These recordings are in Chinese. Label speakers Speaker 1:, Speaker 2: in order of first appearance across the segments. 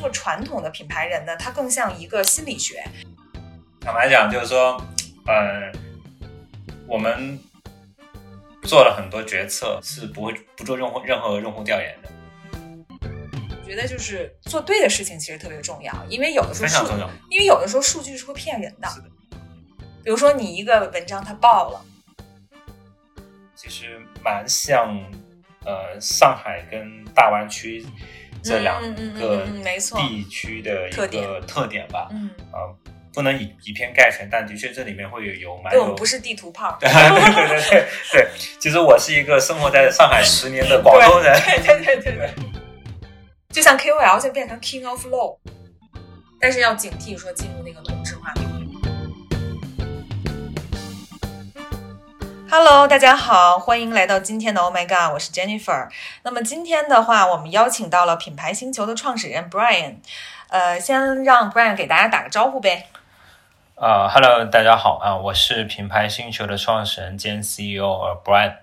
Speaker 1: 做传统的品牌人呢，它更像一个心理学。
Speaker 2: 坦白讲，就是说，呃，我们做了很多决策是不会不做任何任何用户调研的，
Speaker 1: 我觉得就是做对的事情其实特别重要，因为有的时候
Speaker 2: 非
Speaker 1: 数
Speaker 2: 常，重要。
Speaker 1: 因为有的时候数据是会骗人的。
Speaker 2: 是的，
Speaker 1: 比如说你一个文章它爆了，
Speaker 2: 其实蛮像呃上海跟大湾区这两
Speaker 1: 嗯嗯嗯
Speaker 2: 个
Speaker 1: 嗯嗯没错
Speaker 2: 地区的一
Speaker 1: 特
Speaker 2: 个
Speaker 1: 点
Speaker 2: 特点吧。
Speaker 1: 嗯，
Speaker 2: 啊，不能以以偏概全，但的确这里面会有有蛮
Speaker 1: 对
Speaker 2: 有。
Speaker 1: 我们不是地图炮
Speaker 2: 对对对对对，其实我是一个生活在上海十年的广东人，
Speaker 1: 对 对对对对，就像 KOL 现在变成 King of Low，但是要警惕说进入那个同质化。Hello，大家好，欢迎来到今天的 Oh My God，我是 Jennifer。那么今天的话，我们邀请到了品牌星球的创始人 Brian，呃，先让 Brian 给大家打个招呼呗。
Speaker 2: 啊、h e l l o 大家好啊，我是品牌星球的创始人兼 CEO 呃 Brian。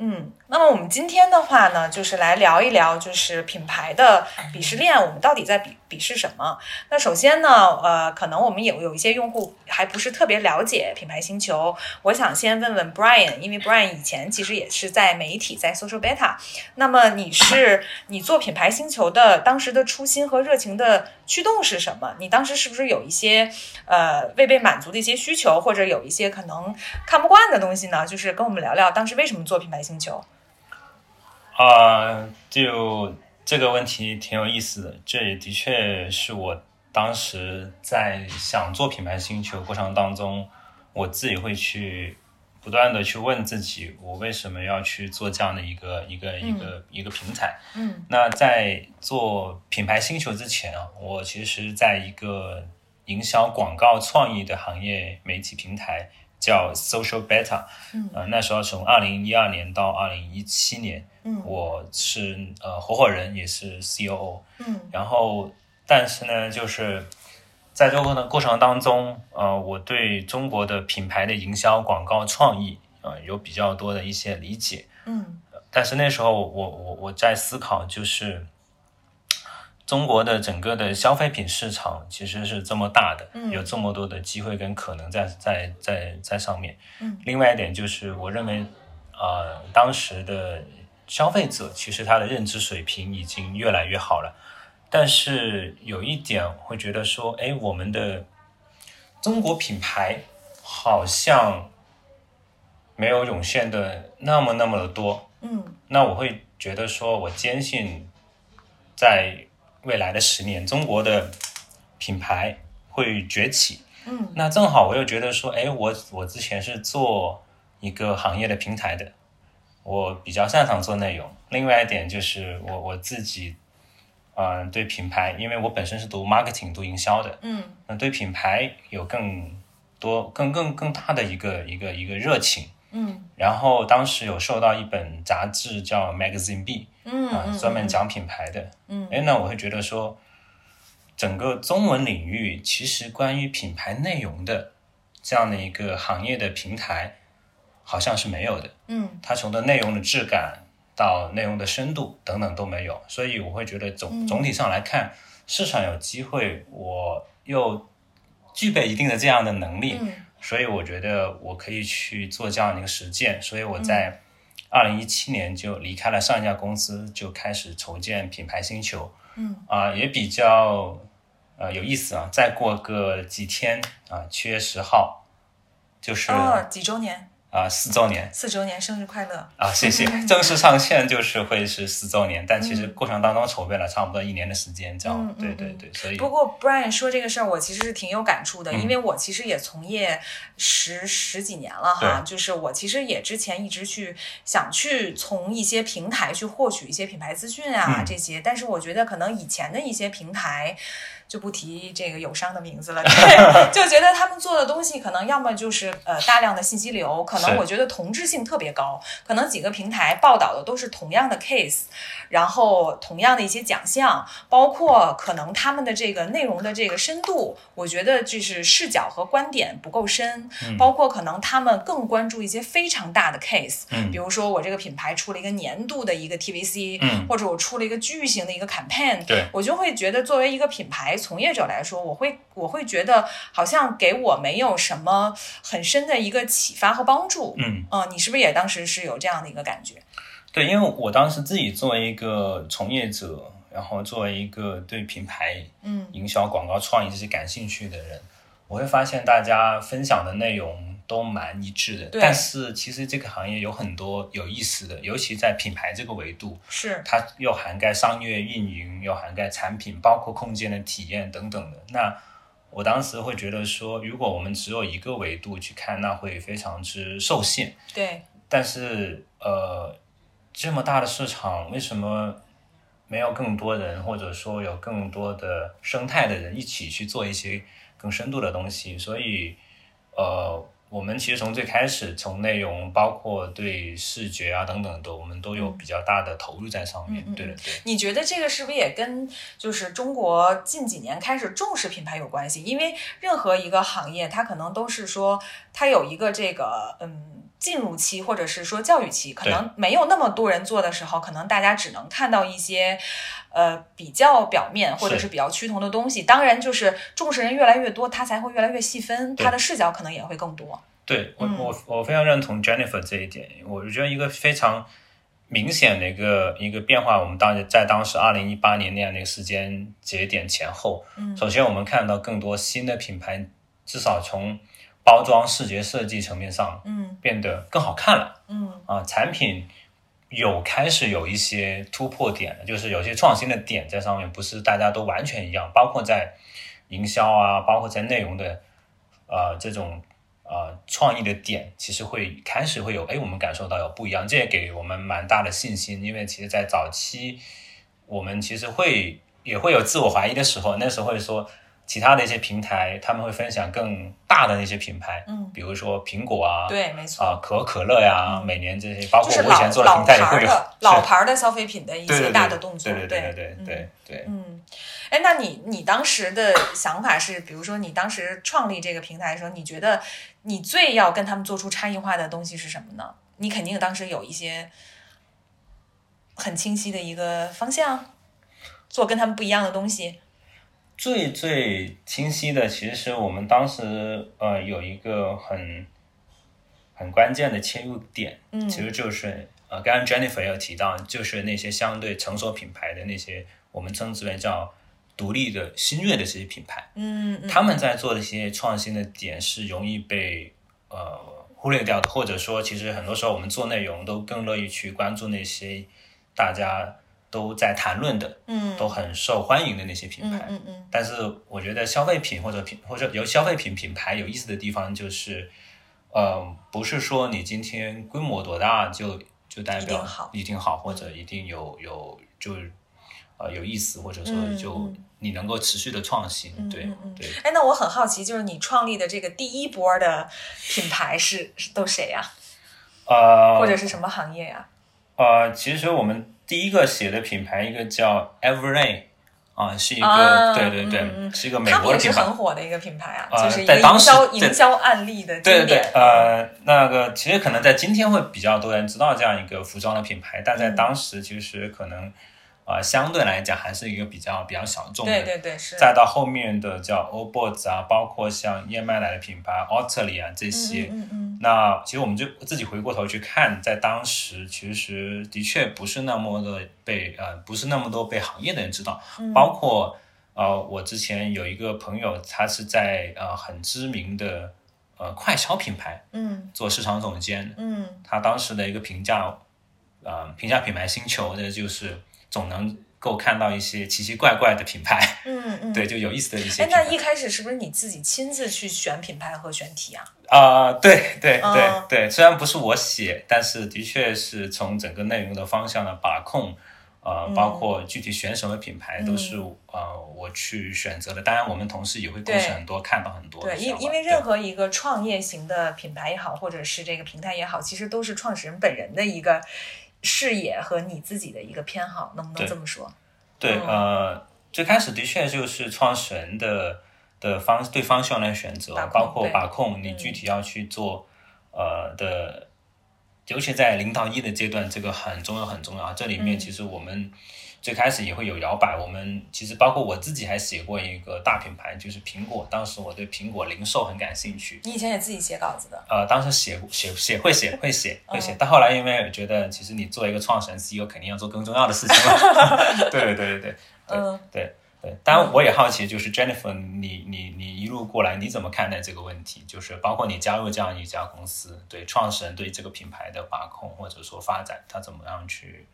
Speaker 1: 嗯，那么我们今天的话呢，就是来聊一聊，就是品牌的鄙视链，我们到底在鄙鄙视什么？那首先呢，呃，可能我们也有一些用户还不是特别了解品牌星球，我想先问问 Brian，因为 Brian 以前其实也是在媒体，在 Social Beta，那么你是你做品牌星球的当时的初心和热情的驱动是什么？你当时是不是有一些呃未被满足的一些需求，或者有一些可能看不惯的东西呢？就是跟我们聊聊当时为什么做品牌星球。
Speaker 2: 啊，就这个问题挺有意思的，这也的确是我当时在想做品牌星球过程当中，我自己会去不断的去问自己，我为什么要去做这样的一个一个一个、一个平台？
Speaker 1: 嗯
Speaker 2: 那在做品牌星球之前啊，我其实在一个营销广告创意的行业媒体平台叫 Social Beta，
Speaker 1: 嗯
Speaker 2: 呃，那时候从二零一二年到二零一七年，
Speaker 1: 嗯
Speaker 2: 我是呃合伙人，也是 COO，
Speaker 1: 嗯
Speaker 2: 然后但是呢，就是在这个过程当中，呃，我对中国的品牌的营销广告创意啊、呃有比较多的一些理解，
Speaker 1: 嗯
Speaker 2: 但是那时候我我我在思考，就是中国的整个的消费品市场其实是这么大的，
Speaker 1: 嗯
Speaker 2: 有这么多的机会跟可能在在在在上面。
Speaker 1: 嗯
Speaker 2: 另外一点就是，我认为，呃，当时的消费者其实他的认知水平已经越来越好了，但是有一点会觉得说，哎，我们的中国品牌好像没有涌现的那么那么的多。
Speaker 1: 嗯
Speaker 2: 那我会觉得说，我坚信，在未来的十年，中国的品牌会崛起。
Speaker 1: 嗯
Speaker 2: 那正好我又觉得说，哎，我我之前是做一个行业的平台的，我比较擅长做内容。另外一点就是我我自己，嗯、对品牌，因为我本身是读 marketing 读营销的，
Speaker 1: 嗯
Speaker 2: 那对品牌有更多更更更大的一个一个一个热情。
Speaker 1: 嗯
Speaker 2: 然后当时有受到一本杂志叫 Magazine B 啊、
Speaker 1: 嗯，
Speaker 2: 专门讲品牌的。
Speaker 1: 嗯
Speaker 2: 哎，那我会觉得说，整个中文领域其实关于品牌内容的这样的一个行业的平台，好像是没有的。
Speaker 1: 嗯
Speaker 2: 它从的内容的质感到内容的深度等等都没有，所以我会觉得总
Speaker 1: 嗯
Speaker 2: 总体上来看，市场有机会，我又具备一定的这样的能力，
Speaker 1: 嗯
Speaker 2: 所以我觉得我可以去做这样的一个实践，所以
Speaker 1: 嗯
Speaker 2: 我在二零一七年就离开了上一家公司，就开始筹建品牌星球
Speaker 1: 嗯
Speaker 2: 啊、也比较呃有意思啊。再过个几天啊，七、月十号就是
Speaker 1: 哦
Speaker 2: 啊、，
Speaker 1: 几周年，
Speaker 2: 四周年
Speaker 1: 四周年生日快乐。
Speaker 2: 啊，谢谢。正式上线就是会是四周年，但其实过程当中筹备了差不多一年的时间，这样。
Speaker 1: 嗯嗯嗯
Speaker 2: 对
Speaker 1: 嗯
Speaker 2: 对对，所以
Speaker 1: 不过 Brian 说这个事儿，我其实是挺有感触的，
Speaker 2: 嗯
Speaker 1: 因为我其实也从业十十几年了哈，就是我其实也之前一直去想去从一些平台去获取一些品牌资讯啊、
Speaker 2: 嗯
Speaker 1: 这些，但是我觉得可能以前的一些平台。就不提这 个友商的名字了，对，就觉得他们做的东西可能要么就是呃大量的信息流，可能
Speaker 2: 是
Speaker 1: 我觉得同质性特别高，可能几个平台报道的都是同样的 case，然后同样的一些奖项，包括可能他们的这个内容的这个深度，我觉得就是视角和观点不够深，
Speaker 2: 嗯
Speaker 1: 包括可能他们更关注一些非常大的 case，、
Speaker 2: 嗯
Speaker 1: 比如说我这个品牌出了一个年度的一个 TVC，、
Speaker 2: 嗯
Speaker 1: 或者我出了一个巨型的一个 campaign，
Speaker 2: 对
Speaker 1: 我就会觉得作为一个品牌从业者来说，我会我会觉得好像给我没有什么很深的一个启发和帮助。
Speaker 2: 嗯，
Speaker 1: 嗯、你是不是也当时是有这样的一个感觉？
Speaker 2: 对，因为我当时自己作为一个从业者，然后作为一个对品牌
Speaker 1: 嗯
Speaker 2: 营销、广告、创意这些感兴趣的人，我会发现大家分享的内容都蛮一致的。
Speaker 1: 对
Speaker 2: 但是其实这个行业有很多有意思的，尤其在品牌这个维度，
Speaker 1: 是，
Speaker 2: 它又涵盖商业运营，又涵盖产品，包括空间的体验等等的。那我当时会觉得说，如果我们只有一个维度去看，那会非常之受限。
Speaker 1: 对，
Speaker 2: 但是呃，这么大的市场，为什么没有更多人，或者说有更多的生态的人一起去做一些更深度的东西？所以呃，我们其实从最开始，从内容包括对视觉啊等等的，我们都有比较大的投入在上面。
Speaker 1: 嗯嗯嗯嗯
Speaker 2: 对对对。
Speaker 1: 你觉得这个是不是也跟就是中国近几年开始重视品牌有关系？因为任何一个行业，它可能都是说它有一个这个嗯。进入期或者是说教育期，可能没有那么多人做的时候，可能大家只能看到一些，呃，比较表面或者
Speaker 2: 是
Speaker 1: 是比较趋同的东西。当然，就是重视人越来越多，它才会越来越细分，
Speaker 2: 对
Speaker 1: 它的视角可能也会更多。
Speaker 2: 对我
Speaker 1: 嗯
Speaker 2: 我我非常认同 Jennifer 这一点，我觉得一个非常明显的一个一个变化，我们当时在当时二零一八年那样的一个时间节点前后，
Speaker 1: 嗯
Speaker 2: 首先我们看到更多新的品牌，至少从包装、视觉设计层面上
Speaker 1: 嗯
Speaker 2: 变得更好看了
Speaker 1: 嗯
Speaker 2: 啊，产品有开始有一些突破点了，就是有些创新的点在上面，不是大家都完全一样，包括在营销啊，包括在内容的呃这种呃创意的点，其实会开始会有，哎，我们感受到有不一样，这也给我们蛮大的信心，因为其实，在早期我们其实会也会有自我怀疑的时候，那时候会说。其他的一些平台，他们会分享更大的那些品牌，
Speaker 1: 嗯，
Speaker 2: 比如说苹果啊，
Speaker 1: 对，没错。
Speaker 2: 啊，可口可乐呀，每年这些，包
Speaker 1: 就
Speaker 2: 括
Speaker 1: 是
Speaker 2: 我以
Speaker 1: 老
Speaker 2: 前做的
Speaker 1: 老
Speaker 2: 平台
Speaker 1: 牌
Speaker 2: 也会
Speaker 1: 儿
Speaker 2: 有
Speaker 1: 的老牌儿的消费品的一
Speaker 2: 对对
Speaker 1: 些
Speaker 2: 对
Speaker 1: 大的动作，
Speaker 2: 对对对对
Speaker 1: 嗯
Speaker 2: 对对，
Speaker 1: 嗯，哎，那你你当时的想法是，比如说你当时创立这个平台的时候，你觉得你最要跟他们做出差异化的东西是什么呢？你肯定当时有一些很清晰的一个方向，做跟他们不一样的东西。
Speaker 2: 最最清晰的其实是我们当时呃有一个很很关键的切入点，
Speaker 1: 嗯
Speaker 2: 其实就是呃，刚刚 Jennifer 也有提到，就是那些相对成熟品牌的那些，我们称之为叫独立的新锐的这些品牌，
Speaker 1: 嗯嗯
Speaker 2: 他们在做的一些创新的点是容易被呃忽略掉的，或者说，其实很多时候我们做内容都更乐意去关注那些大家都在谈论的、
Speaker 1: 嗯
Speaker 2: 都很受欢迎的那些品牌。
Speaker 1: 嗯嗯嗯，
Speaker 2: 但是我觉得消费品或者品或者由消费品品牌有意思的地方就是，呃，不是说你今天规模多大就就代
Speaker 1: 一
Speaker 2: 表
Speaker 1: 定好
Speaker 2: 一定好或者一定有有就是呃有意思，或者说
Speaker 1: 嗯
Speaker 2: 就
Speaker 1: 嗯
Speaker 2: 你能够持续的创新，对
Speaker 1: 嗯嗯
Speaker 2: 对。
Speaker 1: 哎，那我很好奇，就是你创立的这个第一波的品牌是是都谁呀、
Speaker 2: 呃，
Speaker 1: 或者是什么行业呀、
Speaker 2: 呃，其实我们第一个写的品牌，一个叫 Every 啊，是一个、
Speaker 1: 啊
Speaker 2: 对对对，
Speaker 1: 嗯嗯
Speaker 2: 是一个哦美
Speaker 1: 他们
Speaker 2: 国
Speaker 1: 也
Speaker 2: 的
Speaker 1: 是
Speaker 2: 品牌。
Speaker 1: 很火的一个品牌啊，
Speaker 2: 呃
Speaker 1: 就是一
Speaker 2: 在
Speaker 1: 个营
Speaker 2: 当时
Speaker 1: 销
Speaker 2: 对
Speaker 1: 营销案例的
Speaker 2: 对对
Speaker 1: 经
Speaker 2: 对
Speaker 1: 典。，
Speaker 2: 呃，那个其实可能在今天会比较多人知道这样一个服装的品牌，但
Speaker 1: 嗯
Speaker 2: 在当时其实可能，呃，相对来讲还是一个比较比较小众的。
Speaker 1: 对对对，是。
Speaker 2: 再到后面的叫 o b o s 啊，包括像燕麦奶的品牌 o t t l y 啊这些，
Speaker 1: 嗯嗯
Speaker 2: 那其实我们就自己回过头去看，在当时其实的确不是那么的被呃，不是那么多被行业的人知道，
Speaker 1: 嗯
Speaker 2: 包括呃，我之前有一个朋友，他是在呃很知名的呃快消品牌
Speaker 1: 嗯
Speaker 2: 做市场总监，
Speaker 1: 嗯嗯，
Speaker 2: 他当时的一个评价，呃，评价品牌星球的就是总能够看到一些奇奇怪怪的品牌，
Speaker 1: 嗯嗯。
Speaker 2: 对，就有意思的一些
Speaker 1: 哎，
Speaker 2: 品
Speaker 1: 那
Speaker 2: 牌
Speaker 1: 一。开始是不是你自己亲自去选品牌和选题啊？
Speaker 2: 啊、对对对
Speaker 1: 嗯
Speaker 2: 对，虽然不是我写，但是的确是从整个内容的方向的把控，呃，
Speaker 1: 嗯
Speaker 2: 包括具体选什么品牌都是呃我去选择的。当然，我们同事也会贡献
Speaker 1: 对
Speaker 2: 很多，看到很多的
Speaker 1: 对，因
Speaker 2: 想法。
Speaker 1: 因为
Speaker 2: 对
Speaker 1: 任何一个创业型的品牌也好，或者是这个平台也好，其实都是创始人本人的一个视野和你自己的一个偏好，能不能
Speaker 2: 对
Speaker 1: 这么说？
Speaker 2: 对，
Speaker 1: 嗯
Speaker 2: 呃，最开始的确就是创始人的的方对方向来选择
Speaker 1: 把，控
Speaker 2: 包括
Speaker 1: 对嗯
Speaker 2: 把控你具体要去做，呃的，尤其在零到一的阶段，这个很重要很重要啊。这里面
Speaker 1: 嗯
Speaker 2: 其实我们最开始也会有摇摆，我们其实包括我自己还写过一个大品牌，就是苹果，当时我对苹果零售很感兴趣，
Speaker 1: 你以前也自己写稿子的，
Speaker 2: 呃，当时写写写会写会写
Speaker 1: 嗯
Speaker 2: 会写，但后来因为我觉得，其实你做一个创始人 CEO，肯定要做更重要的事情嘛。 对对对对对
Speaker 1: 嗯
Speaker 2: 对对。当然，我也好奇，就是 Jennifer，你你你一路过来，你怎么看待这个问题？就是包括你加入这样一家公司，对创始人对这个品牌的把控或者说发展，他怎么样去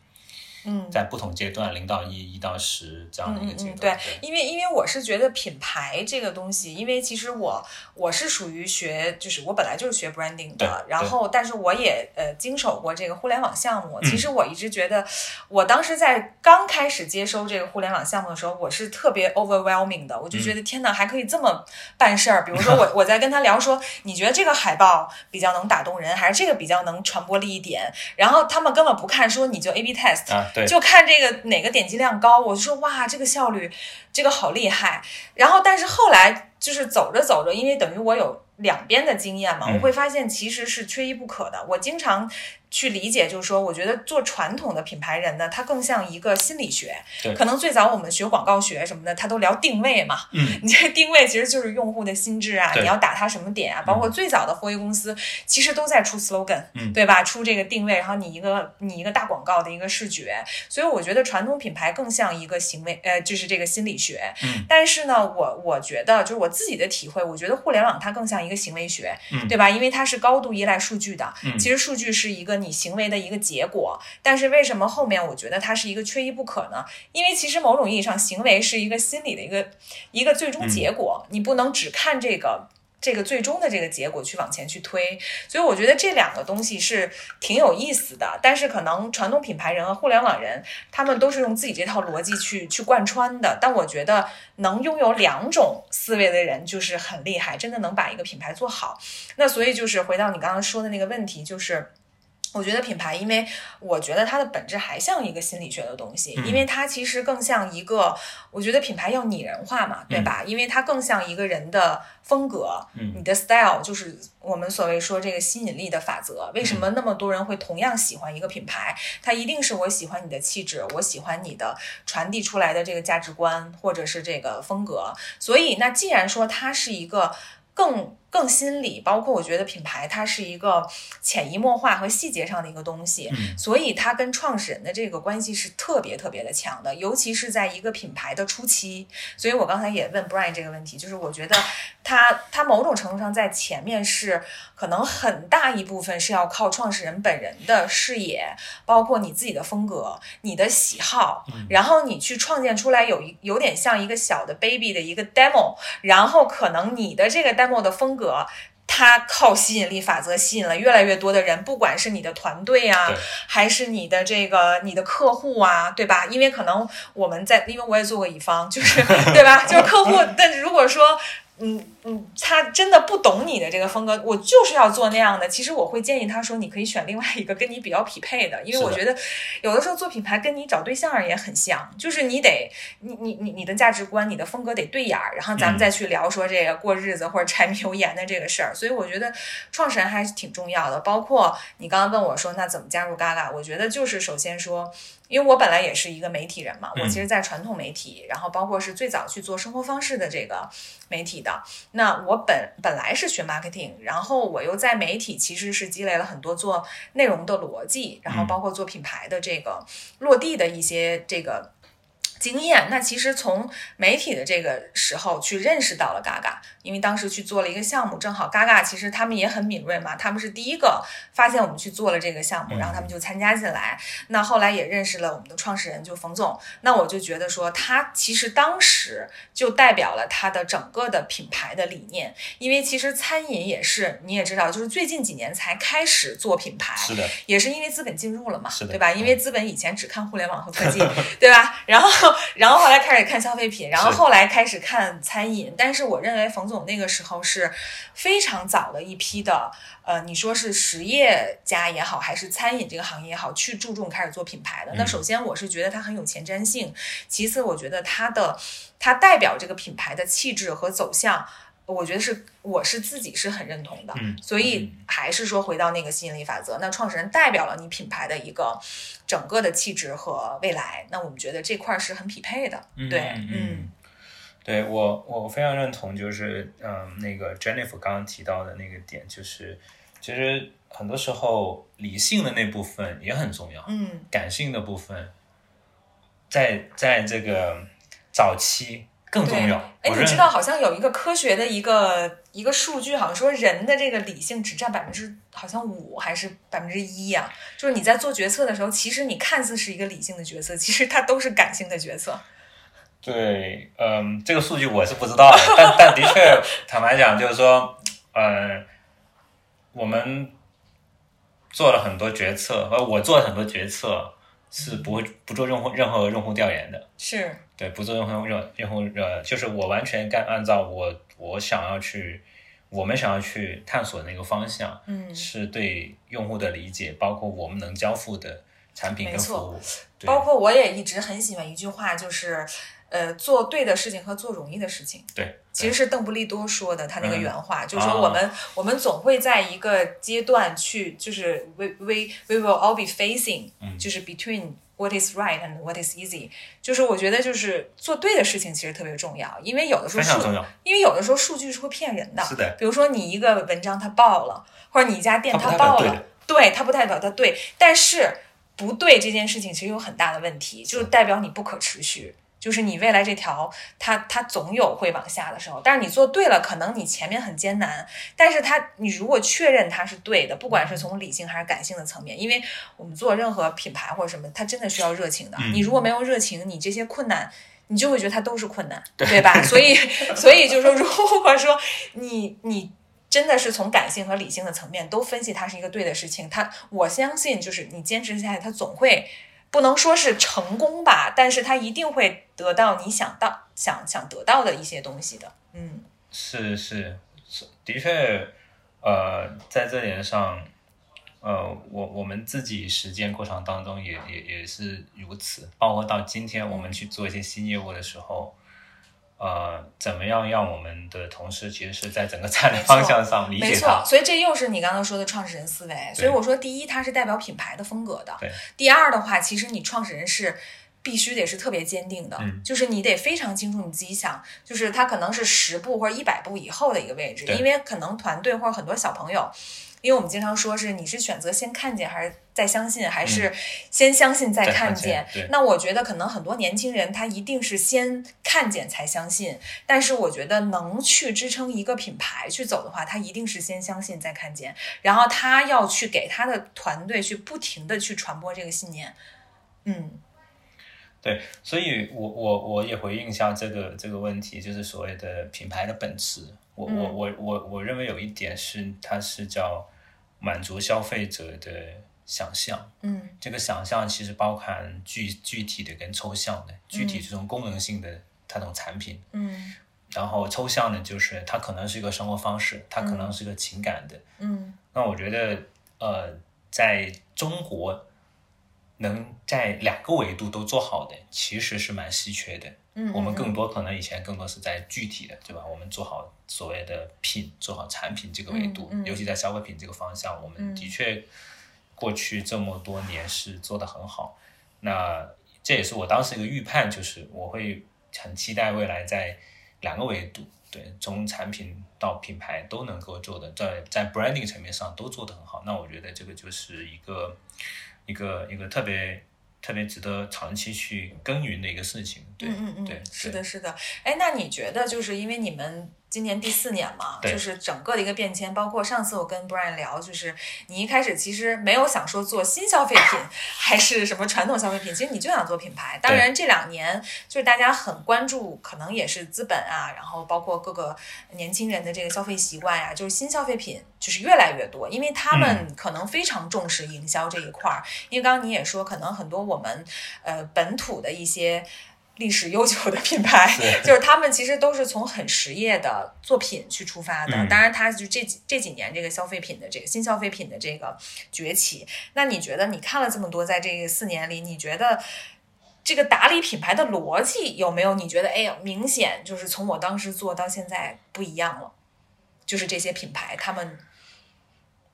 Speaker 1: 嗯，
Speaker 2: 在不同阶段，零到一、一到十这样的一个阶
Speaker 1: 嗯嗯嗯，
Speaker 2: 段？
Speaker 1: 对，因为因为我是觉得品牌这个东西，因为其实我我是属于学，就是我本来就是学 branding
Speaker 2: 对
Speaker 1: 的，然后但是我也呃经手过这个互联网项目。
Speaker 2: 嗯
Speaker 1: 其实我一直觉得，我当时在刚开始接收这个互联网项目的时候，我是特别 overwhelming 的，我就觉
Speaker 2: 嗯
Speaker 1: 得天哪，还可以这么办事儿。比如说 我我在跟他聊说，你觉得这个海报比较能打动人，还是这个比较能传播力一点？然后他们根本不看，说你就 A/B test，
Speaker 2: 啊，对，
Speaker 1: 就看这个哪个点击量高，我就说哇，这个效率，这个好厉害。然后，但是后来就是走着走着，因为等于我有两边的经验嘛，
Speaker 2: 嗯
Speaker 1: 我会发现其实是缺一不可的。我经常去理解，就是说，我觉得做传统的品牌人呢，他更像一个心理学
Speaker 2: 对。
Speaker 1: 可能最早我们学广告学什么的，他都聊定位嘛，
Speaker 2: 嗯，
Speaker 1: 你这定位其实就是用户的心智啊，
Speaker 2: 对
Speaker 1: 你要打他什么点啊？包括最早的货运公司，其实都在出 slogan，、
Speaker 2: 嗯
Speaker 1: 对吧？出这个定位，然后你一个你一个大广告的一个视觉，所以我觉得传统品牌更像一个行为，呃，就是这个心理学。
Speaker 2: 嗯
Speaker 1: 但是呢，我我觉得就是我自己的体会，我觉得互联网它更像一个行为学，
Speaker 2: 嗯
Speaker 1: 对吧？因为它是高度依赖数据的，
Speaker 2: 嗯
Speaker 1: 其实数据是一个你行为的一个结果，但是为什么后面我觉得它是一个缺一不可呢？因为其实某种意义上，行为是一个心理的一个一个最终结果，你不能只看这个。这个最终的这个结果去往前去推，所以我觉得这两个东西是挺有意思的。但是可能传统品牌人和互联网人，他们都是用自己这套逻辑去去贯穿的。但我觉得能拥有两种思维的人就是很厉害，真的能把一个品牌做好。那所以就是回到你刚刚说的那个问题，就是。我觉得品牌，因为我觉得它的本质还像一个心理学的东西，
Speaker 2: 嗯
Speaker 1: 因为它其实更像一个，我觉得品牌要拟人化嘛，对吧？因为它更像一个人的风格，
Speaker 2: 嗯
Speaker 1: 你的 style 就是我们所谓说这个吸引力的法则。为
Speaker 2: 嗯
Speaker 1: 什么那么多人会同样喜欢一个品牌？它一定是我喜欢你的气质，我喜欢你的传递出来的这个价值观，或者是这个风格。所以，那既然说它是一个更更心理，包括我觉得品牌它是一个潜移默化和细节上的一个东西，
Speaker 2: 嗯
Speaker 1: 所以它跟创始人的这个关系是特别特别的强的，尤其是在一个品牌的初期。所以我刚才也问 Brian 这个问题，就是我觉得他他某种程度上在前面是可能很大一部分是要靠创始人本人的视野，包括你自己的风格、你的喜好，然后你去创建出来有一有点像一个小的 baby 的一个 demo，然后可能你的这个 demo 的风格。它靠吸引力法则吸引了越来越多的人，不管是你的团队啊
Speaker 2: 对，
Speaker 1: 还是你的这个你的客户啊，对吧？因为可能我们在，因为我也做过乙方，就是 对吧？就是客户，但是如果说嗯嗯，他真的不懂你的这个风格，我就是要做那样的。其实我会建议他说，你可以选另外一个跟你比较匹配的，因为
Speaker 2: 是的
Speaker 1: 我觉得有的时候做品牌跟你找对象也很像，就是你得你你你你的价值观、你的风格得对眼儿，然后咱
Speaker 2: 嗯
Speaker 1: 们再去聊说这个过日子或者柴米油盐的这个事儿。所以我觉得创始人还是挺重要的。包括你刚刚问我说，那怎么加入 Gaga？我觉得就是首先说。因为我本来也是一个媒体人嘛，我
Speaker 2: 嗯
Speaker 1: 其实，在传统媒体，然后包括是最早去做生活方式的这个媒体的。那我本本来是学 marketing，然后我又在媒体其实是积累了很多做内容的逻辑，然后包括做品牌的这个落地的一些这个。经验。那其实从媒体的这个时候去认识到了 Gaga，因为当时去做了一个项目，正好 Gaga 其实他们也很敏锐嘛，他们是第一个发现我们去做了这个项目，然后他们就参加进来。那后来也认识了我们的创始人，就冯总。那我就觉得说，他其实当时就代表了他的整个的品牌的理念，因为其实餐饮也是你也知道，就是最近几年才开始做品牌，
Speaker 2: 是的，
Speaker 1: 也是因为资本进入了嘛
Speaker 2: 是，的
Speaker 1: 对吧？
Speaker 2: 嗯
Speaker 1: 因为资本以前只看互联网和科技，对吧？然后，然后后来开始看消费品，然后
Speaker 2: 是
Speaker 1: 后来开始看餐饮。但是我认为冯总那个时候是非常早的一批的，呃，你说是实业家也好，还是餐饮这个行业也好，去注重开始做品牌的。那
Speaker 2: 嗯
Speaker 1: 首先我是觉得它很有前瞻性，其次我觉得它的它代表这个品牌的气质和走向。我觉得是，我是自己是很认同的，
Speaker 2: 嗯
Speaker 1: 所以还是说回到那个吸引力法则，那创始人代表了你品牌的一个整个的气质和未来，那我们觉得这块儿是很匹配的，对，
Speaker 2: 嗯嗯，对我我非常认同，就是嗯、那个 Jennifer 刚刚提到的那个点，就是其实很多时候理性的那部分也很重要，
Speaker 1: 嗯
Speaker 2: 感性的部分在在这个早期更重要。
Speaker 1: 哎，
Speaker 2: 我
Speaker 1: 你
Speaker 2: 认
Speaker 1: 知道好像有一个科学的一个一个数据，好像说人的这个理性只占百分之好像五还是百分之一呀？就是你在做决策的时候，其实你看似是一个理性的决策，其实它都是感性的决策。
Speaker 2: 对，嗯，这个数据我是不知道的，但但的确，坦白讲，就是说，嗯，我们做了很多决策，呃，我做了很多决策是不会不做任何任何用户调研的，
Speaker 1: 是，
Speaker 2: 对，不做任何用用户呃，就是我完全干按照我我想要去，我们想要去探索的那个方向，
Speaker 1: 嗯，
Speaker 2: 是对用户的理解，包括我们能交付的产品
Speaker 1: 没
Speaker 2: 跟服
Speaker 1: 错
Speaker 2: 务，对
Speaker 1: 包括我也一直很喜欢一句话，就是，呃，做对的事情和做容易的事情。
Speaker 2: 对，
Speaker 1: 其实是邓布利多说的，他那个
Speaker 2: 嗯
Speaker 1: 原话、就是说我们、我们总会在一个阶段去，就是 we we we will all be facing，、
Speaker 2: 嗯
Speaker 1: 就是 between what is right and what is easy，就是我觉得就是做对的事情其实特别重要，因为有的时
Speaker 2: 非
Speaker 1: 候
Speaker 2: 常
Speaker 1: 数
Speaker 2: 重要，
Speaker 1: 因为有的时候数据是会骗人的，
Speaker 2: 是的，
Speaker 1: 比如说你一个文章它爆了，或者你一家店
Speaker 2: 它不代表
Speaker 1: 爆
Speaker 2: 对
Speaker 1: 了
Speaker 2: 的，
Speaker 1: 对它不代表它对，但是不对这件事情其实有很大的问题，就是代表你不可持续。就是你未来这条，它它总有会往下的时候，但是你做对了，可能你前面很艰难，但是它你如果确认它是对的，不管是从理性还是感性的层面，因为我们做任何品牌或者什么，它真的需要热情的。
Speaker 2: 嗯
Speaker 1: 你如果没有热情，你这些困难你就会觉得它都是困难，对吧？所以，所以就是说，如果说你你真的是从感性和理性的层面都分析它是一个对的事情，它我相信就是你坚持下来，它总会不能说是成功吧，但是它一定会得到你想到想想得到的一些东西的。嗯
Speaker 2: 是是是，的确，呃，在这点上，呃，我我们自己实践过程当中也也也是如此，包括到今天
Speaker 1: 嗯
Speaker 2: 我们去做一些新业务的时候，呃，怎么样让我们的同事其实是在整个 战略
Speaker 1: 没错
Speaker 2: 方向上理
Speaker 1: 没
Speaker 2: 解
Speaker 1: 错
Speaker 2: 它，，
Speaker 1: 所以这又是你刚刚说的创始人思维。所以我说，第一，它是代表品牌的风格的
Speaker 2: 对；
Speaker 1: 第二的话，其实你创始人是。必须得是特别坚定的，
Speaker 2: 嗯
Speaker 1: 就是你得非常清楚你自己想，就是它可能是十步或者一百步以后的一个位置，
Speaker 2: 对
Speaker 1: 因为可能团队或者很多小朋友，因为我们经常说是你是选择先看见还是再相信，还是先相信再
Speaker 2: 嗯再
Speaker 1: 看
Speaker 2: 看
Speaker 1: 见
Speaker 2: 见？对
Speaker 1: 那我觉得可能很多年轻人他一定是先看见才相信，但是我觉得能去支撑一个品牌去走的话，他一定是先相信再看见，然后他要去给他的团队去不停的去传播这个信念。嗯
Speaker 2: 对，所以我我我也回应一下这个这个问题，就是所谓的品牌的本质。我我
Speaker 1: 嗯
Speaker 2: 我我我认为有一点是，它是叫满足消费者的想象。
Speaker 1: 嗯
Speaker 2: 这个想象其实包含具具体的跟抽象的，具体这种功能性的它这种产品，
Speaker 1: 嗯
Speaker 2: 然后抽象的就是它可能是一个生活方式，它可能是一个情感的。
Speaker 1: 嗯
Speaker 2: 那我觉得，呃，在中国能在两个维度都做好的，其实是蛮稀缺的。
Speaker 1: 嗯，
Speaker 2: 我们更多可能以前更多是在具体的，对吧？我们做好所谓的品，做好产品这个维度，
Speaker 1: 嗯嗯嗯
Speaker 2: 尤其在消费品这个方向，我们的确过去这么多年是做得很好。那这也是我当时一个预判，就是我会很期待未来在两个维度，对，从产品到品牌都能够做的，在在 branding 层面上都做得很好。那我觉得这个就是一个一个一个特别。特别值得长期去耕耘的一个事情。对，
Speaker 1: 嗯嗯嗯，
Speaker 2: 对，
Speaker 1: 是
Speaker 2: 对
Speaker 1: 的，，是的。哎，那你觉得就是因为你们今年第四年嘛，
Speaker 2: 对
Speaker 1: 就是整个的一个变迁，包括上次我跟 Brian 聊，就是你一开始其实没有想说做新消费 品还是什么传统消费品，其实你就想做品牌。当然这两年就是大家很关注，可能也是资本啊，然后包括各个年轻人的这个消费习惯呀、就是新消费品就是越来越多，因为他们可能非常重视营销这一块儿。因为刚刚你也说，可能很多我们呃本土的一些历史悠久的品牌，
Speaker 2: 对
Speaker 1: 就是他们其实都是从很实业的作品去出发的。
Speaker 2: 嗯
Speaker 1: 当然，它就这几这几年这个消费品的这个新消费品的这个崛起，那你觉得你看了这么多，在这个四年里，你觉得？这个打理品牌的逻辑有没有？你觉得，哎呀，明显就是从我当时做到现在不一样了，就是这些品牌他们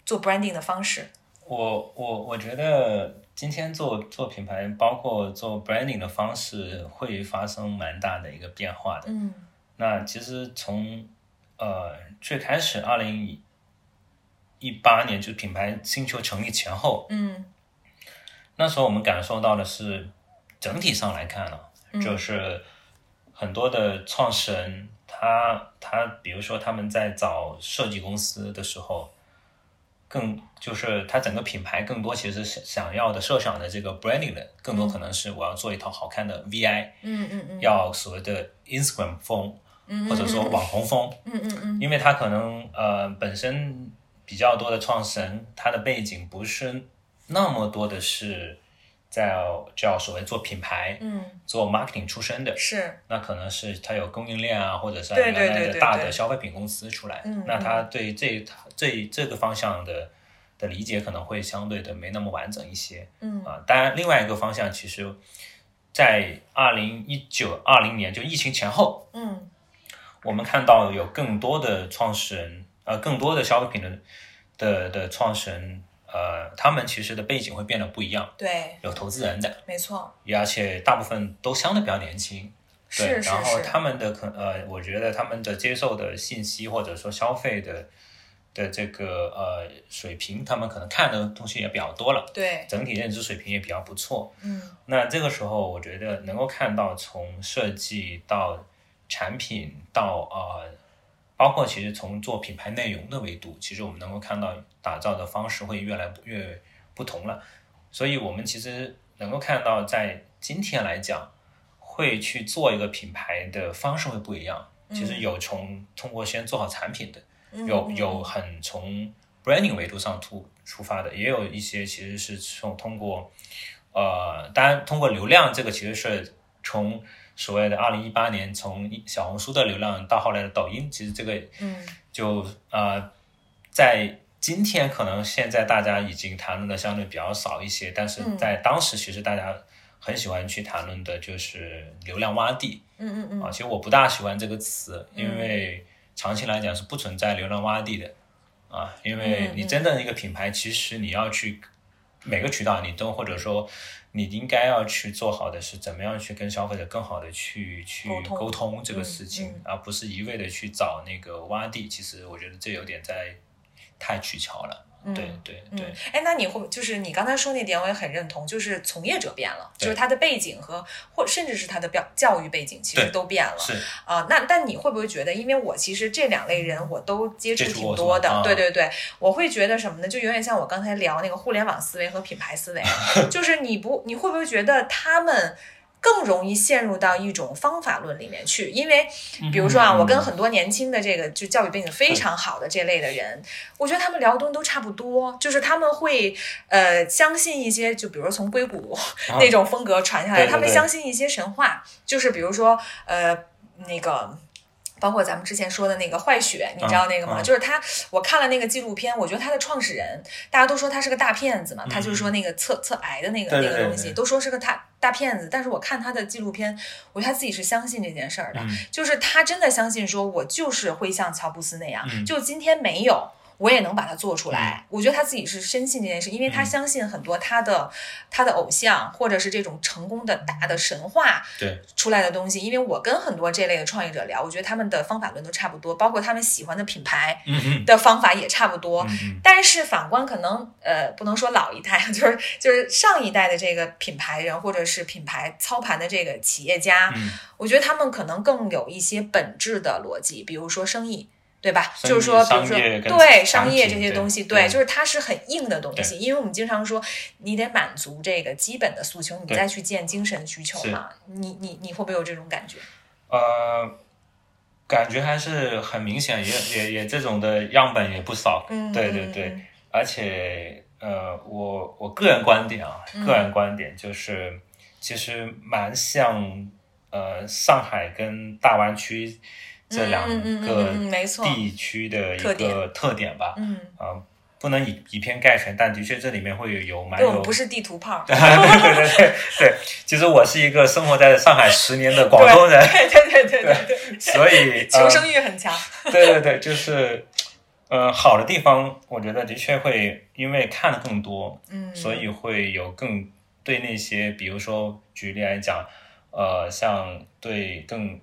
Speaker 1: 做 branding 的方式。
Speaker 2: 我我我觉得今天做做品牌，包括做 branding 的方式，会发生蛮大的一个变化的。
Speaker 1: 嗯
Speaker 2: 那其实从呃最开始二零一八年就品牌星球成立前后，
Speaker 1: 嗯
Speaker 2: 那时候我们感受到的是，整体上来看呢、啊
Speaker 1: 嗯
Speaker 2: 就是很多的创始人，他他比如说他们在找设计公司的时候，更就是他整个品牌更多其实是想要的设想的这个 branding 的，更多可能是我要做一套好看的 VI，、
Speaker 1: 嗯嗯嗯
Speaker 2: 要所谓的 Instagram 风，
Speaker 1: 嗯
Speaker 2: 或者说网红风，
Speaker 1: 嗯嗯嗯
Speaker 2: 因为他可能呃本身比较多的创始人，他的背景不是那么多的是在叫所谓做品牌、
Speaker 1: 嗯，
Speaker 2: 做 marketing 出身的，
Speaker 1: 是，
Speaker 2: 那可能是他有供应链啊，或者是
Speaker 1: 对
Speaker 2: 原
Speaker 1: 对
Speaker 2: 来
Speaker 1: 对对
Speaker 2: 的大
Speaker 1: 对
Speaker 2: 的消费品公司出来，
Speaker 1: 嗯
Speaker 2: 那他对这这这个方向的的理解可能会相对的没那么完整一些。
Speaker 1: 嗯
Speaker 2: 啊，当然另外一个方向其实，在二零一九二零年就疫情前后，
Speaker 1: 嗯
Speaker 2: 我们看到有更多的创始人，呃，更多的消费品的的的创始人，呃，他们其实的背景会变得不一样，
Speaker 1: 对，
Speaker 2: 有投资人的，
Speaker 1: 没错，
Speaker 2: 也而且大部分都相对比较年轻，对，
Speaker 1: 是是
Speaker 2: 然后
Speaker 1: 是，
Speaker 2: 他们的可呃，我觉得他们的接受的信息或者说消费的的这个呃水平，他们可能看的东西也比较多了，
Speaker 1: 对，
Speaker 2: 整体认知水平也比较不错，
Speaker 1: 嗯
Speaker 2: 那这个时候，我觉得能够看到从设计到产品到呃，包括其实从做品牌内容的维度，其实我们能够看到打造的方式会越来越不同了。所以，我们其实能够看到，在今天来讲，会去做一个品牌的方式会不一样。其实有从通过先做好产品的，
Speaker 1: 嗯
Speaker 2: 有
Speaker 1: 嗯
Speaker 2: 有很从 branding 维度上突出发的，也有一些其实是从通过呃，当然通过流量这个其实是从所谓的二零一八年从小红书的流量到后来的抖音，其实这个
Speaker 1: 嗯
Speaker 2: 就呃在。今天可能现在大家已经谈论的相对比较少一些，但是
Speaker 1: 嗯
Speaker 2: 在当时其实大家很喜欢去谈论的就是流量洼地，
Speaker 1: 嗯嗯
Speaker 2: 啊，
Speaker 1: 嗯，
Speaker 2: 其实我不大喜欢这个词，因为长期来讲是不存在流量洼地的啊，因为
Speaker 1: 嗯
Speaker 2: 你
Speaker 1: 嗯
Speaker 2: 真正一个品牌，其实你要去每个渠道你都或者说你应该要去做好的是怎么样去跟消费者更好的去去
Speaker 1: 沟通
Speaker 2: 沟通这个
Speaker 1: 嗯
Speaker 2: 事情，
Speaker 1: 嗯
Speaker 2: 而不是一味的去找那个洼地。其实我觉得这有点在太取巧了，
Speaker 1: 嗯
Speaker 2: 对对对。
Speaker 1: 嗯，哎，那你会就是你刚才说那点，我也很认同，就是从业者变了，就
Speaker 2: 对
Speaker 1: 是他的背景和或甚至是他的表教育背景，其实
Speaker 2: 对
Speaker 1: 都变了。
Speaker 2: 是，
Speaker 1: 啊，那但你会不会觉得，因为我其实这两类人我都接触
Speaker 2: 接触
Speaker 1: 挺
Speaker 2: 过
Speaker 1: 多
Speaker 2: 是
Speaker 1: 的
Speaker 2: 吧，啊
Speaker 1: 对对对，我会觉得什么呢？就有点像我刚才聊那个互联网思维和品牌思 维，就是你不，你会不会觉得他们？更容易陷入到一种方法论里面去，因为比如说啊，
Speaker 2: 嗯
Speaker 1: 我跟很多年轻的这个就教育背景非常好的这类的人，我觉得他们聊的东西都差不多，就是他们会呃相信一些，就比如说从硅谷
Speaker 2: 啊
Speaker 1: 那种风格传下来，
Speaker 2: 对对
Speaker 1: 他们
Speaker 2: 对
Speaker 1: 相信一些神话，就是比如说呃那个。包括咱们之前说的那个坏血，你知道那个吗？
Speaker 2: 嗯嗯
Speaker 1: 就是他，我看了那个纪录片，我觉得他的创始人，大家都说他是个大骗子嘛，他就是说那个测测癌的那个
Speaker 2: 嗯对
Speaker 1: 那
Speaker 2: 对对
Speaker 1: 个东
Speaker 2: 对
Speaker 1: 西，都说是个大大骗子。但是我看他的纪录片，我觉得他自己是相信这件事儿的，
Speaker 2: 嗯
Speaker 1: 就是他真的相信说，我就是会像乔布斯那样，
Speaker 2: 嗯
Speaker 1: 就今天没有。我也能把它做出来。我觉得他自己是深信这件事，因为
Speaker 2: 嗯
Speaker 1: 他相信很多他的、他的偶像或者是这种成功的大的神话
Speaker 2: 对
Speaker 1: 出来的东西。因为我跟很多这类的创业者聊，我觉得他们的方法论都差不多，包括他们喜欢的品牌
Speaker 2: 嗯嗯
Speaker 1: 的方法也差不多。
Speaker 2: 嗯嗯，
Speaker 1: 但是反观，可能呃，不能说老一代， 就是就是上一代的这个品牌人或者是品牌操盘的这个企业家，
Speaker 2: 嗯
Speaker 1: 我觉得他们可能更有一些本质的逻辑，比如说生意，对吧？
Speaker 2: 生意
Speaker 1: 就是说，比如
Speaker 2: 商业
Speaker 1: 说
Speaker 2: 跟
Speaker 1: 对
Speaker 2: 产
Speaker 1: 商
Speaker 2: 品
Speaker 1: 业这些东西，
Speaker 2: 对
Speaker 1: 对，
Speaker 2: 嗯
Speaker 1: 就是它是很硬的东
Speaker 2: 对
Speaker 1: 西，因为我们经常说，你得满足这个基本的诉求，你
Speaker 2: 对
Speaker 1: 再去建精神需求嘛。你你你会不会有这种感觉？
Speaker 2: 呃，感觉还是很明显，也也也这种的样本也不少。
Speaker 1: 嗯，
Speaker 2: 对对对，而且呃，我我个人观点啊，
Speaker 1: 嗯
Speaker 2: 个人观点就是，其实蛮像呃上海跟大湾区这两
Speaker 1: 嗯嗯嗯
Speaker 2: 个
Speaker 1: 嗯嗯没错
Speaker 2: 地区的一
Speaker 1: 特点
Speaker 2: 个特点吧。
Speaker 1: 嗯，
Speaker 2: 啊，不能以以偏概全，但的确这里面会有有蛮
Speaker 1: 对我
Speaker 2: 有
Speaker 1: 们不是地图炮，
Speaker 2: 对对对对对，其实我是一个生活在上海十年的广东人，
Speaker 1: 对对对对对对，
Speaker 2: 所以
Speaker 1: 求
Speaker 2: 呃
Speaker 1: 生欲很强。
Speaker 2: 对对对，就是呃好的地方，我觉得的确会因为看的更多，
Speaker 1: 嗯，
Speaker 2: 所以会有更对那些，比如说举例来讲，呃，像对更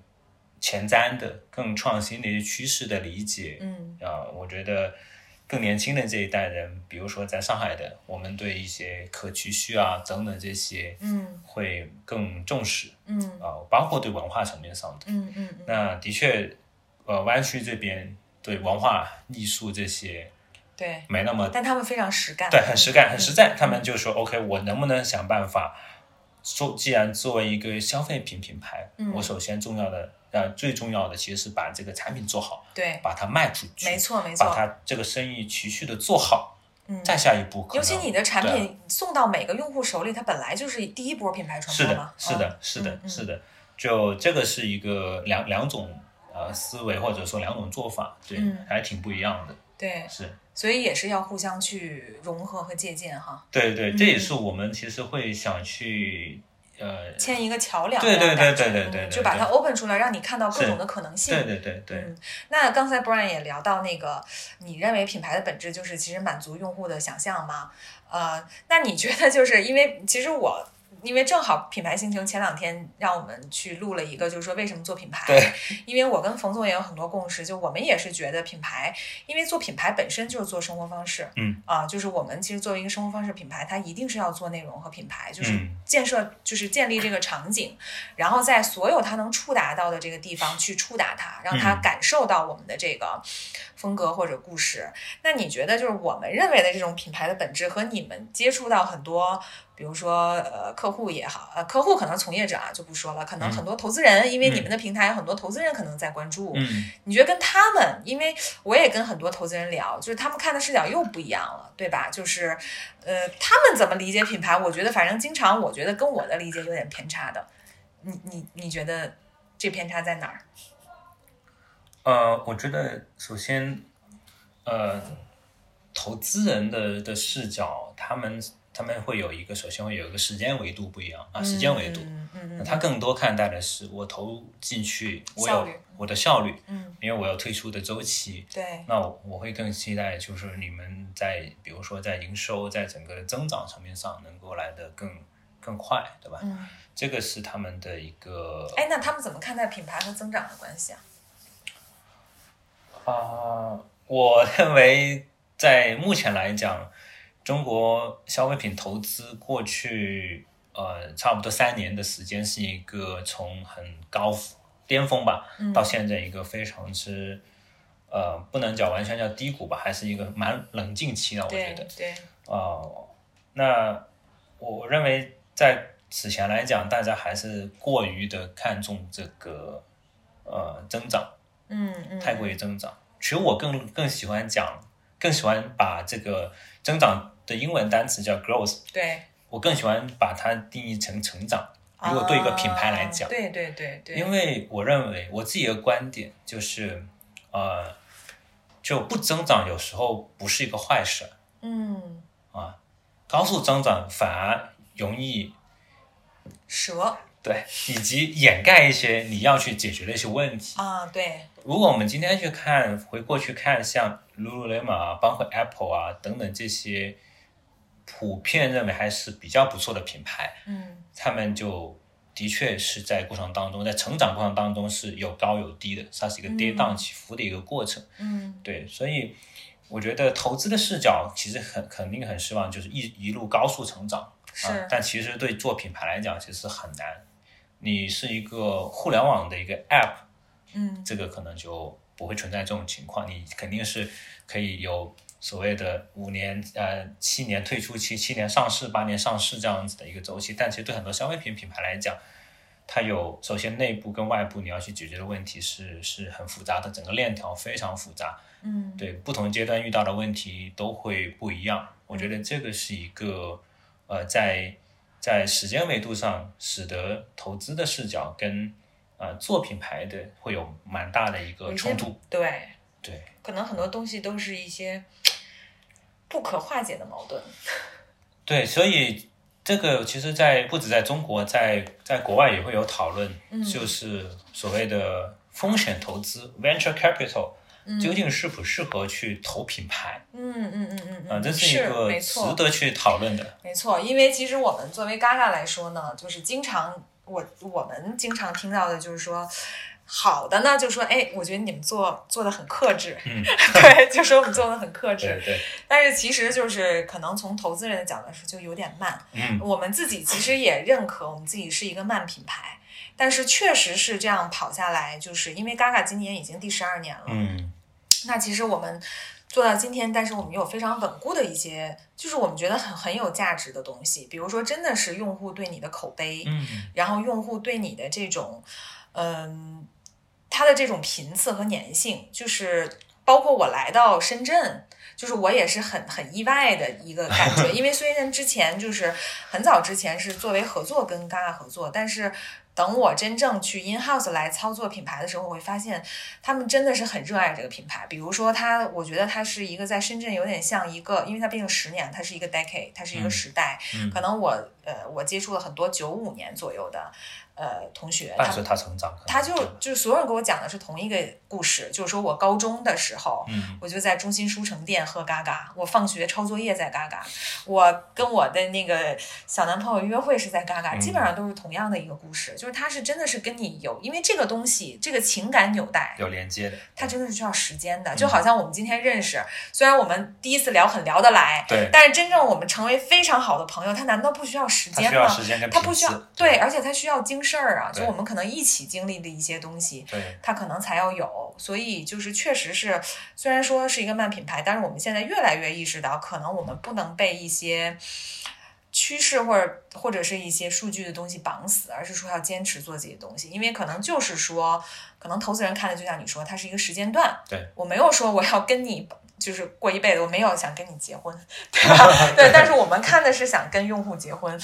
Speaker 2: 前瞻的、更创新的一些趋势的理解，
Speaker 1: 嗯
Speaker 2: 啊、我觉得更年轻的这一代人，比如说在上海的，我们对一些可持续啊等等这些
Speaker 1: 嗯
Speaker 2: 会更重视
Speaker 1: 嗯
Speaker 2: 啊、包括对文化层面上的。
Speaker 1: 嗯嗯嗯，
Speaker 2: 那的确，呃，湾区这边对文化艺术这些
Speaker 1: 对，
Speaker 2: 没那么
Speaker 1: 但他们非常实干。
Speaker 2: 对，很实干，很实在。他们就说，OK，我能不能想办法做？既然作为一个消费品品牌，
Speaker 1: 嗯
Speaker 2: 我首先重要的，呃，最重要的其实是把这个产品做好，
Speaker 1: 对，
Speaker 2: 把它卖出去，
Speaker 1: 没，错没
Speaker 2: 把
Speaker 1: 错。
Speaker 2: 它这个生意持续的做好，
Speaker 1: 嗯，
Speaker 2: 再下一步可能。
Speaker 1: 尤其你的产
Speaker 2: 对
Speaker 1: 品送到每个用户手里，它本来就是第一波品牌传
Speaker 2: 是
Speaker 1: 播
Speaker 2: 的
Speaker 1: 嘛。，
Speaker 2: 是
Speaker 1: 嗯
Speaker 2: 的，是的
Speaker 1: 嗯，嗯
Speaker 2: 是的，就这个是一个两两种呃思维或者说两种做法，对
Speaker 1: 嗯，
Speaker 2: 还挺不一样的，
Speaker 1: 对，
Speaker 2: 是。
Speaker 1: 所以也是要互相去融合和借鉴哈，
Speaker 2: 对对，
Speaker 1: 嗯
Speaker 2: 这也是我们其实会想去呃，
Speaker 1: 牵一个桥梁这
Speaker 2: 对
Speaker 1: 样的
Speaker 2: 对
Speaker 1: 感
Speaker 2: 对
Speaker 1: 觉。
Speaker 2: 对对对，
Speaker 1: 嗯就把它
Speaker 2: 对
Speaker 1: open 出来，让你看到各
Speaker 2: 是
Speaker 1: 种的可能性。
Speaker 2: 对对对对，
Speaker 1: 嗯，那刚才 Brian 也聊到那个，你认为品牌的本质就是其实满足用户的想象吗？呃，那你觉得就是因为其实我。因为正好品牌心情前两天让我们去录了一个，就是说为什么做品牌。
Speaker 2: 对，
Speaker 1: 因为我跟冯总也有很多共识，就我们也是觉得品牌，因为做品牌本身就是做生活方式，
Speaker 2: 嗯
Speaker 1: 啊、就是我们其实作为一个生活方式品牌，它一定是要做内容和品牌，就是
Speaker 2: 嗯
Speaker 1: 建设，就是建立这个场景，然后在所有它能触达到的这个地方去触达它，让它
Speaker 2: 嗯
Speaker 1: 感受到我们的这个风格或者故事。那你觉得就是我们认为的这种品牌的本质和你们接触到很多，比如说呃客户也好，呃客户可能从业者啊就不说了，可能
Speaker 2: 嗯
Speaker 1: 很多投资人，因为
Speaker 2: 嗯
Speaker 1: 你们的平台有很多投资人可能在关注，
Speaker 2: 嗯
Speaker 1: 你觉得跟他们，因为我也跟很多投资人聊，就是他们看的视角又不一样了，对吧？就是，呃，他们怎么理解品牌？我觉得反正经常我觉得跟我的理解有点偏差的。你你你觉得这偏差在哪儿？
Speaker 2: 呃，我觉得首先呃，投资人的的视角，他们他们会有一个首先会有一个时间维度不一样啊，时间维度，
Speaker 1: 嗯嗯
Speaker 2: 那
Speaker 1: 嗯
Speaker 2: 他更多看待的是我投进去，我
Speaker 1: 效
Speaker 2: 有
Speaker 1: 率
Speaker 2: 我的效率，
Speaker 1: 嗯，
Speaker 2: 因为我有退出的周期，
Speaker 1: 对，
Speaker 2: 那我我会更期待，就是你们在比如说在营收在整个增长层面上能够来得更更快，对吧？
Speaker 1: 嗯，
Speaker 2: 这个是他们的一个
Speaker 1: 哎，那他们怎么看待品牌和增长的关系啊？
Speaker 2: 啊、我认为在目前来讲，中国消费品投资过去呃差不多三年的时间是一个从很高巅峰吧，
Speaker 1: 嗯
Speaker 2: 到现在一个非常之。呃，不能讲完全叫低谷吧，还是一个蛮冷静期啊的，我
Speaker 1: 对
Speaker 2: 觉得。
Speaker 1: 对，
Speaker 2: 呃，那我认为在此前来讲，大家还是过于的看重这个呃增长，
Speaker 1: 嗯嗯，
Speaker 2: 太过于增长。其实我更更喜欢讲，更喜欢把这个增长的英文单词叫 growth，
Speaker 1: 对。
Speaker 2: 我更喜欢把它定义成成长。如果对一个品牌来讲
Speaker 1: 啊，对对对对，
Speaker 2: 因为我认为我自己的观点就是，呃，就不增长有时候不是一个坏事，
Speaker 1: 嗯，
Speaker 2: 高速增长反而容易
Speaker 1: 蛇
Speaker 2: 对，以及掩盖一些你要去解决的一些问题。
Speaker 1: 啊，对，
Speaker 2: 如果我们今天去看，回过去看，像 Lululemon 啊、包括 Apple 啊等等这些，普遍认为还是比较不错的品牌，
Speaker 1: 嗯
Speaker 2: 他们就的确是在过程当中，在成长过程当中是有高有低的，它是一个跌宕起伏的一个过程。
Speaker 1: 嗯
Speaker 2: 对，所以我觉得投资的视角其实很肯定很失望，就是一一路高速成长
Speaker 1: 是
Speaker 2: 啊，但其实对做品牌来讲其实很难。你是一个互联网的一个 App。
Speaker 1: 嗯
Speaker 2: 这个可能就不会存在这种情况，你肯定是可以有所谓的五年、呃七年退出期、七年上市、八年上市这样子的一个周期。但其实对很多消费品品牌来讲，它有首先内部跟外部你要去解决的问题是是很复杂的，整个链条非常复杂，
Speaker 1: 嗯，
Speaker 2: 对不同阶段遇到的问题都会不一样。我觉得这个是一个呃，在在时间维度上，使得投资的视角跟呃做品牌的会有蛮大的一个
Speaker 1: 有些
Speaker 2: 呃冲突。
Speaker 1: 对，
Speaker 2: 对，
Speaker 1: 可能很多东西都是一些不可化解的矛盾。
Speaker 2: 对，所以这个其实在，不止在中国，在在国外也会有讨论，
Speaker 1: 嗯
Speaker 2: 就是所谓的风险投资 （venture capital）、究竟是不适合去投品牌
Speaker 1: 嗯嗯嗯嗯
Speaker 2: 啊、
Speaker 1: 嗯，
Speaker 2: 这
Speaker 1: 是
Speaker 2: 是一个
Speaker 1: 没
Speaker 2: 值
Speaker 1: 错
Speaker 2: 得去讨论的。
Speaker 1: 没错，因为其实我们作为嘎嘎来说呢，就是经常我我们经常听到的就是说。好的呢，就说哎，我觉得你们做做的很克制，
Speaker 2: 嗯
Speaker 1: 对，就说我们做的很克
Speaker 2: 对
Speaker 1: 制，
Speaker 2: 对，
Speaker 1: 但是其实就是可能从投资人的角度来说就有点慢，
Speaker 2: 嗯，
Speaker 1: 我们自己其实也认可我们自己是一个慢品牌，但是确实是这样跑下来，就是因为 Gaga 今年已经第十二年了，
Speaker 2: 嗯，
Speaker 1: 那其实我们做到今天，但是我们有非常稳固的一些，就是我们觉得很很有价值的东西，比如说真的是用户对你的口碑，
Speaker 2: 嗯，
Speaker 1: 然后用户对你的这种，嗯，他的这种频次和粘性，就是包括我来到深圳。就是我也是很很意外的一个感觉，因为虽然之前就是很早之前是作为合作跟 Gaga 合作，但是等我真正去 in house 来操作品牌的时候，我会发现他们真的是很热爱这个品牌。比如说他，我觉得他是一个在深圳有点像一个，因为它毕竟十年，它是一个 decade，它是一个
Speaker 2: 嗯
Speaker 1: 时代，
Speaker 2: 嗯
Speaker 1: 可能我呃，我接触了很多九五年左右的呃同学，
Speaker 2: 伴
Speaker 1: 他
Speaker 2: 随他成长，可能
Speaker 1: 他就就所有人给我讲的是同一个故事，就是说我高中的时候，
Speaker 2: 嗯
Speaker 1: 我就在中心书城店喝嘎嘎，我放学抄作业在嘎嘎，我跟我的那个小男朋友约会是在嘎嘎，
Speaker 2: 嗯
Speaker 1: 基本上都是同样的一个故事，就是他是真的是跟你有，因为这个东西这个情感纽带，
Speaker 2: 有连接的，
Speaker 1: 它真的是需要时间
Speaker 2: 嗯
Speaker 1: 的，就好像我们今天认识，虽然我们第一次聊很聊得来，
Speaker 2: 对
Speaker 1: 但是真正我们成为非常好的朋友，他难道不需要时
Speaker 2: 他
Speaker 1: 间
Speaker 2: 需
Speaker 1: 吗？
Speaker 2: 要时间跟
Speaker 1: 他不需要
Speaker 2: 频次
Speaker 1: 对，而且他需要经事儿啊，就
Speaker 2: 对
Speaker 1: 我们可能一起经历的一些东西，
Speaker 2: 对，
Speaker 1: 它可能才要有。所以就是确实是，虽然说是一个慢品牌，但是我们现在越来越意识到，可能我们不能被一些趋势或者或者是一些数据的东西绑死，而是说要坚持做自己的东西。因为可能就是说，可能投资人看的就像你说，它是一个时间段。
Speaker 2: 对
Speaker 1: 我没有说我要跟你。就是过一辈子，我没有想跟你结婚，对 吧？对，但是我们看的是想跟用户结婚，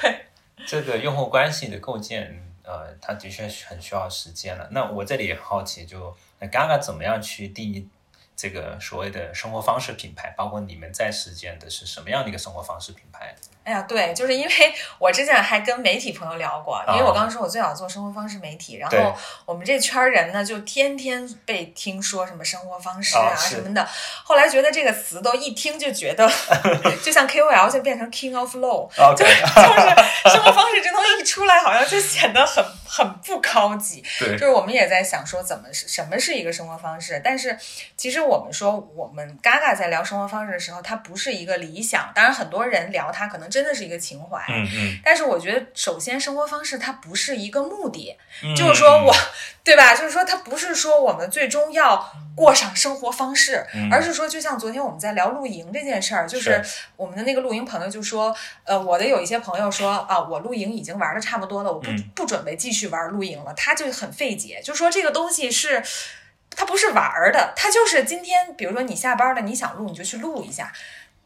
Speaker 2: 对，这个用户关系的构建，呃，它的确是很需要时间了。那我这里也好奇就，那 Gaga 怎么样去定义这个所谓的生活方式品牌？包括你们在实践的是什么样的一个生活方式品牌？
Speaker 1: 哎呀，对，就是因为 我之前还跟媒体朋友聊过，因为我刚刚说我最早做生活方式媒体，然
Speaker 2: 哦对
Speaker 1: 后我们这圈儿人呢就天天被听说什么生活方式啊
Speaker 2: 啊是
Speaker 1: 什么的，后来觉得这个词都一听就觉 得，就像 KOL 就变成 King of Low，
Speaker 2: OK，
Speaker 1: 就是生活方式这东西一出来，好像就显得很很不高级。就
Speaker 2: 对，
Speaker 1: 是我们也在想说，怎么是什么是一个生活方式？但是其实我们说，我们嘎嘎在聊生活方式的时候，它不是一个理想。当然，很多人聊它，可能真的是一个情怀。
Speaker 2: 嗯嗯
Speaker 1: 但是我觉得，首先生活方式它不是一个目的，
Speaker 2: 嗯，
Speaker 1: 就是说我，对吧？就是说它不是说我们最终要过上生活方式，
Speaker 2: 嗯
Speaker 1: 而是说，就像昨天我们在聊露营这件事儿，就是
Speaker 2: 是
Speaker 1: 我们的那个露营朋友就说，呃，我的有一些朋友说啊，我露营已经玩的差不多了，我不、
Speaker 2: 嗯
Speaker 1: 不准备继续玩露营了，他就很费解，就说这个东西是。它不是玩儿的，它就是今天，比如说你下班了，你想录你就去录一下，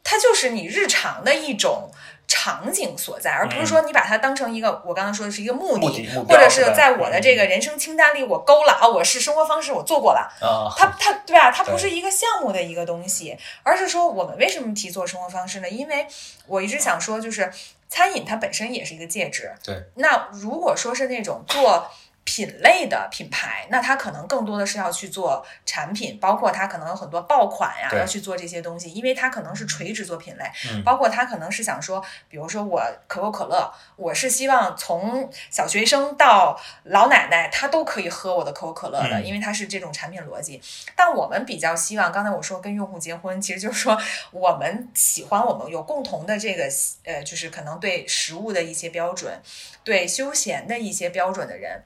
Speaker 1: 它就是你日常的一种场景所在，而不是说你把它当成一个我刚刚说的是一个目的，
Speaker 2: 嗯目的嗯目标
Speaker 1: 或者是
Speaker 2: 是吧
Speaker 1: 在我的这个人生清单里我勾了啊，我是生活方式我做过了。
Speaker 2: 啊，
Speaker 1: 它它对吧？它不
Speaker 2: 对
Speaker 1: 是一个项目的一个东西，而是说我们为什么提做生活方式呢？因为我一直想说，就是餐饮它本身也是一个介质。
Speaker 2: 对，
Speaker 1: 那如果说是那种做品类的品牌，那它可能更多的是要去做产品，包括它可能有很多爆款呀、
Speaker 2: 对
Speaker 1: 要去做这些东西，因为它可能是垂直做品类，
Speaker 2: 嗯
Speaker 1: 包括它可能是想说，比如说我可口可乐，我是希望从小学生到老奶奶，她都可以喝我的可口可乐的，
Speaker 2: 嗯
Speaker 1: 因为它是这种产品逻辑。但我们比较希望，刚才我说跟用户结婚，其实就是说我们喜欢我们有共同的这个呃，就是可能对食物的一些标准，对休闲的一些标准的人。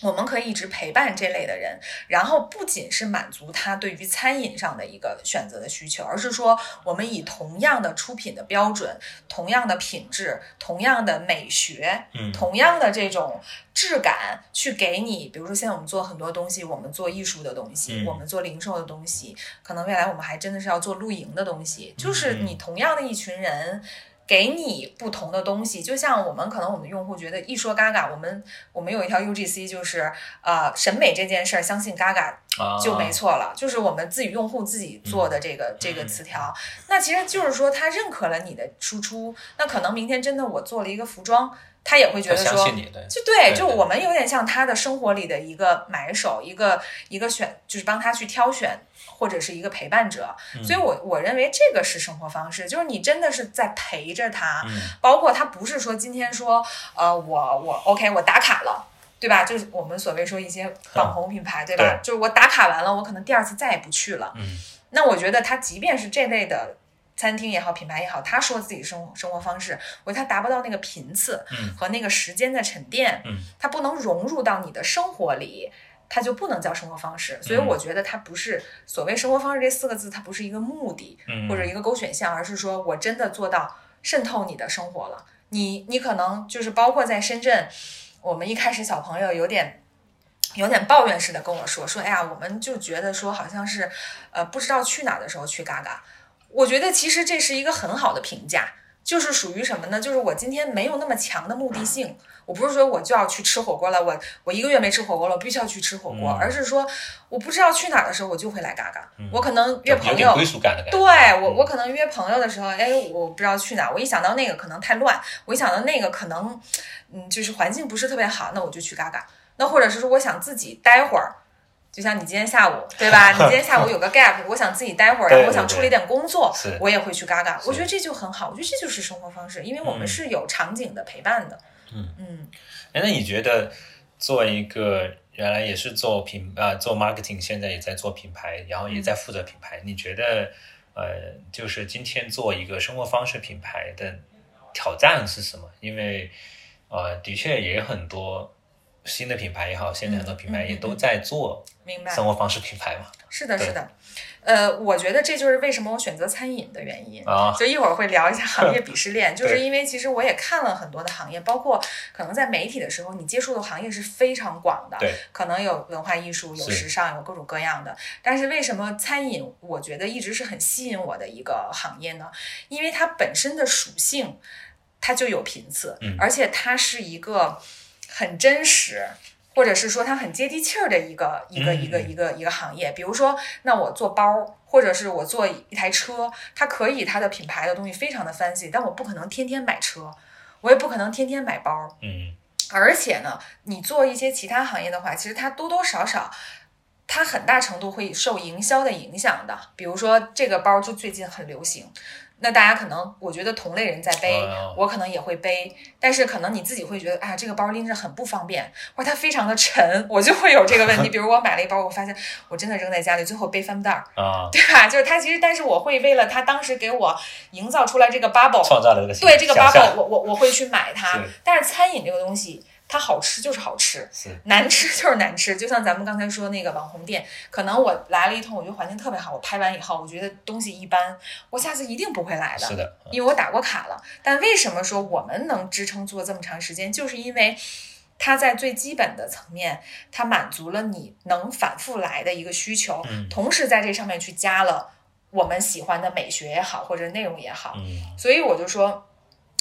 Speaker 1: 我们可以一直陪伴这类的人，然后不仅是满足他对于餐饮上的一个选择的需求，而是说我们以同样的出品的标准、同样的品质、同样的美学、
Speaker 2: 嗯
Speaker 1: 同样的这种质感去给你，比如说现在我们做很多东西，我们做艺术的东西，
Speaker 2: 嗯
Speaker 1: 我们做零售的东西，可能未来我们还真的是要做露营的东
Speaker 2: 嗯
Speaker 1: 西，就是你同样的一群人。给你不同的东西，就像我们可能我们的用户觉得一说 Gaga，我们我们有一条 UGC 就是呃审美这件事儿，相信 Gaga
Speaker 2: 啊，嗯
Speaker 1: 就没错了，就是我们自己用户自己做的这个、这个词条。那其实就是说，他认可了你的输出，那可能明天真的我做了一个服装，他也会觉
Speaker 2: 他
Speaker 1: 得
Speaker 2: 相
Speaker 1: 说
Speaker 2: 信。你的，
Speaker 1: 就对，
Speaker 2: 对
Speaker 1: 就
Speaker 2: 对
Speaker 1: 我们有点像他的生活里的一个买手，一个一个选，就是帮他去挑选或者是一个陪伴者。
Speaker 2: 嗯
Speaker 1: 所以我，我认为这个是生活方式，就是你真的是在陪着他，
Speaker 2: 嗯
Speaker 1: 包括他不是说今天说，呃，我我 OK，我打卡了。对吧？就是我们所谓说一些
Speaker 2: 嗯
Speaker 1: 网红品牌，对吧？就是我打卡完了，我可能第二次再也不去了。
Speaker 2: 嗯，
Speaker 1: 那我觉得他即便是这类的餐厅也好，品牌也好，他说自己生生活方式，我觉得他达不到那个频次
Speaker 2: 嗯
Speaker 1: 和那个时间的沉淀，
Speaker 2: 嗯
Speaker 1: 他不能融入到你的生活里，它就不能叫生活方式。所以
Speaker 2: 嗯
Speaker 1: 我觉得它不是所谓生活方式这四个字，它不是一个目的，
Speaker 2: 嗯
Speaker 1: 或者一个勾选项，而是说我真的做到渗透你的生活了。你你可能就是包括在深圳，我们一开始小朋友有点。有点抱怨似的跟我说说，哎呀，我们就觉得说好像是，呃，不知道去哪儿的时候去嘎嘎。我觉得其实这是一个很好的评价，就是属于什么呢？就是我今天没有那么强的目的
Speaker 2: 嗯
Speaker 1: 性，我不是说我就要去吃火锅了，我我一个月没吃火锅了，我必须要去吃火锅，
Speaker 2: 嗯
Speaker 1: 而是说我不知道去哪儿的时候，我就会来嘎嘎。
Speaker 2: 嗯
Speaker 1: 我可能约
Speaker 2: 有
Speaker 1: 朋
Speaker 2: 有
Speaker 1: 友
Speaker 2: 点，归属感的感觉。
Speaker 1: 对我，
Speaker 2: 嗯
Speaker 1: 我可能约朋友的时候，哎，我不知道去哪，我一想到那个可能太乱，我一想到那个可能，嗯，就是环境不是特别好，那我就去嘎嘎。那或者是说，我想自己待会儿，就像你今天下午，对吧？你今天下午有个 gap，我 想自己待会儿，
Speaker 2: 对
Speaker 1: 然后我想
Speaker 2: 对
Speaker 1: 处理点工作
Speaker 2: 是，
Speaker 1: 我也会去嘎嘎。我
Speaker 2: 是
Speaker 1: 觉得这就很好，我觉得这就是生活方式，因为我们
Speaker 2: 嗯
Speaker 1: 是有场景的陪伴的。
Speaker 2: 嗯
Speaker 1: 嗯，
Speaker 2: 哎那你觉得做一个原来也是做品啊、做 marketing，现在也在做品牌，然后也在负责品牌，你觉得呃，就是今天做一个生活方式品牌的挑战是什么？因为呃，的确也有很多新的品牌也好，现在很多品牌也都在做
Speaker 1: 明白。
Speaker 2: 生活方式品牌嘛。
Speaker 1: 是的，
Speaker 2: 对
Speaker 1: 是的。呃，我觉得这就是为什么我选择餐饮的原因。
Speaker 2: 啊
Speaker 1: 所以一会儿会聊一下行业鄙视 链，就是
Speaker 2: 对
Speaker 1: 因为其实我也看了很多的行业，包括可能在媒体的时候，你接触的行业是非常广的，
Speaker 2: 对，
Speaker 1: 可能有文化艺术，有
Speaker 2: 是
Speaker 1: 时尚，有各种各样的。但是为什么餐饮，我觉得一直是很吸引我的一个行业呢？因为它本身的属性，它就有频次，
Speaker 2: 嗯
Speaker 1: 而且它是一个很真实。或者是说它很接地气儿的一个一个
Speaker 2: 嗯
Speaker 1: 一个一个一个行业，比如说，那我做包儿，或者是我做一台车，它可以它的品牌的东西非常的 fancy，但我不可能天天买车，我也不可能天天买包儿，
Speaker 2: 嗯
Speaker 1: 而且呢，你做一些其他行业的话，其实它多多少少，它很大程度会受营销的影响的。比如说这个包就最近很流行，那大家可能我觉得同类人在背，
Speaker 2: 哦
Speaker 1: 我可能也会背，但是可能你自己会觉得啊，这个包拎着很不方便，或者它非常的沉，我就会有这个问题。比如我买了一包，我发现我真的扔在家里，最后背帆布袋儿，
Speaker 2: 啊，
Speaker 1: 对吧？就是它其实，但是我会为了它当时给我营造出来这个 bubble，
Speaker 2: 创造了一个
Speaker 1: 对这个
Speaker 2: 想象
Speaker 1: bubble，我我我会去买它
Speaker 2: 是。
Speaker 1: 但是餐饮这个东西，它好吃就是好吃，
Speaker 2: 是
Speaker 1: 难吃就是 难吃。就像咱们刚才说那个网红店，可能我来了一通，我觉得环境特别好，我拍完以后我觉得东西一般，我下次一定不会来的。
Speaker 2: 是的，嗯
Speaker 1: 因为我打过卡了。但为什么说我们能支撑做这么长时间，就是因为它在最基本的层面，它满足了你能反复来的一个需求，
Speaker 2: 嗯
Speaker 1: 同时在这上面去加了我们喜欢的美学也好，或者内容也好，
Speaker 2: 嗯
Speaker 1: 所以我就说，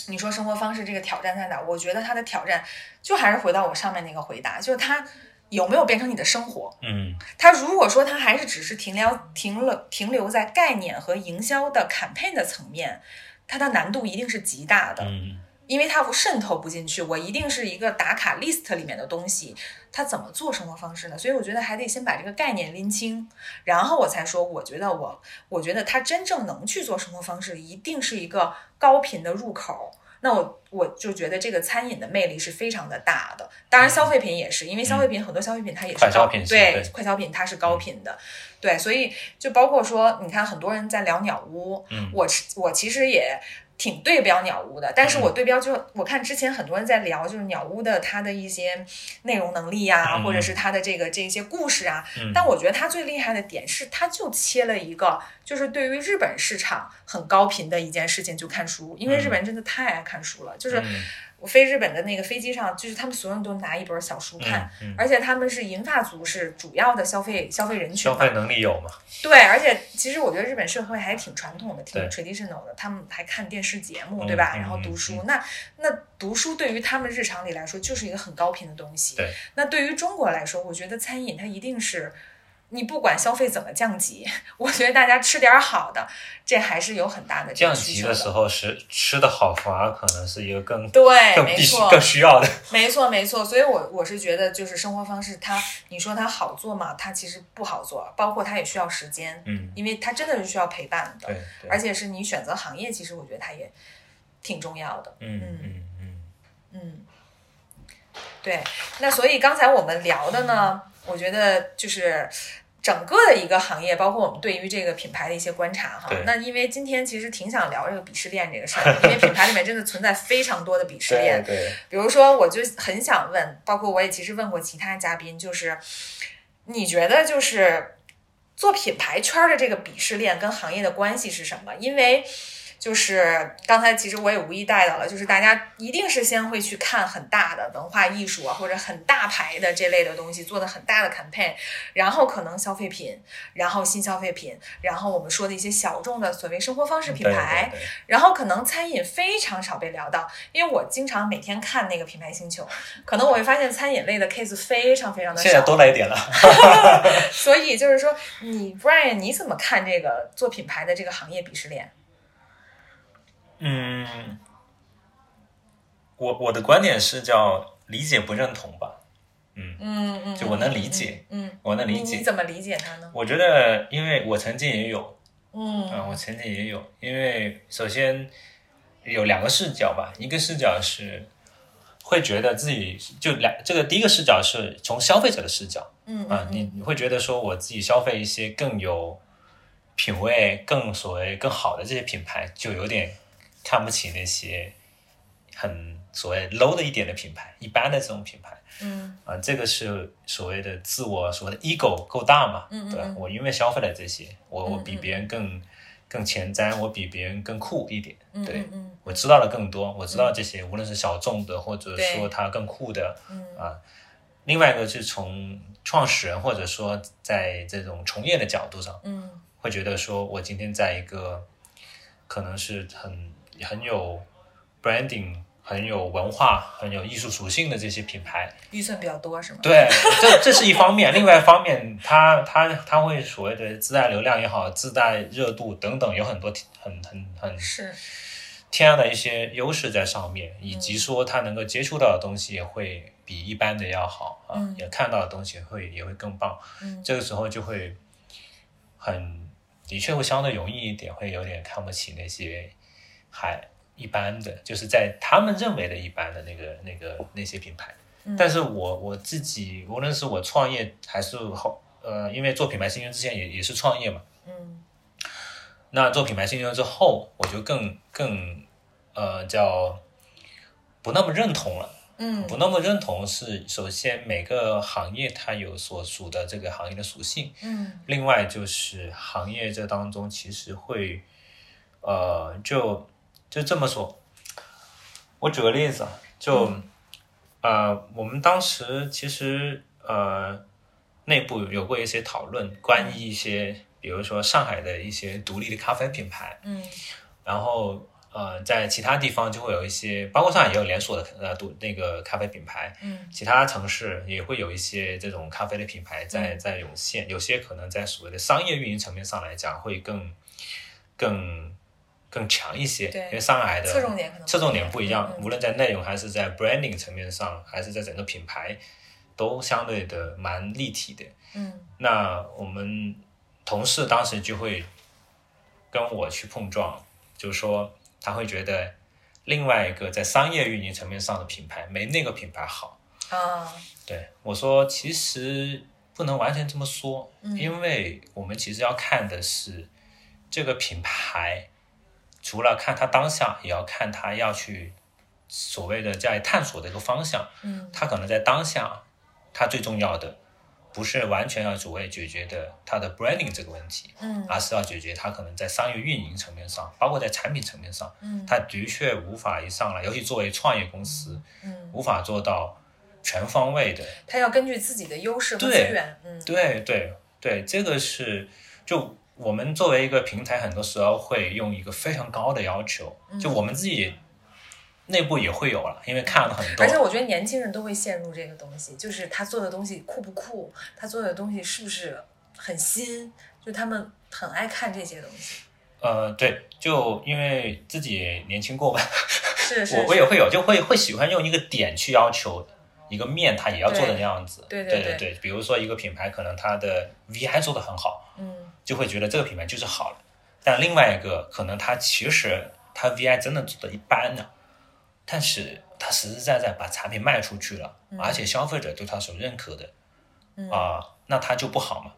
Speaker 1: 你说生活方式这个挑战在哪儿？我觉得它的挑战就还是回到我上面那个回答，就是它有没有变成你的生活？
Speaker 2: 嗯
Speaker 1: 它如果说它还是只是停留停留停留在概念和营销的 campaign 的层面，它的难度一定是极大的。
Speaker 2: 嗯
Speaker 1: 因为它渗透不进去，我一定是一个打卡 list 里面的东西，它怎么做生活方式呢？所以我觉得还得先把这个概念拎清，然后我才说，我觉得我，我觉得他真正能去做生活方式，一定是一个高频的入口。那我我就觉得这个餐饮的魅力是非常的大的，当然消费品也是，因为消费品、很多消费品它也是
Speaker 2: 嗯快消
Speaker 1: 高
Speaker 2: 品是
Speaker 1: 对
Speaker 2: 对嗯
Speaker 1: 快消品它是高频的，对，所以就包括说，你看很多人在聊鸟屋，
Speaker 2: 嗯
Speaker 1: 我是我其实也挺对标鸟屋的，但是
Speaker 2: 嗯
Speaker 1: 我对标就我看之前很多人在聊，就是鸟屋的它的一些内容能力呀、
Speaker 2: 嗯
Speaker 1: 或者是它的这个这些故事啊，
Speaker 2: 嗯
Speaker 1: 但我觉得它最厉害的点是，它就切了一个就是对于日本市场很高频的一件事情，就看书，因为日本人真的太爱看书了，就是
Speaker 2: 嗯
Speaker 1: 我飞日本的那个飞机上，就是他们所有人都拿一本小书看。
Speaker 2: 嗯嗯
Speaker 1: 而且他们是银发族，是主要的消费消费人群
Speaker 2: 消
Speaker 1: 嘛，
Speaker 2: 费能力有嘛？
Speaker 1: 对，而且其实我觉得日本社会还挺传统的，挺
Speaker 2: 对
Speaker 1: traditional 的，他们还看电视节目，
Speaker 2: 嗯
Speaker 1: 对吧？
Speaker 2: 嗯
Speaker 1: 然后读
Speaker 2: 嗯
Speaker 1: 书，那那读书对于他们日常里来说就是一个很高频的东西。
Speaker 2: 对，
Speaker 1: 那对于中国来说，我觉得餐饮它一定是。你不管消费怎么降级， 我觉得大家吃点儿好的，这还是有很大的这
Speaker 2: 降
Speaker 1: 个需
Speaker 2: 级
Speaker 1: 求
Speaker 2: 的时候，吃吃的好反而可能是一个更
Speaker 1: 对，
Speaker 2: 更
Speaker 1: 没
Speaker 2: 必须
Speaker 1: 错，
Speaker 2: 更需要的。
Speaker 1: 没错，没错，所以我我是觉得，就是生活方式它，你说它好做嘛，它其实不好做，包括它也需要时间，
Speaker 2: 嗯，
Speaker 1: 因为它真的是需要陪伴的，
Speaker 2: 对，对
Speaker 1: 而且是你选择行业，其实我觉得它也挺重要的。
Speaker 2: 嗯嗯嗯
Speaker 1: 嗯，对。那所以刚才我们聊的呢，我觉得就是整个的一个行业，包括我们对于这个品牌的一些观察哈
Speaker 2: 对。
Speaker 1: 那因为今天其实挺想聊这个鄙视链这个事儿，因为品牌里面真的存在非常多的鄙视链
Speaker 2: 对。对，
Speaker 1: 比如说，我就很想问，包括我也其实问过其他嘉宾，就是你觉得就是做品牌圈的这个鄙视链跟行业的关系是什么？因为就是刚才其实我也无意带到了，就是大家一定是先会去看很大的文化艺术啊，或者很大牌的这类的东西，做的很大的 campaign，然后可能消费品，然后新消费品，然后我们说的一些小众的所谓生活方式品
Speaker 2: 对
Speaker 1: 牌，，
Speaker 2: 对对
Speaker 1: 然后可能餐饮非常少被聊到，因为我经常每天看那个品牌星球，可能我会发现餐饮类的 case 非常非常的
Speaker 2: 现在
Speaker 1: 少。
Speaker 2: 多了一点了。
Speaker 1: 所以就是说，你 Brian 你怎么看这个做品牌的这个行业鄙视链？
Speaker 2: 嗯，我我的观点是叫理解不认同吧，
Speaker 1: 嗯嗯，
Speaker 2: 就我能理解，
Speaker 1: 嗯，
Speaker 2: 我能
Speaker 1: 嗯，你
Speaker 2: 理
Speaker 1: 你
Speaker 2: 解。
Speaker 1: 怎么理解它呢？
Speaker 2: 我觉得，因为我曾经也有，嗯、
Speaker 1: 嗯
Speaker 2: 我曾经也有，因为首先有两个视角吧，一个视角是会觉得自己就两这个第一个视角是从消费者的视角，
Speaker 1: 嗯嗯
Speaker 2: 啊，你你会觉得说我自己消费一些更有品味、更所谓更好的这些品牌，就有点看不起那些很所谓 low 的一点的品牌，一般的这种品牌
Speaker 1: 嗯
Speaker 2: 啊，这个是所谓的自我所谓的 ego 够大嘛？
Speaker 1: 嗯嗯
Speaker 2: 对吧
Speaker 1: 嗯
Speaker 2: 我因为消费了这些，我我
Speaker 1: 嗯
Speaker 2: 比
Speaker 1: 嗯
Speaker 2: 别人更更前瞻，我比别人更酷一点，
Speaker 1: 嗯，
Speaker 2: 对
Speaker 1: 嗯。嗯
Speaker 2: 我知道了更多，我知道这些，无论是小众的，或者
Speaker 1: 对
Speaker 2: 说它更酷的，
Speaker 1: 嗯
Speaker 2: 啊，另外一个是从创始人或者说在这种从业的角度上，
Speaker 1: 嗯
Speaker 2: 会觉得说我今天在一个可能是很很有 branding、很有文化、很有艺术属性的这些品牌，
Speaker 1: 预算比较多是吗？
Speaker 2: 对，这这是一方面，另外一方面，它它它会所谓的自带流量也好，自带热度等等，有很多很很很
Speaker 1: 是，
Speaker 2: 天然的一些优势在上面，以及说他能够接触到的东西也会比一般的要好啊，
Speaker 1: 嗯
Speaker 2: 也看到的东西会也会更棒。
Speaker 1: 嗯
Speaker 2: 这个时候就会很的确会相对容易一点，会有点看不起那些还一般的，就是在他们认为的一般的那个那个那些品牌。
Speaker 1: 嗯
Speaker 2: 但是我我自己，无论是我创业还是后呃，因为做品牌新人之前也也是创业嘛，
Speaker 1: 嗯
Speaker 2: 那做品牌新秀之后，我就更更呃叫不那么认同了。
Speaker 1: 嗯
Speaker 2: 不那么认同是首先每个行业它有所属的这个行业的属性，
Speaker 1: 嗯
Speaker 2: 另外就是行业这当中其实会呃就就这么说，我举个例子啊，就、呃我们当时其实呃内部有过一些讨论，关于一些比如说上海的一些独立的咖啡品牌，
Speaker 1: 嗯
Speaker 2: 然后呃，在其他地方就会有一些，包括上海也有连锁的呃独那个咖啡品牌，
Speaker 1: 嗯
Speaker 2: 其他城市也会有一些这种咖啡的品牌
Speaker 1: 嗯
Speaker 2: 在在涌现，有些可能在所谓的商业运营层面上来讲会更更更强一些，
Speaker 1: 对
Speaker 2: 因为上海的
Speaker 1: 侧重点可能不一样
Speaker 2: 侧重点不一样，
Speaker 1: 嗯
Speaker 2: 无论在内容还是在 branding 层面上，还是在整个品牌，都相对的蛮立体的。
Speaker 1: 嗯
Speaker 2: 那我们同事当时就会跟我去碰撞，就说他会觉得另外一个在商业运营层面上的品牌没那个品牌好。
Speaker 1: 啊，
Speaker 2: 对我说，其实不能完全这么说，
Speaker 1: 嗯
Speaker 2: 因为我们其实要看的是这个品牌，除了看它当下，也要看它要去所谓的在探索的一个方向。
Speaker 1: 嗯，
Speaker 2: 它可能在当下，它最重要的不是完全要所谓解决的它的 branding 这个问题，
Speaker 1: 嗯
Speaker 2: 而是要解决它可能在商业运营层面上，包括在产品层面上，
Speaker 1: 嗯
Speaker 2: 它的确无法一上来，尤其作为创业公司，
Speaker 1: 嗯，
Speaker 2: 无法做到全方位的。
Speaker 1: 他要根据自己的优势和资
Speaker 2: 对
Speaker 1: 源，嗯
Speaker 2: 对对对，这个是就我们作为一个平台，很多时候会用一个非常高的要求，
Speaker 1: 嗯
Speaker 2: 就我们自己内部也会有了，因为看了很多
Speaker 1: 而且。我觉得年轻人都会陷入这个东西，就是他做的东西酷不酷，他做的东西是不是很新，就他们很爱看这些东西。
Speaker 2: 呃，对，就因为自己也年轻过吧，
Speaker 1: 是是
Speaker 2: 我我
Speaker 1: 是
Speaker 2: 也会有，就会会喜欢用一个点去要求一个面，它也要做的那样子。
Speaker 1: 对对
Speaker 2: 对
Speaker 1: 对
Speaker 2: 对，比如说一个品牌可能它的 VI 做的很好，
Speaker 1: 嗯
Speaker 2: 就会觉得这个品牌就是好了。但另外一个可能它其实它 VI 真的做的一般呢，但是它实实在在把产品卖出去了，而且消费者对它所认可的，
Speaker 1: 嗯
Speaker 2: 啊、那它就不好嘛。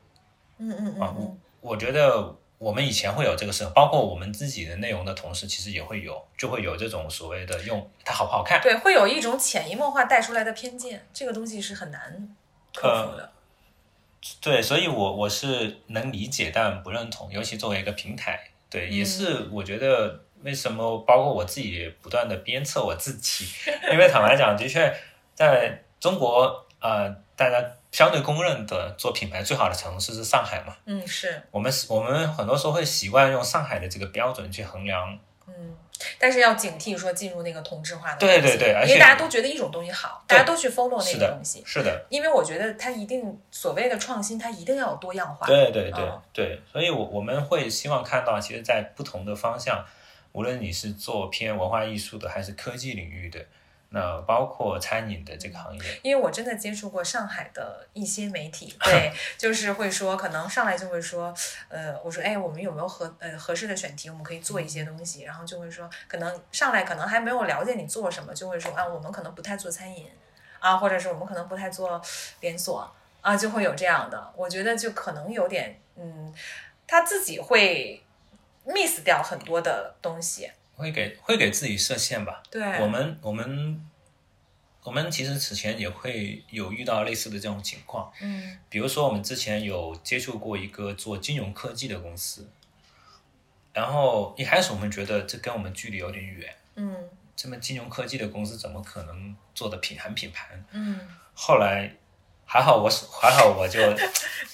Speaker 1: 嗯嗯嗯
Speaker 2: 啊，
Speaker 1: 嗯，
Speaker 2: 我我觉得我们以前会有这个事，包括我们自己的内容的同事，其实也会有，就会有这种所谓的用它好不好看。
Speaker 1: 对，会有一种潜移默化带出来的偏见，这个东西是很难
Speaker 2: 呃
Speaker 1: 克服的。
Speaker 2: 对，所以我我是能理解，但不认同，尤其作为一个平台，对，也
Speaker 1: 嗯
Speaker 2: 是我觉得为什么包括我自己也不断的鞭策我自己，因为坦白讲，的确在中国，呃，大家相对公认的做品牌最好的城市是上海嘛，
Speaker 1: 嗯，是，
Speaker 2: 我们我们很多时候会习惯用上海的这个标准去衡量，
Speaker 1: 嗯，但是要警惕说进入那个同质化的东
Speaker 2: 对
Speaker 1: 西，
Speaker 2: 对对而
Speaker 1: 因为
Speaker 2: 且
Speaker 1: 大家都觉得一种东西好，
Speaker 2: 对
Speaker 1: 大家都去 follow
Speaker 2: 是
Speaker 1: 那个
Speaker 2: 的
Speaker 1: 东，西，
Speaker 2: 是的，
Speaker 1: 因为我觉得它一定所谓的创新，它一定要有多样化。
Speaker 2: 对对对
Speaker 1: 嗯
Speaker 2: 对，所以我我们会希望看到，其实，在不同的方向，无论你是做偏文化艺术的，还是科技领域的，那包括餐饮的这个行业，
Speaker 1: 因为我真的接触过上海的一些媒 体，对，就是会说，可能上来就会说，呃，我说，哎，我们有没有合呃合适的选题，我们可以做一
Speaker 2: 嗯
Speaker 1: 些东西，然后就会说，可能上来可能还没有了解你做什么，就会说啊，我们可能不太做餐饮啊，或者是我们可能不太做连锁啊，就会有这样的，我觉得就可能有点，嗯，他自己会 miss 掉很多的东西，
Speaker 2: 会给会给自己设限吧。
Speaker 1: 对，
Speaker 2: 我们我们我们其实此前也会有遇到类似的这种情况，
Speaker 1: 嗯
Speaker 2: 比如说我们之前有接触过一个做金融科技的公司，然后一开始我们觉得这跟我们距离有点远。
Speaker 1: 嗯
Speaker 2: 这么金融科技的公司怎么可能做的品很品牌呢？
Speaker 1: 嗯
Speaker 2: 后来还好我是还好 我就，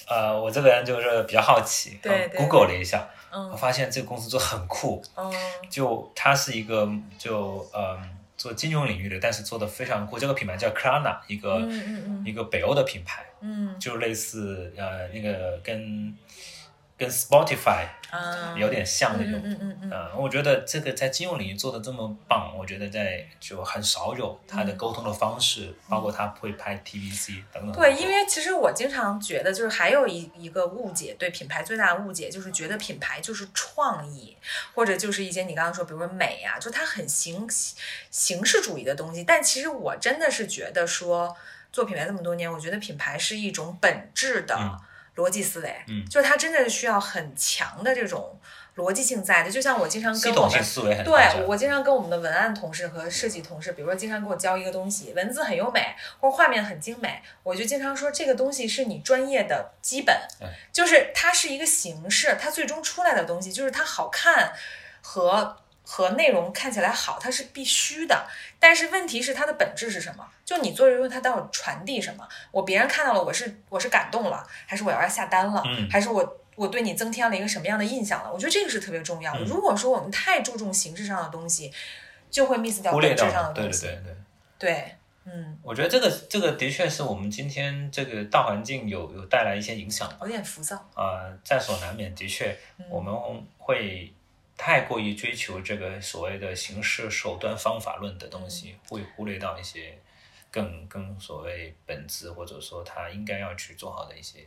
Speaker 2: 呃，我这个人就是比较好奇，
Speaker 1: 对
Speaker 2: 然后
Speaker 1: 对
Speaker 2: Google 了一下，我
Speaker 1: 嗯
Speaker 2: 发现这个公司做得很酷，
Speaker 1: 嗯
Speaker 2: 就它是一个就呃做金融领域的，但是做的非常酷。这个品牌叫 Klarna，一个、
Speaker 1: 嗯嗯
Speaker 2: 一个北欧的品牌，
Speaker 1: 嗯
Speaker 2: 就类似呃那个跟跟 Spotify
Speaker 1: 啊，
Speaker 2: 有点像那种。
Speaker 1: 嗯嗯嗯嗯
Speaker 2: 呃，我觉得这个在金融领域做的这么棒，我觉得在就很少有它
Speaker 1: 嗯
Speaker 2: 的沟通的方式，包括它会拍 TVC 等等。
Speaker 1: 对，因为其实我经常觉得，就是还有一一个误解，对品牌最大的误解就是觉得品牌就是创意，或者就是一些你刚刚说，比如说美啊，就它很形形式主义的东西。但其实我真的是觉得说，做品牌这么多年，我觉得品牌是一种本质的
Speaker 2: 嗯
Speaker 1: 逻辑思维，
Speaker 2: 嗯
Speaker 1: 就是它真的需要很强的这种逻辑性在的。就像我经常
Speaker 2: 系
Speaker 1: 跟我
Speaker 2: 统
Speaker 1: 们
Speaker 2: 性思维很重
Speaker 1: 对
Speaker 2: 要
Speaker 1: 我经常跟我们的文案同事和设计同事，比如说经常给我教一个东西，文字很优美或者画面很精美，我就经常说这个东西是你专业的基本
Speaker 2: 对，
Speaker 1: 就是它是一个形式，它最终出来的东西就是它好看和和内容看起来好，它是必须的。但是问题是它的本质是什么？就你做这个东西，它到底传递什么？我别人看到了，我是我是感动了，还是我要下单了，
Speaker 2: 嗯
Speaker 1: 还是我我对你增添了一个什么样的印象了？我觉得这个是特别重
Speaker 2: 嗯
Speaker 1: 要的。如果说我们太注重形式上的东西，就会 miss 掉
Speaker 2: 忽
Speaker 1: 本
Speaker 2: 略
Speaker 1: 质
Speaker 2: 掉
Speaker 1: 上
Speaker 2: 了。
Speaker 1: 的
Speaker 2: 对
Speaker 1: 东
Speaker 2: 对
Speaker 1: 西。
Speaker 2: 对对，
Speaker 1: 对嗯，
Speaker 2: 我觉得这个这个的确是我们今天这个大环境有有带来一些影响吧。啊
Speaker 1: 有点浮躁。嗯
Speaker 2: 呃，在所难免，的确，我们会太过于追求这个所谓的形式、手段、方法论的东
Speaker 1: 嗯
Speaker 2: 西，会忽略到一些更更所谓本质，或者说他应该要去做好的一些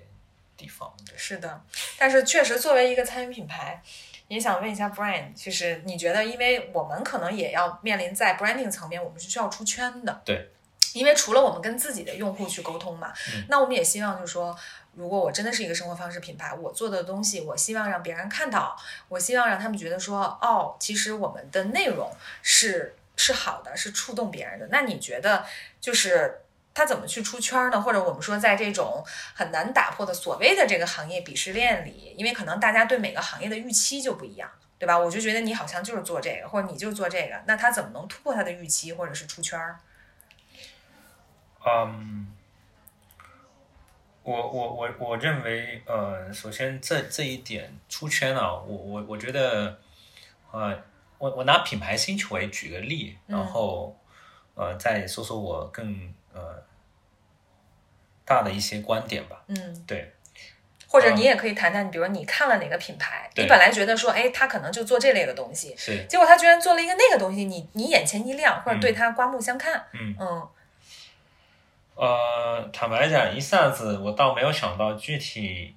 Speaker 2: 地方。对
Speaker 1: 是的，但是确实作为一个餐饮品牌，也想问一下 Brian，就是你觉得，因为我们可能也要面临在 branding 层面，我们是需要出圈的，
Speaker 2: 对，
Speaker 1: 因为除了我们跟自己的用户去沟通嘛，那我们也希望就是说。如果我真的是一个生活方式品牌，我做的东西，我希望让别人看到，我希望让他们觉得说，哦，其实我们的内容是是好的，是触动别人的。那你觉得就是他怎么去出圈呢？或者我们说，在这种很难打破的所谓的这个行业鄙视链里，因为可能大家对每个行业的预期就不一样，对吧？我就觉得你好像就是做这个，或者你就做这个，那他怎么能突破他的预期，或者是出圈儿？
Speaker 2: 嗯，我我我我认为，呃，首先这这一点出圈啊，我我我觉得，呃，我我拿品牌星球为举个例，然后，呃，再说说我更呃大的一些观点吧。
Speaker 1: 嗯，
Speaker 2: 对，
Speaker 1: 或者你也可以谈谈，比如你看了哪个品牌，
Speaker 2: 对
Speaker 1: 你本来觉得说，哎，他可能就做这类的东西，
Speaker 2: 是，
Speaker 1: 结果他居然做了一个那个东西，你你眼前一亮，或者
Speaker 2: 嗯
Speaker 1: 对他刮目相看，
Speaker 2: 嗯
Speaker 1: 嗯
Speaker 2: 呃，坦白讲，一下子我倒没有想到具体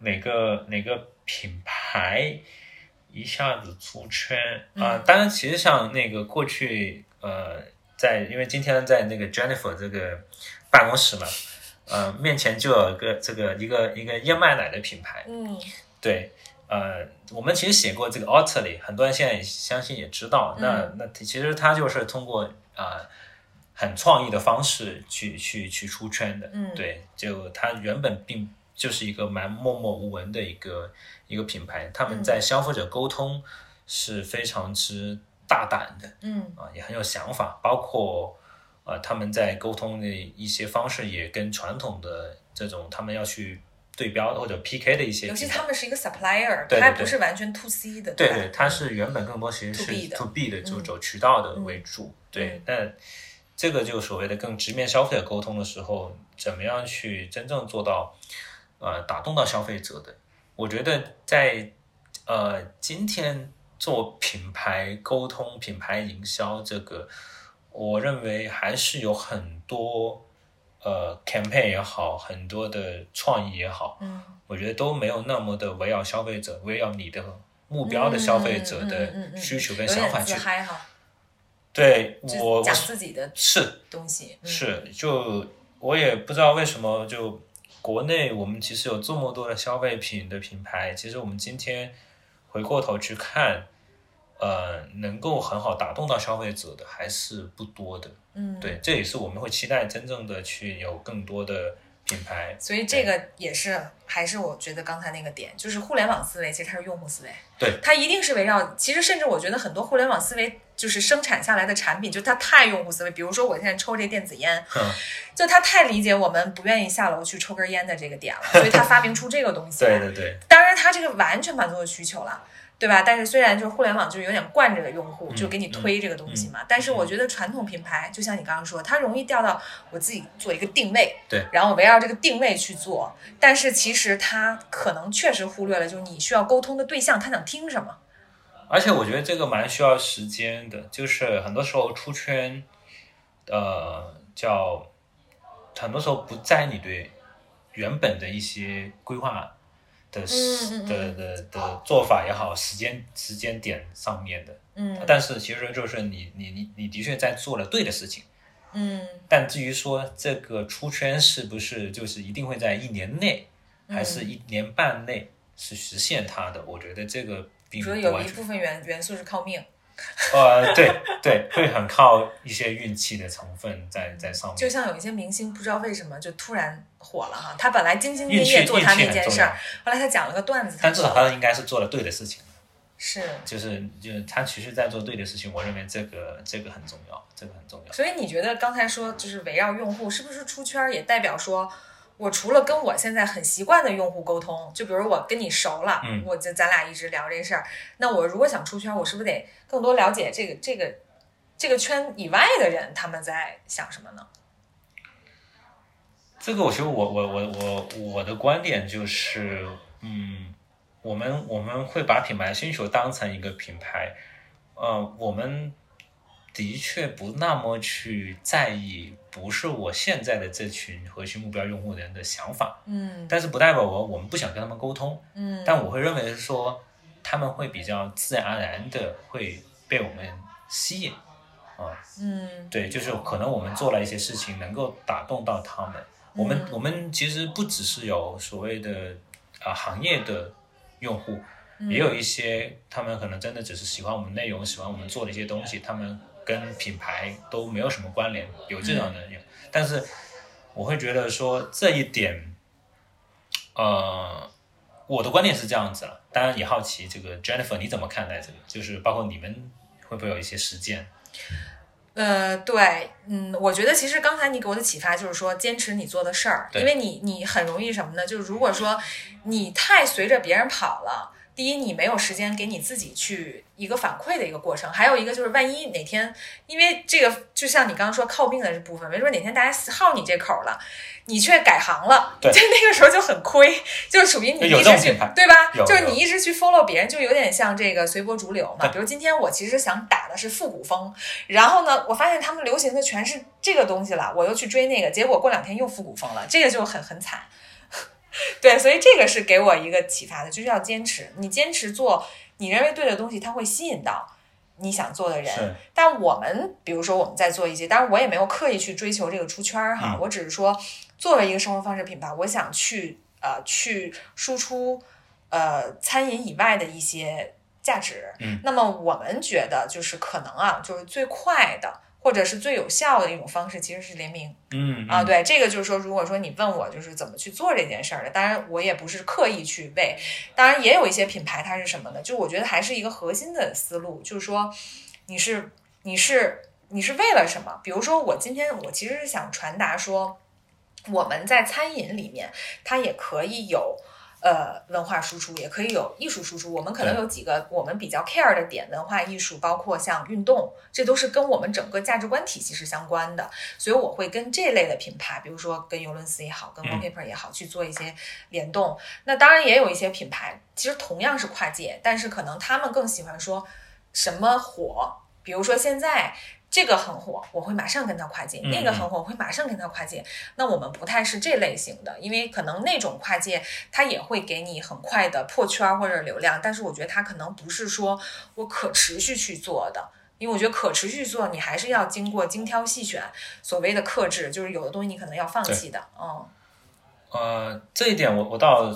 Speaker 2: 哪个哪个品牌一下子出圈啊、当然，其实像那个过去呃，在因为今天在那个 Jennifer 这个办公室嘛，呃，面前就有一个这个一个一个燕麦奶的品牌，
Speaker 1: 嗯
Speaker 2: 对，呃，我们其实写过这个 Oatly，很多人现在也相信也知道。
Speaker 1: 嗯
Speaker 2: 那那其实它就是通过呃很创意的方式去去去出圈的。
Speaker 1: 嗯
Speaker 2: 对，就它原本并就是一个蛮默默无闻的一个一个品牌，他
Speaker 1: 嗯
Speaker 2: 们在消费者沟通是非常之大胆的。
Speaker 1: 嗯
Speaker 2: 啊，也很有想法，包括呃他们在沟通的一些方式也跟传统的这种他们要去对标或者 PK 的一些
Speaker 1: 尤其
Speaker 2: 品牌
Speaker 1: 他们是一个 supplier，
Speaker 2: 对对
Speaker 1: 他
Speaker 2: 对
Speaker 1: 不是完全 to C 的，
Speaker 2: 对
Speaker 1: 吧？
Speaker 2: 对，它是原本更多其实
Speaker 1: to B
Speaker 2: 是
Speaker 1: 的
Speaker 2: to B 的，就
Speaker 1: 嗯
Speaker 2: 走渠道的为主。对
Speaker 1: 嗯，
Speaker 2: 但这个就所谓的更直面消费者沟通的时候，怎么样去真正做到呃打动到消费者的？我觉得在呃今天做品牌沟通、品牌营销这个，我认为还是有很多呃 campaign 也好，很多的创意也好，
Speaker 1: 嗯，
Speaker 2: 我觉得都没有那么的围绕消费者、围绕你的目标的消费者
Speaker 1: 嗯嗯嗯嗯
Speaker 2: 的
Speaker 1: 嗯
Speaker 2: 需求跟
Speaker 1: 有
Speaker 2: 想法
Speaker 1: 点
Speaker 2: 去
Speaker 1: 自。嗨哈，
Speaker 2: 对
Speaker 1: 就
Speaker 2: 我，我
Speaker 1: 讲
Speaker 2: 是
Speaker 1: 自己的
Speaker 2: 是
Speaker 1: 东西，嗯，
Speaker 2: 是，就我也不知道为什么，就国内我们其实有这么多的消费品的品牌，其实我们今天回过头去看，呃，能够很好打动到消费者的还是不多的。
Speaker 1: 嗯，
Speaker 2: 对，这也是我们会期待真正的去有更多的品牌。
Speaker 1: 所以这个也是，还是我觉得刚才那个点，就是互联网思维，其实它是用户思维，
Speaker 2: 对，
Speaker 1: 它一定是围绕。其实甚至我觉得很多互联网思维就是生产下来的产品，就它太用户思维。比如说我现在抽这电子烟，
Speaker 2: 哼
Speaker 1: 就它太理解我们不愿意下楼去抽根烟的这个点 了，所以它发明出这个东西来。
Speaker 2: 对对对，
Speaker 1: 当然，它这个完全满足我需求了，对吧？但是虽然就是互联网就是有点惯着用户，
Speaker 2: 嗯
Speaker 1: 就给你推这个东西嘛。但是我觉得传统品牌，就像你刚刚说，它容易掉到我自己做一个定位，
Speaker 2: 对，
Speaker 1: 然后我围绕这个定位去做。但是其实它可能确实忽略了，就是你需要沟通的对象，他想听什么。
Speaker 2: 而且我觉得这个蛮需要时间的，就是很多时候出圈，呃，叫很多时候不在你对原本的一些规划的
Speaker 1: 嗯
Speaker 2: 时、
Speaker 1: 嗯嗯
Speaker 2: 的的的做法也好，时间时间点上面的。
Speaker 1: 嗯
Speaker 2: 但是其实就是你你你你的确在做了对的事情，
Speaker 1: 嗯
Speaker 2: 但至于说这个出圈是不是就是一定会在一年内，还
Speaker 1: 嗯
Speaker 2: 是一年半内是实现它的，我觉得这个
Speaker 1: 比
Speaker 2: 并不
Speaker 1: 如
Speaker 2: 完
Speaker 1: 说
Speaker 2: 全。
Speaker 1: 有一部分元元素是靠命，
Speaker 2: 呃，对对，会很靠一些运气的成分在在上面。
Speaker 1: 就像有一些明星不知道为什么就突然火了哈，他本来兢兢
Speaker 2: 运
Speaker 1: 业
Speaker 2: 气
Speaker 1: 业做
Speaker 2: 运
Speaker 1: 他
Speaker 2: 气
Speaker 1: 那
Speaker 2: 很
Speaker 1: 件
Speaker 2: 重
Speaker 1: 事
Speaker 2: 要
Speaker 1: 儿，，后来他讲了个段子，他
Speaker 2: 但至少他应该是做了对的事情，
Speaker 1: 是
Speaker 2: 就是就是他其实在做对的事情，我认为这个这个很重要，这个很重要。
Speaker 1: 所以你觉得刚才说就是围绕用户，是不是出圈儿也代表说，我除了跟我现在很习惯的用户沟通，就比如我跟你熟了，
Speaker 2: 嗯
Speaker 1: 我就咱俩一直聊这事儿，那我如果想出圈，我是不是得更多了解这个这个这个圈以外的人他们在想什么呢？
Speaker 2: 这个我觉得我我我我我的观点就是，嗯，我们我们会把品牌需求当成一个品牌，呃，我们的确不那么去在意，不是我现在的这群核心目标用户人的想法，
Speaker 1: 嗯
Speaker 2: 但是不代表我我们不想跟他们沟通，
Speaker 1: 嗯，
Speaker 2: 但我会认为说他们会比较自然而然的会被我们吸引，啊、
Speaker 1: 嗯
Speaker 2: 对，就是可能我们做了一些事情，能够打动到他们。我们、
Speaker 1: 嗯
Speaker 2: 我们其实不只是有所谓的啊、呃行业的用户，也有一些他们可能真的只是喜欢我们内容，喜欢我们做的一些东西，他们跟品牌都没有什么关联，有这种人有。但是我会觉得说这一点，呃，我的观点是这样子了。当然也好奇这个 Jennifer 你怎么看待这个？就是包括你们会不会有一些实践？
Speaker 1: 呃，对，嗯，我觉得其实刚才你给我的启发就是说，坚持你做的事儿，
Speaker 2: 对
Speaker 1: 因为你你很容易什么呢？就是如果说你太随着别人跑了。第一，你没有时间给你自己去一个反馈的一个过程；还有一个就是，万一哪天，因为这个就像你刚刚说靠病的这部分，没准哪天大家好你这口了，你却改行了，
Speaker 2: 对
Speaker 1: 就那个时候就很亏，就是属于你
Speaker 2: 有
Speaker 1: 一直
Speaker 2: 这种
Speaker 1: 去
Speaker 2: 品牌
Speaker 1: 对吧？
Speaker 2: 有
Speaker 1: 就是
Speaker 2: 有
Speaker 1: 你一直去 follow 别人，就有点像这个随波逐流嘛。
Speaker 2: 对
Speaker 1: 比如今天我其实想打的是复古风，然后呢，我发现他们流行的全是这个东西了，我又去追那个，结果过两天又复古风了，这个就很很惨。 对，所以这个是给我一个启发的，就是要坚持，你坚持做你认为对的东西，它会吸引到你想做的人。
Speaker 2: 是
Speaker 1: 但我们比如说我们在做一些，当然我也没有刻意去追求这个出圈儿哈，
Speaker 2: 嗯
Speaker 1: 我只是说作为一个生活方式品牌，我想去呃去输出呃餐饮以外的一些价值。
Speaker 2: 嗯，
Speaker 1: 那么我们觉得就是可能啊，就是最快的或者是最有效的一种方式其实是联名。
Speaker 2: 嗯
Speaker 1: 啊，
Speaker 2: 嗯
Speaker 1: 对，这个就是说，如果说你问我就是怎么去做这件事儿的，当然我也不是刻意去为，当然也有一些品牌它是什么呢？就我觉得还是一个核心的思路，就是说你是你是你是为了什么？比如说我今天我其实是想传达说，我们在餐饮里面它也可以有。呃，文化输出也可以有艺术输出，我们可能
Speaker 2: 对
Speaker 1: 有几个我们比较 care 的点，文化艺术，包括像运动，这都是跟我们整个价值观体系是相关的。所以我会跟这类的品牌，比如说跟尤伦斯也好，跟
Speaker 2: 嗯
Speaker 1: Wallpaper 也好，去做一些联动。那当然也有一些品牌，其实同样是跨界，但是可能他们更喜欢说什么火，比如说现在。这个很火，我会马上跟它跨界；
Speaker 2: 嗯
Speaker 1: 那个很火，我会马上跟它跨界。那我们不太是这类型的，因为可能那种跨界，它也会给你很快的破圈儿或者流量，但是我觉得它可能不是说我可持续去做的，因为我觉得可持续做，你还是要经过精挑细选，所谓的克制，就是有的东西你可能要放弃的。嗯
Speaker 2: 呃，这一点我我倒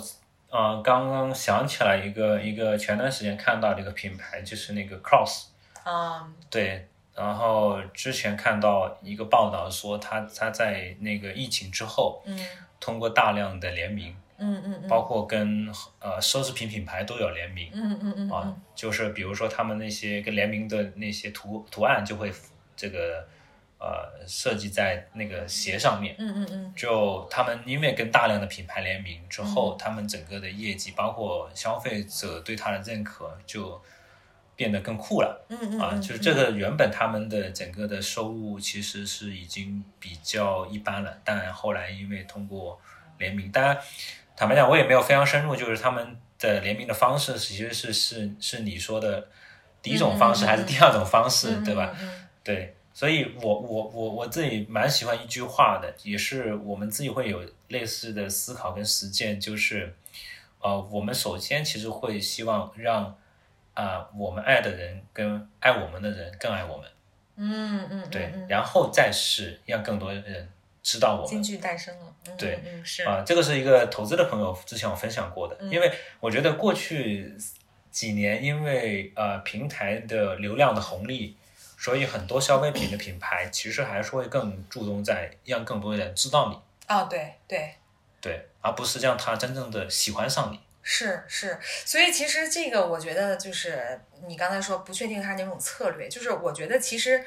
Speaker 2: 呃刚刚想起来一个一个前段时间看到的一个品牌，就是那个 Cross，
Speaker 1: 嗯
Speaker 2: 对，然后之前看到一个报道说他他在那个疫情之后，
Speaker 1: 嗯
Speaker 2: 通过大量的联名，
Speaker 1: 嗯嗯嗯
Speaker 2: 包括跟呃奢侈品品牌都有联名
Speaker 1: 嗯嗯嗯
Speaker 2: 啊，就是比如说他们那些跟联名的那些图图案就会这个呃设计在那个鞋上面。
Speaker 1: 嗯嗯嗯
Speaker 2: 就他们因为跟大量的品牌联名之后，他们整个的业绩，包括消费者对他的认可，就变得更酷了、
Speaker 1: 嗯嗯
Speaker 2: 啊！就是这个原本他们的整个的收入其实是已经比较一般了，但后来因为通过联名，当然坦白讲，我也没有非常深入，就是他们的联名的方式其实是是是你说的第一种方
Speaker 1: 嗯嗯
Speaker 2: 式
Speaker 1: 嗯
Speaker 2: 还是第二种方式，
Speaker 1: 嗯
Speaker 2: 对吧？？
Speaker 1: 嗯
Speaker 2: 对，所以我我我我自己蛮喜欢一句话的，也是我们自己会有类似的思考跟实践，就是，呃，我们首先其实会希望让啊、我们爱的人跟爱我们的人更爱我们，
Speaker 1: 嗯嗯，
Speaker 2: 对，然后再是让更多人知道我
Speaker 1: 京
Speaker 2: 们。
Speaker 1: 剧诞生了。
Speaker 2: 对，
Speaker 1: 嗯是
Speaker 2: 啊、这个是一个投资的朋友之前我分享过
Speaker 1: 嗯
Speaker 2: 的，因为我觉得过去几年因为呃平台的流量的红利，所以很多消费品的品牌其实还是会更注重在让更多人知道你，
Speaker 1: 啊，对对。
Speaker 2: 对，而不是让他真正的喜欢上你。
Speaker 1: 是是，所以其实这个我觉得就是你刚才说不确定它是哪种策略，就是我觉得其实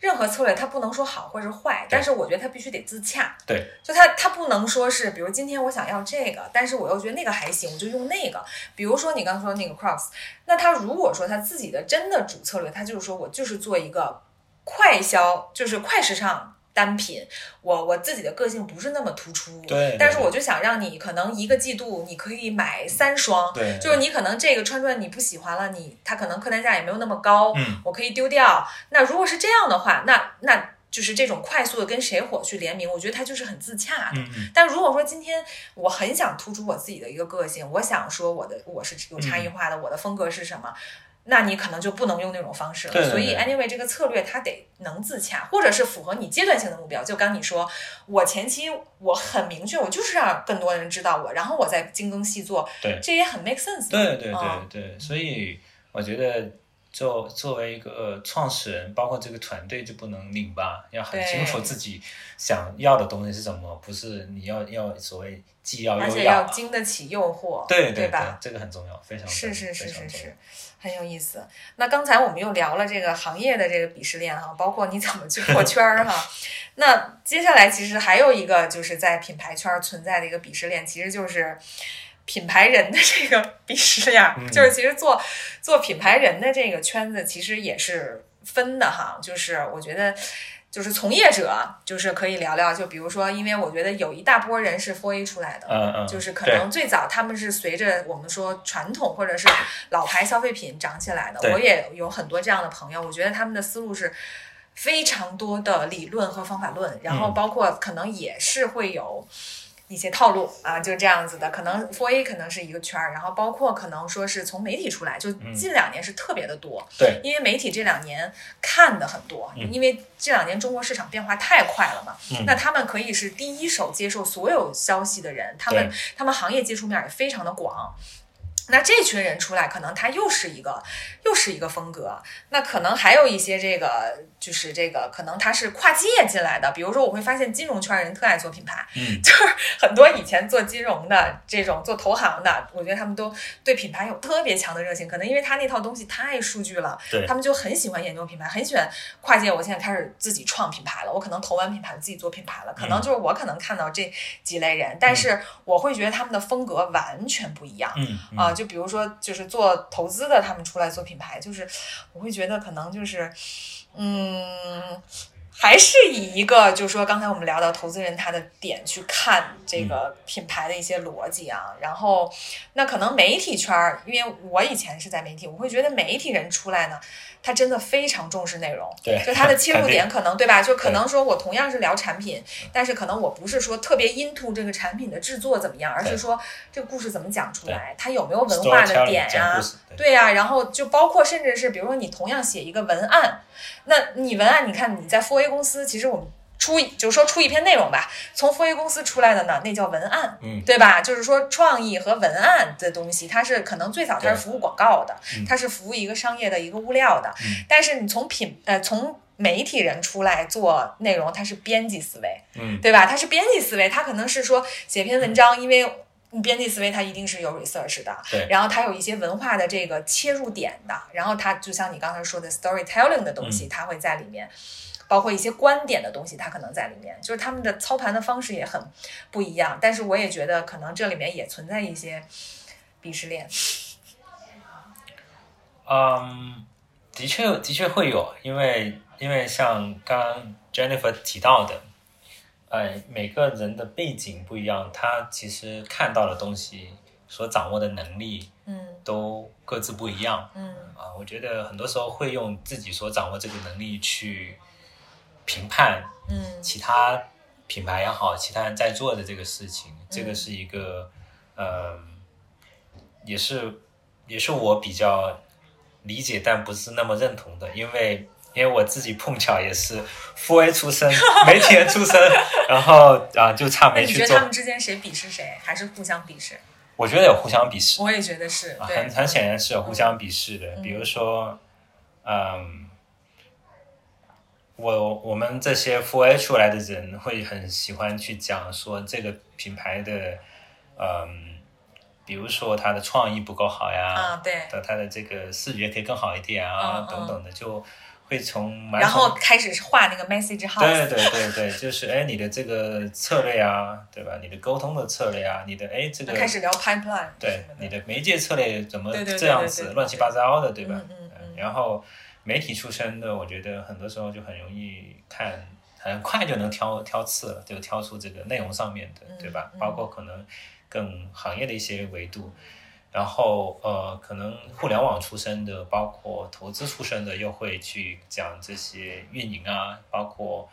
Speaker 1: 任何策略它不能说好或是坏，但是我觉得它必须得自洽。
Speaker 2: 对，
Speaker 1: 就它它不能说是，比如今天我想要这个，但是我又觉得那个还行，我就用那个。比如说你刚说那个 cross，那他如果说他自己的真的主策略，他就是说我就是做一个快销，就是快时尚。单品，我我自己的个性不是那么突出，
Speaker 2: 对对
Speaker 1: 但是我就想让你可能一个季度你可以买三双，
Speaker 2: 对
Speaker 1: 哦就是你可能这个穿出来你不喜欢了，你它可能客单价也没有那么高，
Speaker 2: 嗯
Speaker 1: 我可以丢掉。那如果是这样的话，那那就是这种快速的跟谁火去联名，我觉得它就是很自洽的。
Speaker 2: 嗯嗯
Speaker 1: 但如果说今天我很想突出我自己的一个个性，我想说我的我是有差
Speaker 2: 嗯
Speaker 1: 异化的，我的风格是什么，那你可能就不能用那种方式了。
Speaker 2: 对对对
Speaker 1: 所以 anyway 这个策略它得能自洽，或者是符合你阶段性的目标。就刚你说，我前期我很明确，我就是让更多人知道我，然后我再精耕细作，
Speaker 2: 对
Speaker 1: 这也很 make sense。
Speaker 2: 对对对
Speaker 1: 嗯
Speaker 2: 对，所以我觉得作作为一个、呃创始人，包括这个团队就不能拧巴，要很清楚
Speaker 1: 对
Speaker 2: 自己想要的东西是什么，不是你要要所谓既要
Speaker 1: 而
Speaker 2: 又
Speaker 1: 且要
Speaker 2: 啊
Speaker 1: 经得起诱惑，
Speaker 2: 对
Speaker 1: 对
Speaker 2: 对
Speaker 1: 吧？，
Speaker 2: 这个很重要，非常
Speaker 1: 是
Speaker 2: 重
Speaker 1: 是
Speaker 2: 要
Speaker 1: 是
Speaker 2: 非常
Speaker 1: 是
Speaker 2: 重要
Speaker 1: 是，很有意思。那刚才我们又聊了这个行业的这个鄙视链哈、包括你怎么去破圈儿 哈、那接下来其实还有一个就是在品牌圈儿存在的一个鄙视链，其实就是。品牌人的这个鄙视链儿，
Speaker 2: 嗯
Speaker 1: 就是其实做做品牌人的这个圈子，其实也是分的哈。就是我觉得，就是从业者，就是可以聊聊，就比如说，因为我觉得有一大波人是 f o A 出来的，
Speaker 2: 嗯嗯，
Speaker 1: 就是可
Speaker 2: 对
Speaker 1: 能最早他们是随着我们说传统或者是老牌消费品涨起来的。
Speaker 2: 对
Speaker 1: 我也有很多这样的朋友，我觉得他们的思路是非常多的理论和方法论，然后
Speaker 2: 嗯
Speaker 1: 包括可能也是会有。一些套路啊，就这样子的，可能 Four A 可能是一个圈儿，然后包括可能说是从媒体出来，就
Speaker 2: 嗯
Speaker 1: 近两年是特别的多，
Speaker 2: 对
Speaker 1: 因为媒体这两年看的很多，
Speaker 2: 嗯
Speaker 1: 因为这两年中国市场变化太快了嘛，
Speaker 2: 嗯
Speaker 1: 那他们可以是第一手接受所有消息的人，他们
Speaker 2: 对
Speaker 1: 他们行业接触面也非常的广。那这群人出来，可能他又是一个，又是一个风格。那可能还有一些这个，就是这个，可能他是跨界进来的。比如说，我会发现金融圈人特爱做品牌，
Speaker 2: 嗯
Speaker 1: 就是很多以前做金融的这种做投行的，我觉得他们都对品牌有特别强的热情，可能因为他那套东西太数据了，
Speaker 2: 对
Speaker 1: 他们就很喜欢研究品牌，很喜欢跨界。我现在开始自己创品牌了，我可能投完品牌自己做品牌了，可能就是我可能看到这几类人，但是我会觉得他们的风格完全不一样。
Speaker 2: 嗯嗯
Speaker 1: 啊，就比如说，就是做投资的，他们出来做品牌，就是我会觉得可能就是，嗯，还是以一个就是说，刚才我们聊到投资人他的点去看这
Speaker 2: 嗯
Speaker 1: 个品牌的一些逻辑啊，然后那可能媒体圈儿，因为我以前是在媒体，我会觉得媒体人出来呢，他真的非常重视内容，
Speaker 2: 对
Speaker 1: 就他的切入
Speaker 2: 肯定
Speaker 1: 点可能对吧？就可能说我同样是聊产品，但是可能我不是说特别 into 这个产品的制作怎么样，而是
Speaker 2: 对
Speaker 1: 说这个故事怎么讲出来，它有没有文化的
Speaker 2: storytelling，
Speaker 1: 点
Speaker 2: 讲
Speaker 1: 啊
Speaker 2: 故？事对
Speaker 1: 对呀、然后就包括甚至是比如说你同样写一个文案，那你文案你看你在 f o A 公司，其实我们出就是说出一篇内容吧，从 f o A 公司出来的呢，那叫文案，
Speaker 2: 嗯
Speaker 1: 对吧？就是说创意和文案的东西，它是可能最早它是
Speaker 2: 对
Speaker 1: 服务广告的，
Speaker 2: 嗯
Speaker 1: 它是服务一个商业的一个物料的，
Speaker 2: 嗯
Speaker 1: 但是你从品呃从媒体人出来做内容，它是编辑思维，
Speaker 2: 嗯
Speaker 1: 对吧？它是编辑思维，它可能是说写篇文章，因为编辑思维它一定是有 research 的，
Speaker 2: 对
Speaker 1: 然后它有一些文化的这个切入点的，然后它就像你刚才说的 storytelling 的东西，
Speaker 2: 嗯
Speaker 1: 它会在里面。包括一些观点的东西，它可能在里面，就是他们的操盘的方式也很不一样。但是我也觉得，可能这里面也存在一些鄙视链。
Speaker 2: 嗯，的确的确会有，因为因为像刚刚 Jennifer 提到的，呃，每个人的背景不一样，他其实看到的东西所掌握的能力
Speaker 1: 嗯
Speaker 2: 都各自不一样
Speaker 1: 嗯
Speaker 2: 啊。我觉得很多时候会用自己所掌握这个能力去评判
Speaker 1: 嗯
Speaker 2: 其他品牌也好，其他人在做的这个事情，
Speaker 1: 嗯
Speaker 2: 这个是一个，呃，也是也是我比较理解，但不是那么认同的，因为因为我自己碰巧也是 f A 出身， 媒体人出身，然后啊、就差
Speaker 1: 那
Speaker 2: 没
Speaker 1: 你觉
Speaker 2: 去
Speaker 1: 得
Speaker 2: 做
Speaker 1: 他，们之间谁鄙视谁，还是互相鄙视？
Speaker 2: 我觉得有互相鄙视，
Speaker 1: 我也觉得是，
Speaker 2: 啊
Speaker 1: 对，
Speaker 2: 很很显然是有互相鄙视的。比如说，嗯，我我们这些 f A 出来的人会很喜欢去讲说这个品牌的，嗯，比如说它的创意不够好呀，
Speaker 1: 啊，对，
Speaker 2: 它它的这个视觉可以更好一点
Speaker 1: 嗯
Speaker 2: 啊，
Speaker 1: 嗯
Speaker 2: 等等的，就会从蛮
Speaker 1: 然后
Speaker 2: 从
Speaker 1: 开始画那个 message house，
Speaker 2: 对对对对，就是哎，你的这个策略啊，对吧？你的沟通的策略啊，你的哎这个
Speaker 1: 就开始聊 pipeline，
Speaker 2: 对嗯你的媒介策略怎么
Speaker 1: 对对对
Speaker 2: 这样
Speaker 1: 对对
Speaker 2: 子
Speaker 1: 对
Speaker 2: 乱七八糟的，对吧
Speaker 1: 嗯嗯？
Speaker 2: 然后媒体出身的，我觉得很多时候就很容易看很快就能挑挑刺了，就挑出这个内容上面的，对吧？
Speaker 1: 嗯嗯
Speaker 2: 包括可能更行业的一些维度，然后呃，可能互联网出身的，包括投资出身的，又会去讲这些运营啊，包括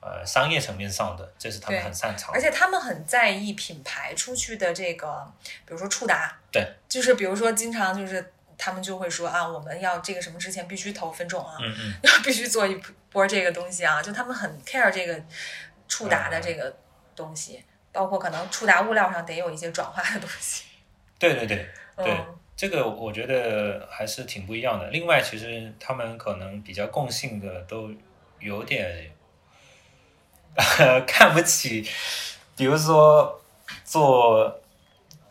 Speaker 2: 呃商业层面上的，这是他们
Speaker 1: 对
Speaker 2: 很擅长的。
Speaker 1: 而且他们很在意品牌出去的这个，比如说触达，
Speaker 2: 对，
Speaker 1: 就是比如说经常就是他们就会说啊，我们要这个什么之前必须投分众啊，
Speaker 2: 嗯嗯，
Speaker 1: 要 必须做一波这个东西啊，就他们很 care 这个触达的这个东
Speaker 2: 嗯
Speaker 1: 西，包括可能触达物料上得有一些转化的东 西。
Speaker 2: 对对对，对
Speaker 1: 嗯，
Speaker 2: 这个我觉得还是挺不一样的。另外，其实他们可能比较共性的都有点、 看不起，比如说做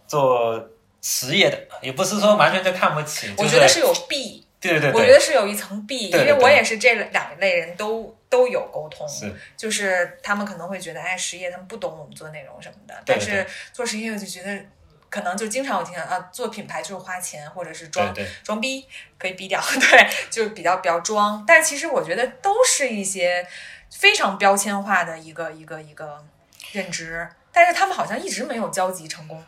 Speaker 2: 做实业的，也不是说完全就看不起，
Speaker 1: 我
Speaker 2: 就
Speaker 1: 觉得是有弊，
Speaker 2: 对对对，
Speaker 1: 我觉得是有一层弊，
Speaker 2: 对对
Speaker 1: 因为
Speaker 2: 对
Speaker 1: 我也是这两类人都都有沟通，
Speaker 2: 是
Speaker 1: 就是他们可能会觉得，哎，实业他们不懂我们做内容什么的，
Speaker 2: 对
Speaker 1: 但
Speaker 2: 对
Speaker 1: 是做实业我就觉得，可能就经常我听到啊，做品牌就是花钱或者是
Speaker 2: 对
Speaker 1: 装
Speaker 2: 对
Speaker 1: 装逼，可以逼掉， 对，就比较比较装。但其实我觉得都是一些非常标签化的一个一个一个认知，但是他们好像一直没有交集成功。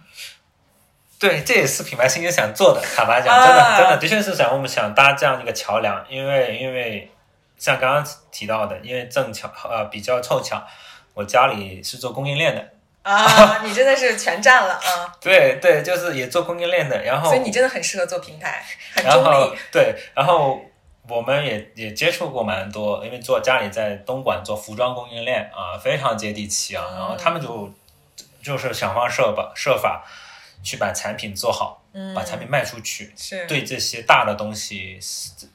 Speaker 2: 对，这也是品牌新人想做的。坦白讲，真的、
Speaker 1: 啊
Speaker 2: 真的的确是想我们想搭这样一个桥梁，因为因为像刚刚提到的，因为正巧呃比较凑巧，我家里是做供应链的，
Speaker 1: 啊， 你真的是全占了啊！
Speaker 2: 对对，就是也做供应链的，然后
Speaker 1: 所以你真的很适合做平台，很
Speaker 2: 然
Speaker 1: 中
Speaker 2: 后
Speaker 1: 立。
Speaker 2: 对，然后我们也也接触过蛮多，因为做家里在东莞做服装供应链啊、非常接地气啊，然后他们就
Speaker 1: 嗯
Speaker 2: 就是想方设法设法去把产品做好，
Speaker 1: 嗯
Speaker 2: 把产品卖出去，
Speaker 1: 是，
Speaker 2: 对这些大的东西，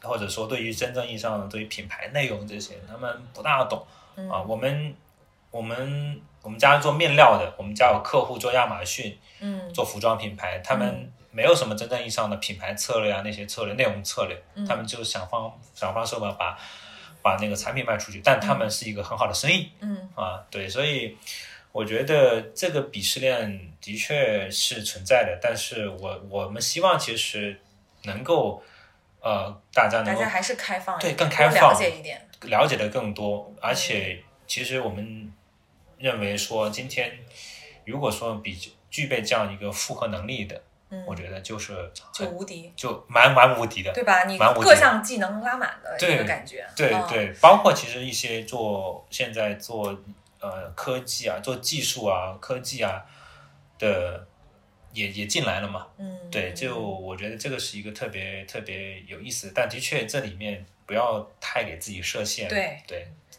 Speaker 2: 或者说对于真正意义上的对于品牌内容这些，他们不大懂啊。我们我们我们家做面料的，我们家有客户做亚马逊，
Speaker 1: 嗯
Speaker 2: 做服装品牌，他们没有什么真正意义上的品牌策略啊，那些策略、内容策略，他们就想方想方设法把把那个产品卖出去，但他们是一个很好的生意，
Speaker 1: 嗯
Speaker 2: 啊，对，所以我觉得这个鄙视链的确是存在的，但是我我们希望其实能够呃大家
Speaker 1: 大
Speaker 2: 能够
Speaker 1: 家还是开放一点，
Speaker 2: 对更开
Speaker 1: 多了
Speaker 2: 放
Speaker 1: 解一点。
Speaker 2: 了解的更多，
Speaker 1: 嗯
Speaker 2: 而且其实我们认为说，今天如果说比具备这样一个复合能力的，
Speaker 1: 嗯
Speaker 2: 我觉得就是
Speaker 1: 就
Speaker 2: 很
Speaker 1: 无敌，
Speaker 2: 就蛮蛮无敌的，
Speaker 1: 对吧？你
Speaker 2: 蛮无敌
Speaker 1: 各项技能拉满的
Speaker 2: 对
Speaker 1: 一个感觉，
Speaker 2: 对
Speaker 1: 嗯，
Speaker 2: 对，包括其实一些做现在做呃科技啊、做技术啊、科技啊的也也进来了嘛，
Speaker 1: 嗯，
Speaker 2: 对，就我觉得这个是一个特别特别有意思的，但的确这里面不要太给自己设限，
Speaker 1: 对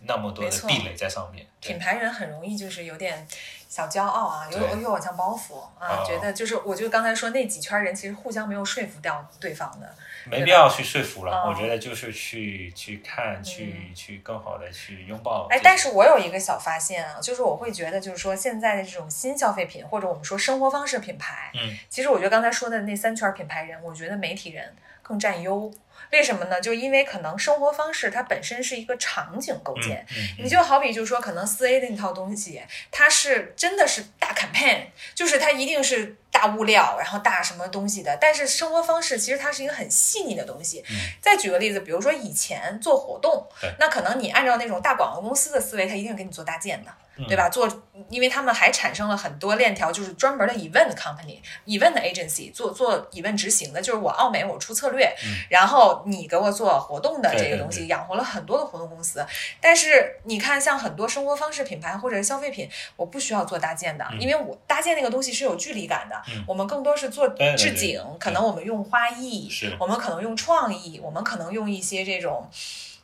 Speaker 2: 那么多
Speaker 1: 没
Speaker 2: 的
Speaker 1: 错
Speaker 2: 壁垒在上面，对
Speaker 1: 品牌人很容易就是有点小骄傲啊，有
Speaker 2: 对
Speaker 1: 有偶像包袱啊，
Speaker 2: 哦
Speaker 1: 觉得就是我就刚才说那几圈人其实互相没有说服掉对方的，
Speaker 2: 没必要去说服了，
Speaker 1: 嗯
Speaker 2: 我觉得就是去去看，去去更好的去拥抱这
Speaker 1: 哎
Speaker 2: 些。，
Speaker 1: 但是我有一个小发现啊，就是我会觉得，就是说现在的这种新消费品，或者我们说生活方式品牌，
Speaker 2: 嗯，
Speaker 1: 其实我觉得刚才说的那三圈品牌人，我觉得媒体人更占优。为什么呢？就因为可能生活方式它本身是一个场景构
Speaker 2: 嗯
Speaker 1: 建，
Speaker 2: 嗯
Speaker 1: 你就好比就说，可能四 A 的那套东西，它是真的是大 campaign，就是它一定是大物料，然后大什么东西的。但是生活方式其实它是一个很细腻的东西。
Speaker 2: 嗯
Speaker 1: 再举个例子，比如说以前做活动
Speaker 2: 对，
Speaker 1: 那可能你按照那种大广告公司的思维，它一定给你做搭建的。
Speaker 2: 嗯
Speaker 1: 对吧？做，因为他们还产生了很多链条，就是专门的 event company、event agency 做做 event 执行的，就是我奥美我出策略，然后你给我做活动的这个东
Speaker 2: 嗯对对
Speaker 1: 西，养活了很多的活动公司。但是你看，像很多生活方式品牌或者消费品，我不需要做搭建的，因为我搭建那个东西是有距离感的，
Speaker 2: 嗯
Speaker 1: 我们更多是做
Speaker 2: 对对
Speaker 1: 置
Speaker 2: 对
Speaker 1: 景，可能我们用花艺，
Speaker 2: 是
Speaker 1: 我们可能用创意，我们可能用一些这种，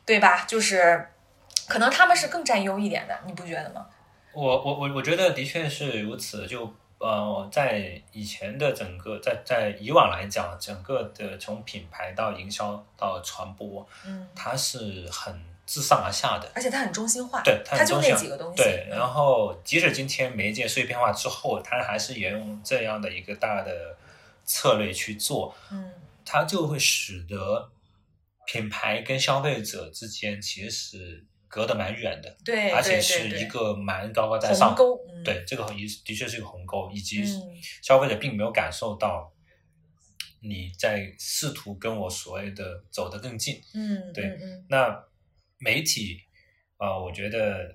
Speaker 1: 对吧？就是。可能他们是更占优一点的，你不觉得吗？
Speaker 2: 我我我我觉得的确是如此。就呃，在以前的整个在在以往来讲，整个的从品牌到营销到传播，
Speaker 1: 嗯，
Speaker 2: 它是很自上而下的。
Speaker 1: 而且它很中心化，
Speaker 2: 对，它
Speaker 1: 它
Speaker 2: 很
Speaker 1: 就
Speaker 2: 中
Speaker 1: 那
Speaker 2: 心
Speaker 1: 几个东西，
Speaker 2: 对，然后即使今天媒介碎片化之后，它还是沿用这样的一个大的策略去做，
Speaker 1: 嗯
Speaker 2: 它就会使得品牌跟消费者之间其实是隔得蛮远的，
Speaker 1: 对，
Speaker 2: 而且
Speaker 1: 哎对
Speaker 2: 是
Speaker 1: 对对
Speaker 2: 一个蛮高高在
Speaker 1: 鸿
Speaker 2: 上。
Speaker 1: 沟，嗯、
Speaker 2: 对，这个一的确是一个鸿沟，以及
Speaker 1: 嗯
Speaker 2: 消费者并没有感受到你在试图跟我所谓的走得更近。
Speaker 1: 嗯，
Speaker 2: 对
Speaker 1: 嗯嗯
Speaker 2: 那媒体呃，我觉得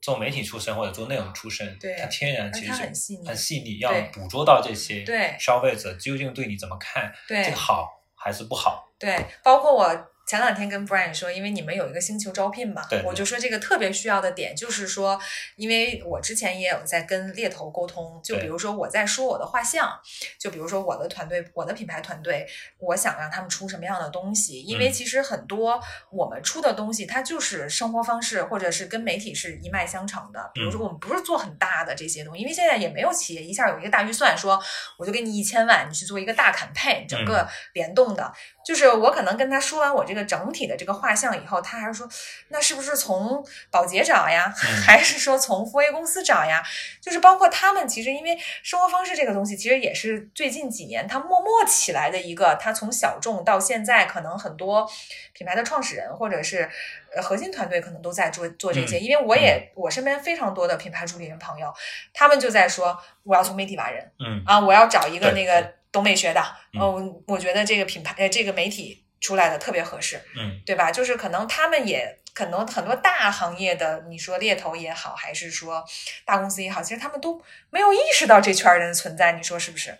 Speaker 2: 做媒体出身或者做内容出身，
Speaker 1: 对
Speaker 2: 它天然其实
Speaker 1: 它
Speaker 2: 是
Speaker 1: 很细腻
Speaker 2: 很细腻，要
Speaker 1: 对
Speaker 2: 捕捉到这些
Speaker 1: 对
Speaker 2: 消费者究竟对你怎么看，
Speaker 1: 对
Speaker 2: 这个好还是不好？
Speaker 1: 对，包括我前两天跟 Brian 说，因为你们有一个星球招聘嘛，
Speaker 2: 对
Speaker 1: 我就说这个特别需要的点就是说，因为我之前也有在跟猎头沟通，就
Speaker 2: 对
Speaker 1: 比如说我在说我的画像，就比如说我的团队、我的品牌团队，我想让他们出什么样的东西，因为
Speaker 2: 嗯
Speaker 1: 其实很多我们出的东西，它就是生活方式或者是跟媒体是一脉相承的。比如说我们不是做很大的这些东西，因为现在也没有企业一下有一个大预算说我就给你一千万，你去做一个大 campaign，整个联动的。就是我可能跟他说完我这个整体的这个画像以后，他还是说，那是不是从保洁找呀，
Speaker 2: 嗯
Speaker 1: 还是说从富 A 公司找呀？就是包括他们，其实因为生活方式这个东西，其实也是最近几年它默默起来的一个，它从小众到现在，可能很多品牌的创始人或者是呃核心团队可能都在做做这些。
Speaker 2: 嗯
Speaker 1: 因为我也我身边非常多的品牌主理人朋友，他们就在说，我要从媒体挖人。
Speaker 2: 嗯
Speaker 1: 啊，我要找一个
Speaker 2: 对
Speaker 1: 那个
Speaker 2: 对
Speaker 1: 懂美学的，
Speaker 2: 嗯
Speaker 1: 嗯，我觉得这个品牌呃这个媒体出来的特别合适，
Speaker 2: 嗯
Speaker 1: 对吧？就是可能他们也可能很多大行业的，你说猎头也好，还是说大公司也好，其实他们都没有意识到这圈人的存在，你说是不是？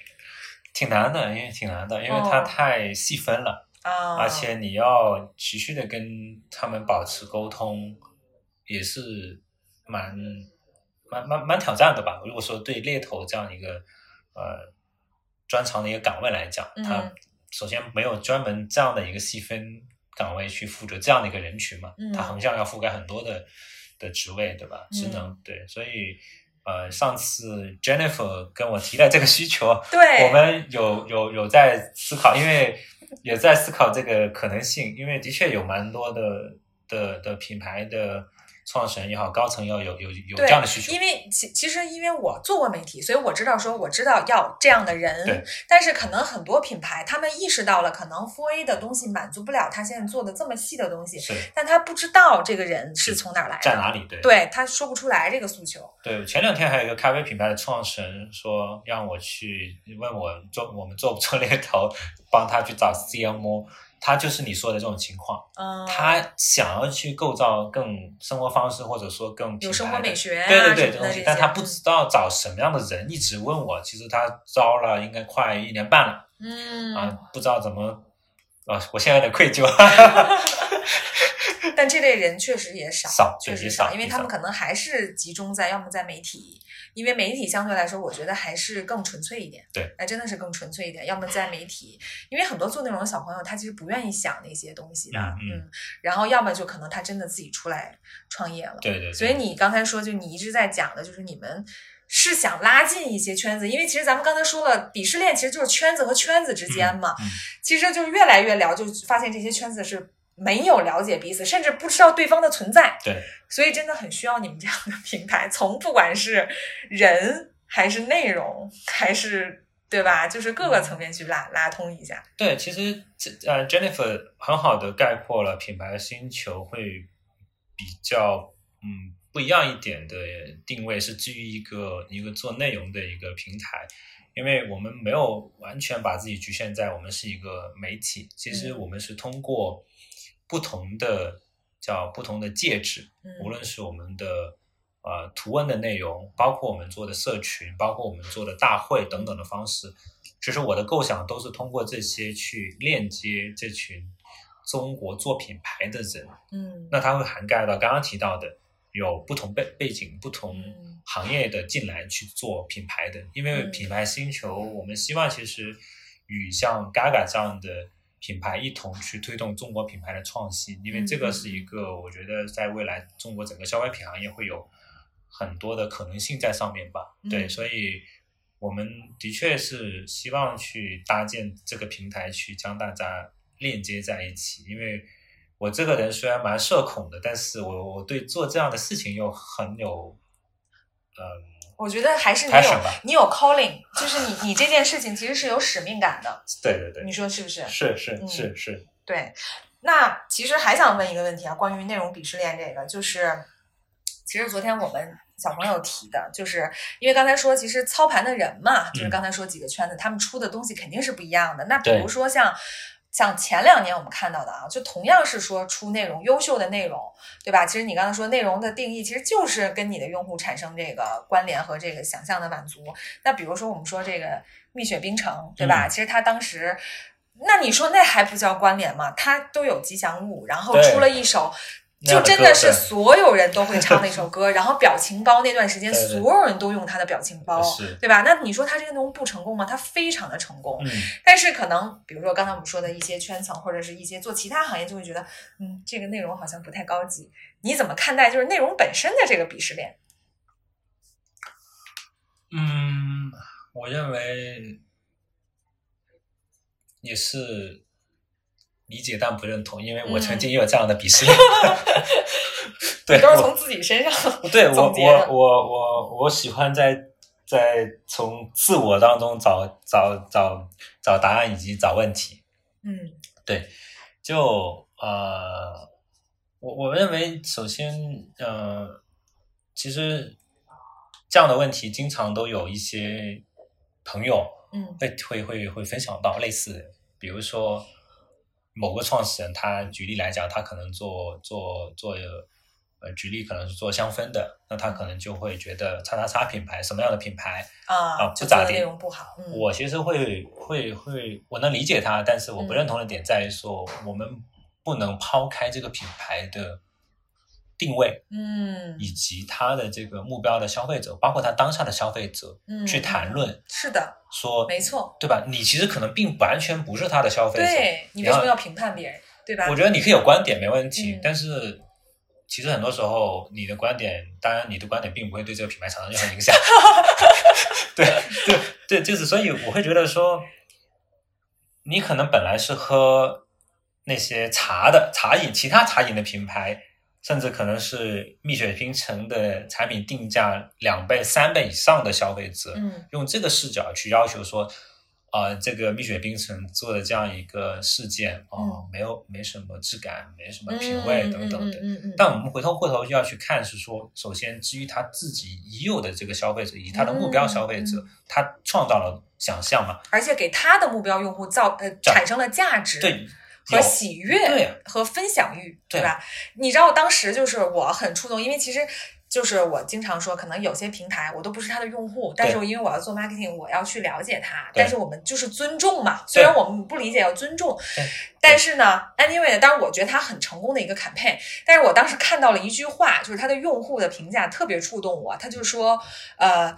Speaker 2: 挺难的，因为挺难的，因为它
Speaker 1: 哦
Speaker 2: 太细分了。
Speaker 1: 啊，
Speaker 2: 而且你要持续的跟他们保持沟通，也是蛮蛮蛮蛮挑战的吧。如果说对猎头这样一个呃专长的一个岗位来讲，
Speaker 1: 嗯
Speaker 2: 它首先没有专门这样的一个细分岗位去负责这样的一个人群嘛，
Speaker 1: 嗯
Speaker 2: 它横向要覆盖很多的的职位，对吧？职能、对，所以。呃，上次 Jennifer 跟我提了这个需求，
Speaker 1: 对，
Speaker 2: 我们有有有在思考，因为 也在思考这个可能性，因为的确有蛮多的的的品牌的创始人也好，高层要有有有
Speaker 1: 对，
Speaker 2: 这样的需求
Speaker 1: 因，为其其实因为我做过媒体，所以我知道说我知道要这样的人
Speaker 2: 对，
Speaker 1: 但是可能很多品牌他们意识到了，可能 Four A 的东西满足不了他现在做的这么细的东西，
Speaker 2: 是
Speaker 1: 但他不知道这个人是从哪儿来的，
Speaker 2: 在哪里？对
Speaker 1: 对他说不出来这个诉求。
Speaker 2: 对前两天还有一个咖啡品牌的创始人说让我去问我做我们做不做猎头，帮他去找 CMO，他就是你说的这种情况，
Speaker 1: 嗯，
Speaker 2: 他想要去构造更生活方式或者说更品
Speaker 1: 有
Speaker 2: 牌
Speaker 1: 生活
Speaker 2: 的
Speaker 1: 美学啊
Speaker 2: 对对
Speaker 1: 什
Speaker 2: 对，这
Speaker 1: 么
Speaker 2: 东
Speaker 1: 的
Speaker 2: 西
Speaker 1: 些，
Speaker 2: 但他不知道找什么样的人，一直问我。其实他招了应该快一年半了、
Speaker 1: 嗯，
Speaker 2: 啊，不知道怎么啊，我现在有点愧疚。
Speaker 1: 但这类人确实也少，
Speaker 2: 少
Speaker 1: 确
Speaker 2: 对
Speaker 1: 实
Speaker 2: 也
Speaker 1: 少，
Speaker 2: 少
Speaker 1: 因为
Speaker 2: 也
Speaker 1: 他们
Speaker 2: 少
Speaker 1: 可能还是集中在要么在媒体，因为媒体相对来说，我觉得还是更纯粹一点。
Speaker 2: 对，
Speaker 1: 哎，真的是更纯粹一点，要么在媒体，因为很多做内容的小朋友他其实不愿意想那些东西的，
Speaker 2: 嗯嗯
Speaker 1: 然后要么就可能他真的自己出来创业了。
Speaker 2: 对对对，
Speaker 1: 所以你刚才说，就你一直在讲的，就是你们是想拉近一些圈子，因为其实咱们刚才说了，鄙视链其实就是圈子和圈子之间嘛，
Speaker 2: 嗯嗯
Speaker 1: 其实就是越来越聊，就发现这些圈子是没有了解彼此，甚至不知道对方的存在，
Speaker 2: 对
Speaker 1: 所以真的很需要你们这样的平台，从不管是人还是内容，还是对吧，就是各
Speaker 2: 嗯
Speaker 1: 个层面去拉拉通一下。
Speaker 2: 对，其实这呃，Jennifer 很好的概括了品牌星球会比较嗯不一样一点的定位，是基于一个一个做内容的一个平台，因为我们没有完全把自己局限在我们是一个媒体，其实
Speaker 1: 嗯
Speaker 2: 我们是通过不同的叫不同的介质，
Speaker 1: 嗯，
Speaker 2: 无论是我们的呃图文的内容，包括我们做的社群，包括我们做的大会等等的方式，其实我的构想都是通过这些去链接这群中国做品牌的人。
Speaker 1: 嗯，
Speaker 2: 那它会涵盖到刚刚提到的有不同背背景、不同
Speaker 1: 嗯
Speaker 2: 行业的进来去做品牌的，因为
Speaker 1: 嗯
Speaker 2: 品牌星球，我们希望其实与像 Gaga 这样的品牌一同去推动中国品牌的创新，因为这个是一个我觉得在未来中国整个消费品行业会有很多的可能性在上面吧。对，
Speaker 1: 嗯
Speaker 2: 所以。我们的确是希望去搭建这个平台，去将大家链接在一起。因为我这个人虽然蛮社恐的，但是我我对做这样的事情又很有，嗯，
Speaker 1: 我觉得还是你
Speaker 2: passion
Speaker 1: 有
Speaker 2: 吧
Speaker 1: 你有 calling，就是你你这件事情其实是有使命感的，
Speaker 2: 对对对
Speaker 1: 你，说是不是？
Speaker 2: 是是
Speaker 1: 嗯
Speaker 2: 是是，
Speaker 1: 对，那其实还想问一个问题啊，关于内容鄙视链这个，就是其实昨天我们小朋友提的，就是因为刚才说，其实操盘的人嘛，就是刚才说几个圈子，他们出的东西肯定是不一样的。那比如
Speaker 2: 嗯对
Speaker 1: 说像。像前两年我们看到的啊，就同样是说出内容优秀的内容，对吧？其实你刚才说内容的定义，其实就是跟你的用户产生这个关联和这个想象的满足。那比如说我们说这个蜜雪冰城，对吧？
Speaker 2: 嗯
Speaker 1: 其实它当时，那你说那还不叫关联吗？它都有吉祥物，然后
Speaker 2: 对
Speaker 1: 出了一首。
Speaker 2: 那
Speaker 1: 就
Speaker 2: 样的
Speaker 1: 真
Speaker 2: 歌
Speaker 1: 的是
Speaker 2: 对
Speaker 1: 所有人都会唱那 首歌，然后表情包那段时间，
Speaker 2: 对对
Speaker 1: 所有人都用它的表情包，
Speaker 2: 是
Speaker 1: 对吧？那你说它这个内容不成功吗？它非常的成功，
Speaker 2: 嗯，
Speaker 1: 但是可能，比如说刚才我们说的一些圈层，或者是一些做其他行业，就会觉得，嗯，这个内容好像不太高级。你怎么看待就是内容本身的这个鄙视链？
Speaker 2: 嗯，我认为也是理解但不认同，因为我
Speaker 1: 嗯
Speaker 2: 曾经也有这样的 鄙视链。 对，
Speaker 1: 都是
Speaker 2: 我
Speaker 1: 从自己身 上
Speaker 2: 对我
Speaker 1: 总结的
Speaker 2: 我我我我喜欢在在从自我当中找找找找答案以及找问题。
Speaker 1: 嗯
Speaker 2: 就呃，我我认为首先呃，其实这样的问题经常都有一些朋友
Speaker 1: 嗯
Speaker 2: 会会会会分享到类似的，比如说某个创始人，他举例来讲，他可能做做做呃，举例可能是做香氛的，那他可能就会觉得叉叉叉品牌什么样的品牌，
Speaker 1: 啊，
Speaker 2: 啊
Speaker 1: 就
Speaker 2: 不
Speaker 1: 做
Speaker 2: 咋
Speaker 1: 的
Speaker 2: 地
Speaker 1: 内容不好，嗯，
Speaker 2: 我其实会会会，我能理解他，但是我
Speaker 1: 嗯
Speaker 2: 不认同的点在于说，我们不能抛开这个品牌的定位
Speaker 1: 嗯
Speaker 2: 以及它的这个目标的消费者，包括它当下的消费者
Speaker 1: 嗯
Speaker 2: 去谈论
Speaker 1: 是的，
Speaker 2: 说，
Speaker 1: 没错，
Speaker 2: 对吧？你其实可能并完全不是他的消费者，
Speaker 1: 对你为
Speaker 2: 然
Speaker 1: 什
Speaker 2: 后
Speaker 1: 么要评判别人，对吧
Speaker 2: 我？觉得你可以有观点没问题，
Speaker 1: 嗯
Speaker 2: 但是其实很多时候你的观点，当然你的观点并不会对这个品牌产生任 何影响。对对对，就是所以我会觉得说，你可能本来是喝那些茶的茶饮，其他茶饮的品牌。甚至可能是蜜雪冰城的产品定价两倍、三倍以上的消费者，
Speaker 1: 嗯
Speaker 2: 用这个视角去要求说，啊、这个蜜雪冰城做的这样一个事件，哦，没有没什么质感，没什么呃品味
Speaker 1: 嗯
Speaker 2: 等等的。
Speaker 1: 嗯嗯嗯嗯，
Speaker 2: 但我们回头过头就要去看，是说，首先基于他自己已有的这个消费者以及他的目标消费
Speaker 1: 嗯
Speaker 2: 者，他创造了想象嘛？
Speaker 1: 而且给他的目标用户造呃
Speaker 2: 这样
Speaker 1: 产生了价值，
Speaker 2: 对，
Speaker 1: 和
Speaker 2: 有
Speaker 1: 喜悦
Speaker 2: 对啊
Speaker 1: 和分享欲，
Speaker 2: 对啊
Speaker 1: 吧？你知道当时就是我很触动，因为其实就是我经常说，可能有些平台我都不是它的用户，但是我因为我要做 marketing，我要去了解它，
Speaker 2: 对
Speaker 1: 但是我们就是尊重嘛，虽然我们不理解要尊重
Speaker 2: 对，
Speaker 1: 但是呢，anyway，当然我觉得它很成功的一个 campaign，但是我当时看到了一句话，就是它的用户的评价特别触动我，他就说，呃。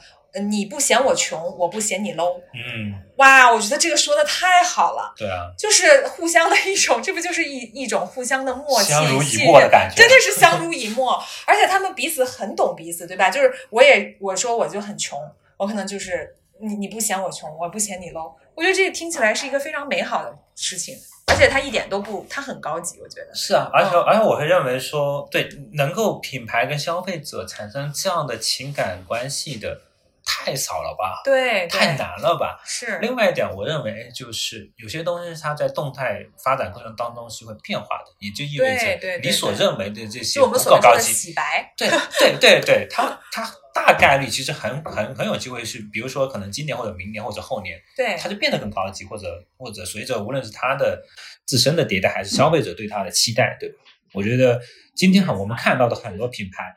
Speaker 1: 你不嫌我穷，我不嫌你 low。
Speaker 2: 嗯，
Speaker 1: 哇，我觉得这个说的太好了，
Speaker 2: 对啊，
Speaker 1: 就是互相的一种， 这不就是一一种互相的默契、
Speaker 2: 相濡以
Speaker 1: 信
Speaker 2: 沫的
Speaker 1: 任
Speaker 2: 感觉
Speaker 1: 真的是相濡以沫。 而且他们彼此很懂彼此，对吧？就是我也我说我就很穷，我可能就是你你不嫌我穷，我不嫌你 low。我觉得这听起来是一个非常美好的事情，而且它一点都不，它很高级，我觉得。
Speaker 2: 是啊，而
Speaker 1: 哦
Speaker 2: 且、而且我会认为说，对，能够品牌跟消费者产生这样的情感关系的太少了吧，
Speaker 1: 对，对
Speaker 2: 太难了吧？
Speaker 1: 是，
Speaker 2: 另外一点，我认为就是有些东西它在动态发展过程当中是会变化的，也就意味
Speaker 1: 对对
Speaker 2: 着
Speaker 1: 对
Speaker 2: 你所
Speaker 1: 对
Speaker 2: 认为的这些
Speaker 1: 就我
Speaker 2: 不
Speaker 1: 们所
Speaker 2: 够
Speaker 1: 说
Speaker 2: 高
Speaker 1: 的
Speaker 2: 级，
Speaker 1: 洗白，
Speaker 2: 对对对对，它它大概率其实很很很有机会是，比如说可能今年或者明年或者后年，
Speaker 1: 对
Speaker 2: 它就变得更高级，或者或者随着无论是它的自身的迭代，还是消费者对它的期待，对吧？我觉得今天很我们看到的很多品牌，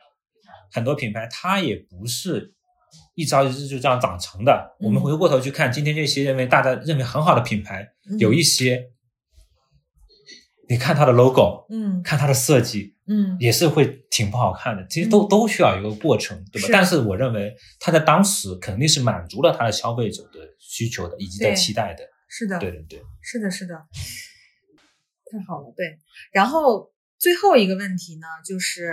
Speaker 2: 很多品牌它也不是一朝一日就这样长成的。
Speaker 1: 嗯
Speaker 2: 我们回过头去看，今天这些认为大家认为很好的品牌，有一些，你看它的 logo，
Speaker 1: 嗯
Speaker 2: 看它的设计，
Speaker 1: 嗯
Speaker 2: 也是会挺不好看的。其实都、
Speaker 1: 嗯
Speaker 2: 都需要一个过程，对吧？
Speaker 1: 是
Speaker 2: 但是我认为它在当时肯定是满足了它的消费者的需求的，以及
Speaker 1: 对
Speaker 2: 在期待的。
Speaker 1: 是的，
Speaker 2: 对对对，
Speaker 1: 是的，是的，太好了，对。然后最后一个问题呢，就是，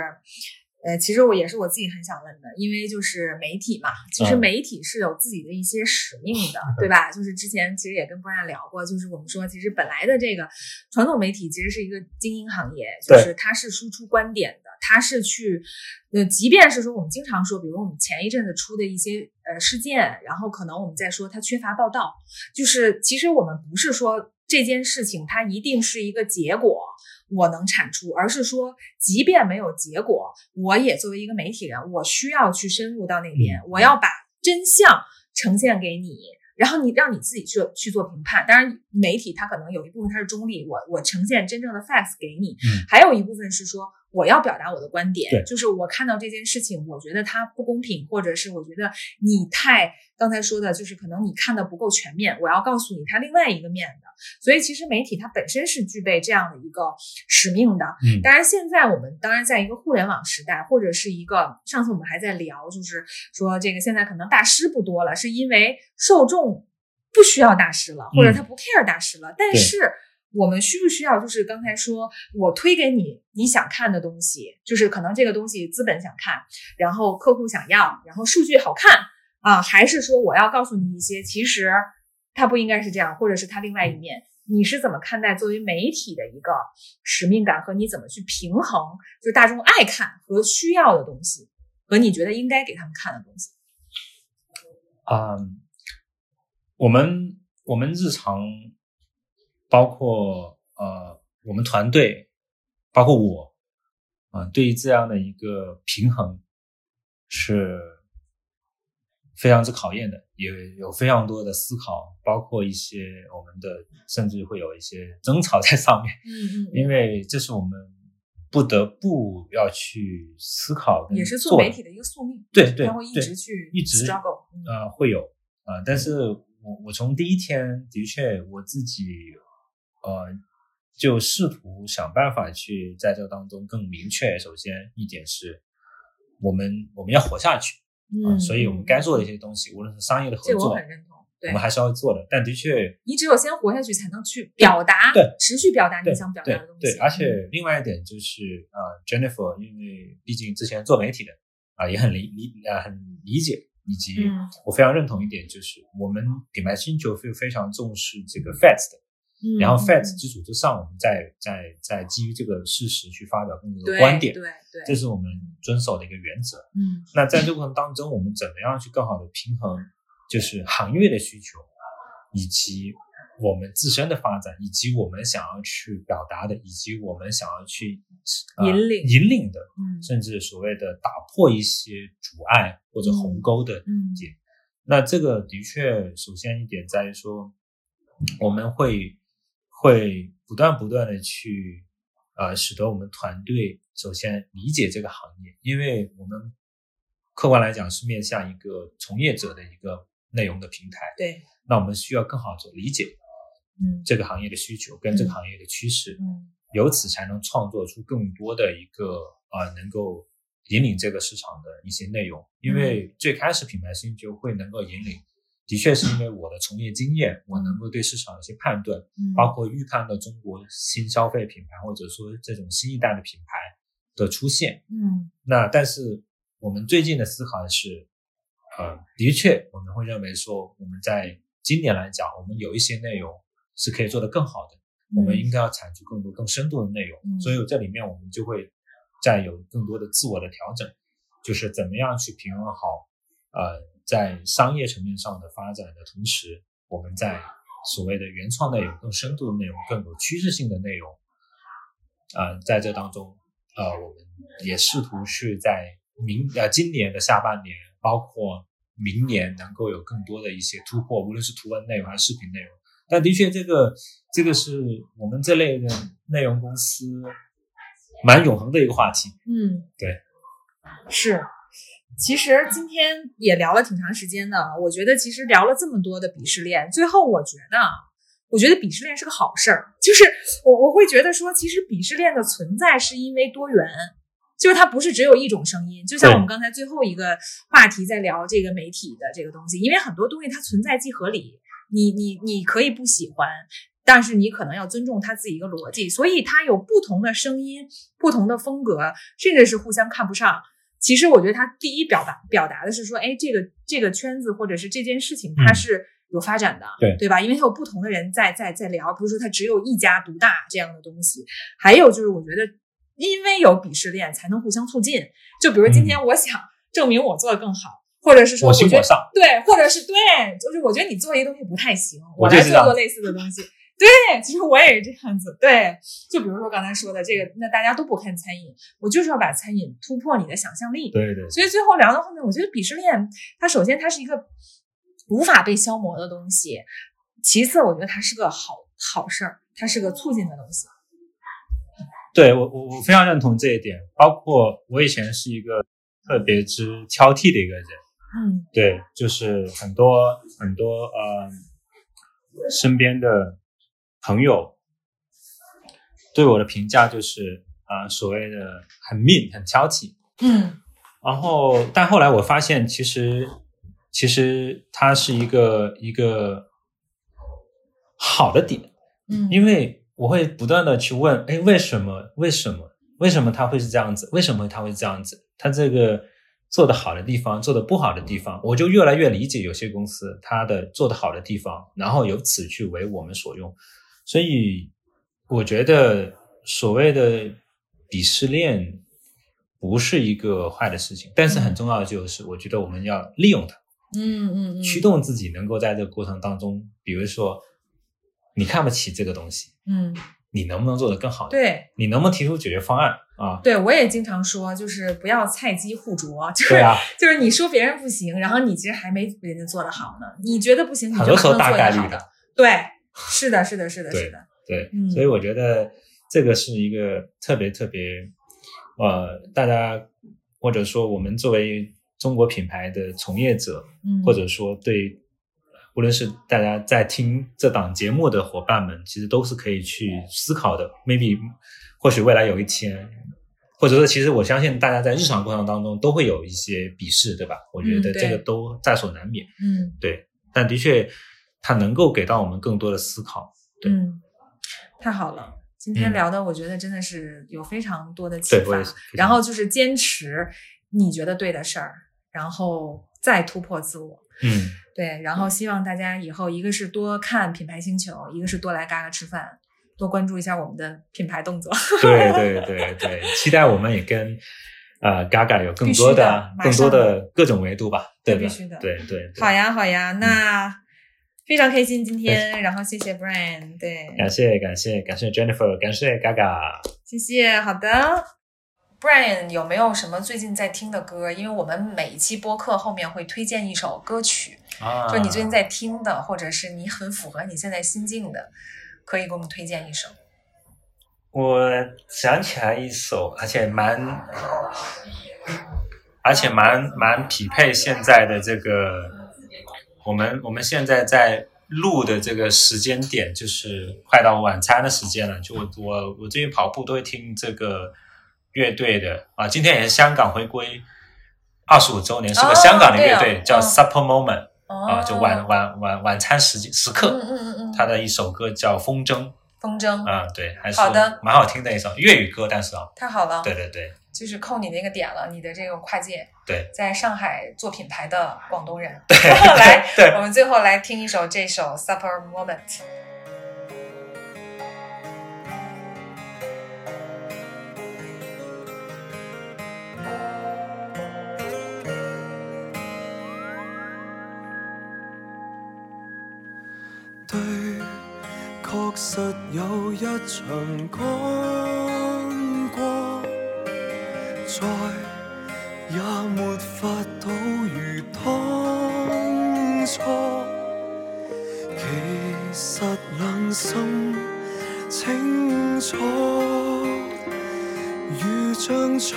Speaker 1: 呃，其实我也是我自己很想问的，因为就是媒体嘛，其实
Speaker 2: 嗯
Speaker 1: 媒体是有自己的一些使命 的，对吧？就是之前其实也跟波娜聊过，就是我们说，其实本来的这个传统媒体其实是一个精英行业，就
Speaker 2: 对
Speaker 1: 是它是输出观点的，它是去，呃，即便是说我们经常说，比如我们前一阵子出的一些呃事件，然后可能我们在说它缺乏报道，就是其实我们不是说这件事情它一定是一个结果我能产出，而是说即便没有结果，我也作为一个媒体人，我需要去深入到那边，我要把真相呈现给你。然后你让你自己去去做评判，当然媒体它可能有一部分它是中立，我我呈现真正的 facts 给你，
Speaker 2: 嗯
Speaker 1: 还有一部分是说我要表达我的观
Speaker 2: 对
Speaker 1: 点，就是我看到这件事情，我觉得它不公平，或者是我觉得你太刚才说的，就是可能你看的不够全面，我要告诉你它另外一个面的。所以其实媒体它本身是具备这样的一个使命的，
Speaker 2: 嗯
Speaker 1: 当然，现在我们当然在一个互联网时代，或者是一个上次我们还在聊，就是说这个现在可能大师不多了，是因为受众不需要大师了，或者他不 care 大师了。但是我们需不需要就是刚才说我推给你你想看的东西，就是可能这个东西资本想看，然后客户想要，然后数据好看啊，还是说我要告诉你一些其实它不应该是这样，或者是它另外一面？你是怎么看待作为媒体的一个使命感和你怎么去平衡，就是大众爱看和需要的东西，和你觉得应该给他们看的东西？
Speaker 2: 啊、我们我们日常包括呃，我们团队，包括我，啊、对于这样的一个平衡是非常之考验的，也有非常多的思考，包括一些我们的甚至会有一些争吵在上面，
Speaker 1: 嗯
Speaker 2: 因为这是我们不得不要去思考跟
Speaker 1: 也是做
Speaker 2: 嗯做
Speaker 1: 媒
Speaker 2: 的。
Speaker 1: 体的一个宿命，
Speaker 2: 对对
Speaker 1: 他会一
Speaker 2: 对
Speaker 1: 直去
Speaker 2: 一直
Speaker 1: struggle，嗯
Speaker 2: 呃，会有呃，但是我我从第一天的确我自己呃就试图想办法去在这当中更明确。首先一点是，我们我们要活下去啊、
Speaker 1: 嗯，
Speaker 2: 所以我们该做的一些东西，无论是商业的合
Speaker 1: 这个
Speaker 2: 作，
Speaker 1: 我很认同。对
Speaker 2: 们还是要做的。但的确，
Speaker 1: 你只有先活下去，才能去表达，
Speaker 2: 对，
Speaker 1: 持续表达你
Speaker 2: 对
Speaker 1: 想表达
Speaker 2: 对
Speaker 1: 的东西。嗯
Speaker 2: 对，而且另外一点就是呃，Jennifer 因为毕竟之前做媒体的啊、也很理理啊、很理解以及、
Speaker 1: 嗯
Speaker 2: 我非常认同一点，就是我们品牌星球非非常重视这个 facts 的，
Speaker 1: 嗯，
Speaker 2: 然后
Speaker 1: 嗯
Speaker 2: facts 基础之上，我们再再再基于这个事实去发表更多
Speaker 1: 对
Speaker 2: 的观点
Speaker 1: 对，对，
Speaker 2: 这是我们遵守的一个原则。
Speaker 1: 嗯
Speaker 2: 那在这个过程当中，我们怎么样去更好的平衡，就是行业的需求，以及我们自身的发展，以及我们想要去表达的，以及我们想要去、呃
Speaker 1: 引领
Speaker 2: 引领的，
Speaker 1: 嗯
Speaker 2: 甚至所谓的打破一些阻碍或者鸿沟的
Speaker 1: 嗯
Speaker 2: 解那这个的确，首先一点在于说，我们会会不断不断的去呃，使得我们团队首先理解这个行业，因为我们客观来讲是面向一个从业者的一个内容的平台，
Speaker 1: 对，
Speaker 2: 那我们需要更好的理解
Speaker 1: 嗯
Speaker 2: 这个行业的需求跟这个行业的趋势，
Speaker 1: 嗯
Speaker 2: 由此才能创作出更多的一个呃，能够引领这个市场的一些内容。因为最开始品牌新就会能够引领，的确是因为我的从业经验，我能够对市场有些判断，
Speaker 1: 嗯，
Speaker 2: 包括预判到中国新消费品牌或者说这种新一代的品牌的出现。
Speaker 1: 嗯
Speaker 2: 那但是我们最近的思考是，呃，的确我们会认为说，我们在今年来讲，我们有一些内容是可以做得更好的。我们应该要产出更多、更深度的内容。
Speaker 1: 嗯
Speaker 2: 所以这里面我们就会再有更多的自我的调整，就是怎么样去平衡好，呃，在商业层面上的发展的同时，我们在所谓的原创内容、更深度的内容、更有趋势性的内容，呃，在这当中，呃，我们也试图是在明呃今年的下半年，包括明年能够有更多的一些突破，无论是图文内容还是视频内容。但的确，这个这个是我们这类的内容公司蛮永恒的一个话题。
Speaker 1: 嗯，
Speaker 2: 对，
Speaker 1: 是。其实今天也聊了挺长时间的，我觉得其实聊了这么多的鄙视链，最后我觉得，啊我觉得鄙视链是个好事儿，就是我我会觉得说，其实鄙视链的存在是因为多元。就是它不是只有一种声音，就像
Speaker 2: 对
Speaker 1: 我们刚才最后一个话题在聊这个媒体的这个东西，因为很多东西它存在即合理，你你你可以不喜欢，但是你可能要尊重他自己一个逻辑，所以他有不同的声音、不同的风格，甚至是互相看不上。其实我觉得他第一表达表达的是说，哎，这个这个圈子或者是这件事情，它
Speaker 2: 嗯
Speaker 1: 是有发展的，
Speaker 2: 对
Speaker 1: 对吧？因为它有不同的人在在在聊，不是说它只有一家独大这样的东西。还有就是，我觉得因为有鄙视链，才能互相促进。就比如今天我想证明我做的更好，或者是说
Speaker 2: 嗯我
Speaker 1: 觉
Speaker 2: 行
Speaker 1: 得
Speaker 2: 我上，
Speaker 1: 对，或者是对，就是我觉得你做一个东西不太行，
Speaker 2: 我
Speaker 1: 来
Speaker 2: 就是
Speaker 1: 做
Speaker 2: 这样
Speaker 1: 做类似的东西。对，其实我也是这样子。对，就比如说刚才说的这个，那大家都不看餐饮，我就是要把餐饮突破你的想象力。
Speaker 2: 对对，
Speaker 1: 所以最后聊到后面，我觉得鄙视链，它首先它是一个无法被消磨的东西，其次我觉得它是个好好事儿，它是个促进的东西。
Speaker 2: 对我我我非常认同这一点，包括我以前是一个特别之挑剔的一个人，
Speaker 1: 嗯
Speaker 2: 对，就是很多很多呃身边的朋友对我的评价就是啊、呃所谓的很命很挑剔，
Speaker 1: 嗯
Speaker 2: 然后，但后来我发现，其实其实它是一个一个好的点，
Speaker 1: 嗯，
Speaker 2: 因为我会不断的去问，哎，为什么？为什么？为什么他会是这样子？为什么他会这样子？他这个做的好的地方，做的不好的地方，我就越来越理解有些公司它的做的好的地方，然后由此去为我们所用。所以，我觉得所谓的鄙视链不是一个坏的事情，但是很重要的就是，我觉得我们要利用它。
Speaker 1: 嗯嗯嗯，
Speaker 2: 驱动自己能够在这个过程当中，比如说你看不起这个东西，
Speaker 1: 嗯，
Speaker 2: 你能不能做得更好？，
Speaker 1: 对
Speaker 2: 你能不能提出解决方案啊？
Speaker 1: 对，我也经常说，就是不要菜鸡互啄，就是、
Speaker 2: 对啊，
Speaker 1: 就是你说别人不行，然后你其实还没人家做的好呢，你觉得不行，你
Speaker 2: 很
Speaker 1: 就
Speaker 2: 多
Speaker 1: 马
Speaker 2: 时候
Speaker 1: 上
Speaker 2: 大
Speaker 1: 做
Speaker 2: 概
Speaker 1: 得
Speaker 2: 率
Speaker 1: 好的，对，是的，是的，是的，
Speaker 2: 对
Speaker 1: 是的，
Speaker 2: 对，
Speaker 1: 嗯
Speaker 2: 所以我觉得这个是一个特别特别，呃，大家或者说我们作为中国品牌的从业者，
Speaker 1: 嗯，
Speaker 2: 或者说对，无论是大家在听这档节目的伙伴们，其实都是可以去思考的。maybe 或许未来有一天，或者说其实我相信大家在日常过程当中都会有一些鄙视，对吧？我觉得
Speaker 1: 嗯对
Speaker 2: 这个都在所难免。
Speaker 1: 嗯
Speaker 2: 对，但的确它能够给到我们更多的思考。对
Speaker 1: 嗯，太好了。今天
Speaker 2: 嗯
Speaker 1: 聊的，我觉觉得真的是有非常多的启
Speaker 2: 对，我
Speaker 1: 发
Speaker 2: 也，是。
Speaker 1: 然后就是坚持你觉得对的事儿，然后再突破自我。
Speaker 2: 嗯，
Speaker 1: 对，然后希望大家以后一个是多看品牌星球，一个是多来嘎嘎吃饭，多关注一下我们的品牌动作。
Speaker 2: 对对对对，期待我们也跟。呃，Gaga 有更多
Speaker 1: 必须的马上
Speaker 2: 更多的各种维度吧，对吧？
Speaker 1: 必须的
Speaker 2: 对对。对
Speaker 1: 好，呀，好呀，那非常开心今天，然后谢谢 Brian，对，
Speaker 3: 嗯
Speaker 2: 感谢感谢感谢 Jennifer，感谢 Gaga。
Speaker 1: 谢谢，好的，
Speaker 4: Brian 有没有什么最近在听的歌？因为我们每一期播客后面会推荐一首歌曲，
Speaker 3: 啊，
Speaker 4: 就是你最近在听的，或者是你很符合你现在心境的，可以给我们推荐一首。
Speaker 3: 我想起来一首，而且蛮，而且蛮蛮匹配现在的这个，我们我们现在在录的这个时间点，就是快到晚餐的时间了。就我我我最近跑步都会听这个乐队的啊，今天也是香港回归二十五周年，是
Speaker 4: 哦
Speaker 3: 个香港的乐
Speaker 4: 对
Speaker 3: 队、
Speaker 4: 啊
Speaker 3: 叫
Speaker 4: 嗯
Speaker 3: Supper Moment、
Speaker 4: 哦
Speaker 3: 啊，就晚晚晚晚餐时间时刻，
Speaker 4: 嗯嗯嗯嗯，
Speaker 3: 他的一首歌叫《风筝》。
Speaker 4: 风筝，
Speaker 3: 啊，对，还是
Speaker 4: 嗯好的
Speaker 3: 蛮好听的一首粤语歌，但是啊，
Speaker 4: 太好了，
Speaker 3: 对对对
Speaker 4: 就是扣你那个点了，你的这个跨界，
Speaker 3: 对，
Speaker 4: 在上海做品牌的广东人。
Speaker 3: 对
Speaker 4: 来，
Speaker 3: 对
Speaker 4: 我们最后来听一首这首 Supper Moment。
Speaker 5: 對，確實有一場干戈，再也沒法倒如當初。其實良心清楚，如像摧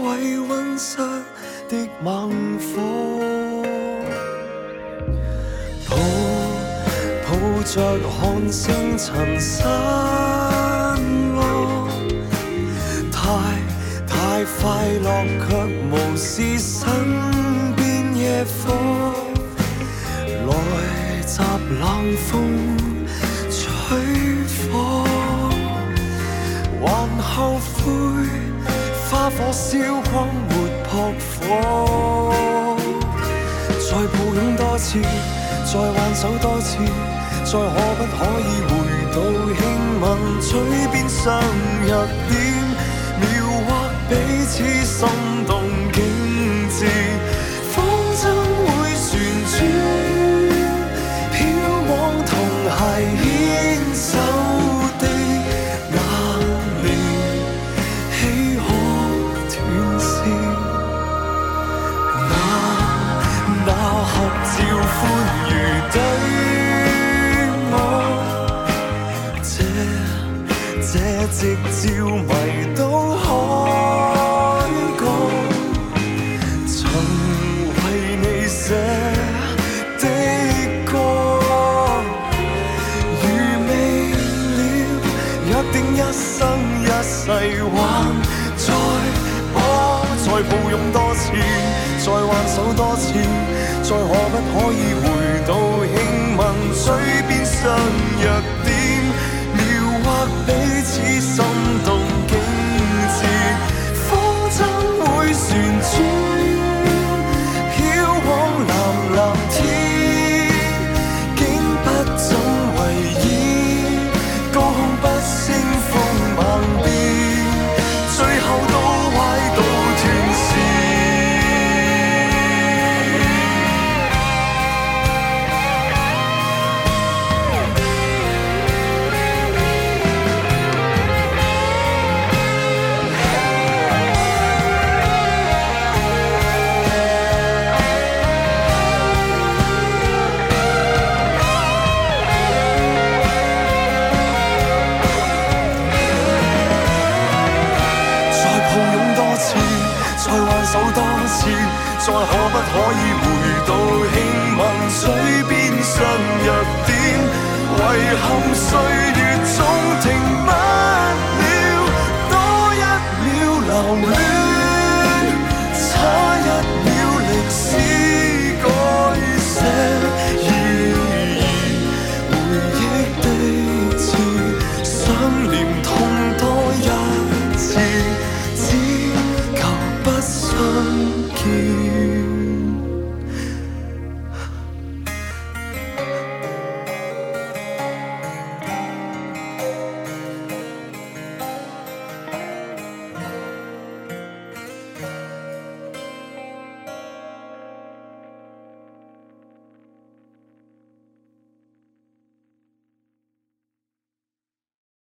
Speaker 5: 毀温室的猛火。抱抱着汗星塵散落，太太快樂卻無視身邊野火，來襲冷風吹火，還後悔花火燒光沒撲火。再抱擁多次，再挽手多次，再可不可以回到輕吻嘴邊相入點，描畫彼此心動景致。風箏會旋轉，飄往同鞋牽手的那年，豈可斷線？那那合照歡愉對我，夕照迷倒海港。曾为你写的歌，如未了，约定一生一世还再播，再抱拥多次，再挽手多次，再可不可以回到轻吻嘴边相约点，描画彼此心动境致，方針會旋轉，飄往藍藍天，竟不怎為意，高空不勝風猛變，最後都壞到斷線。再抱擁多次，再挽手多次，再可不可以回到輕吻水邊相約點？遺憾歲月總停不了，多一秒留戀，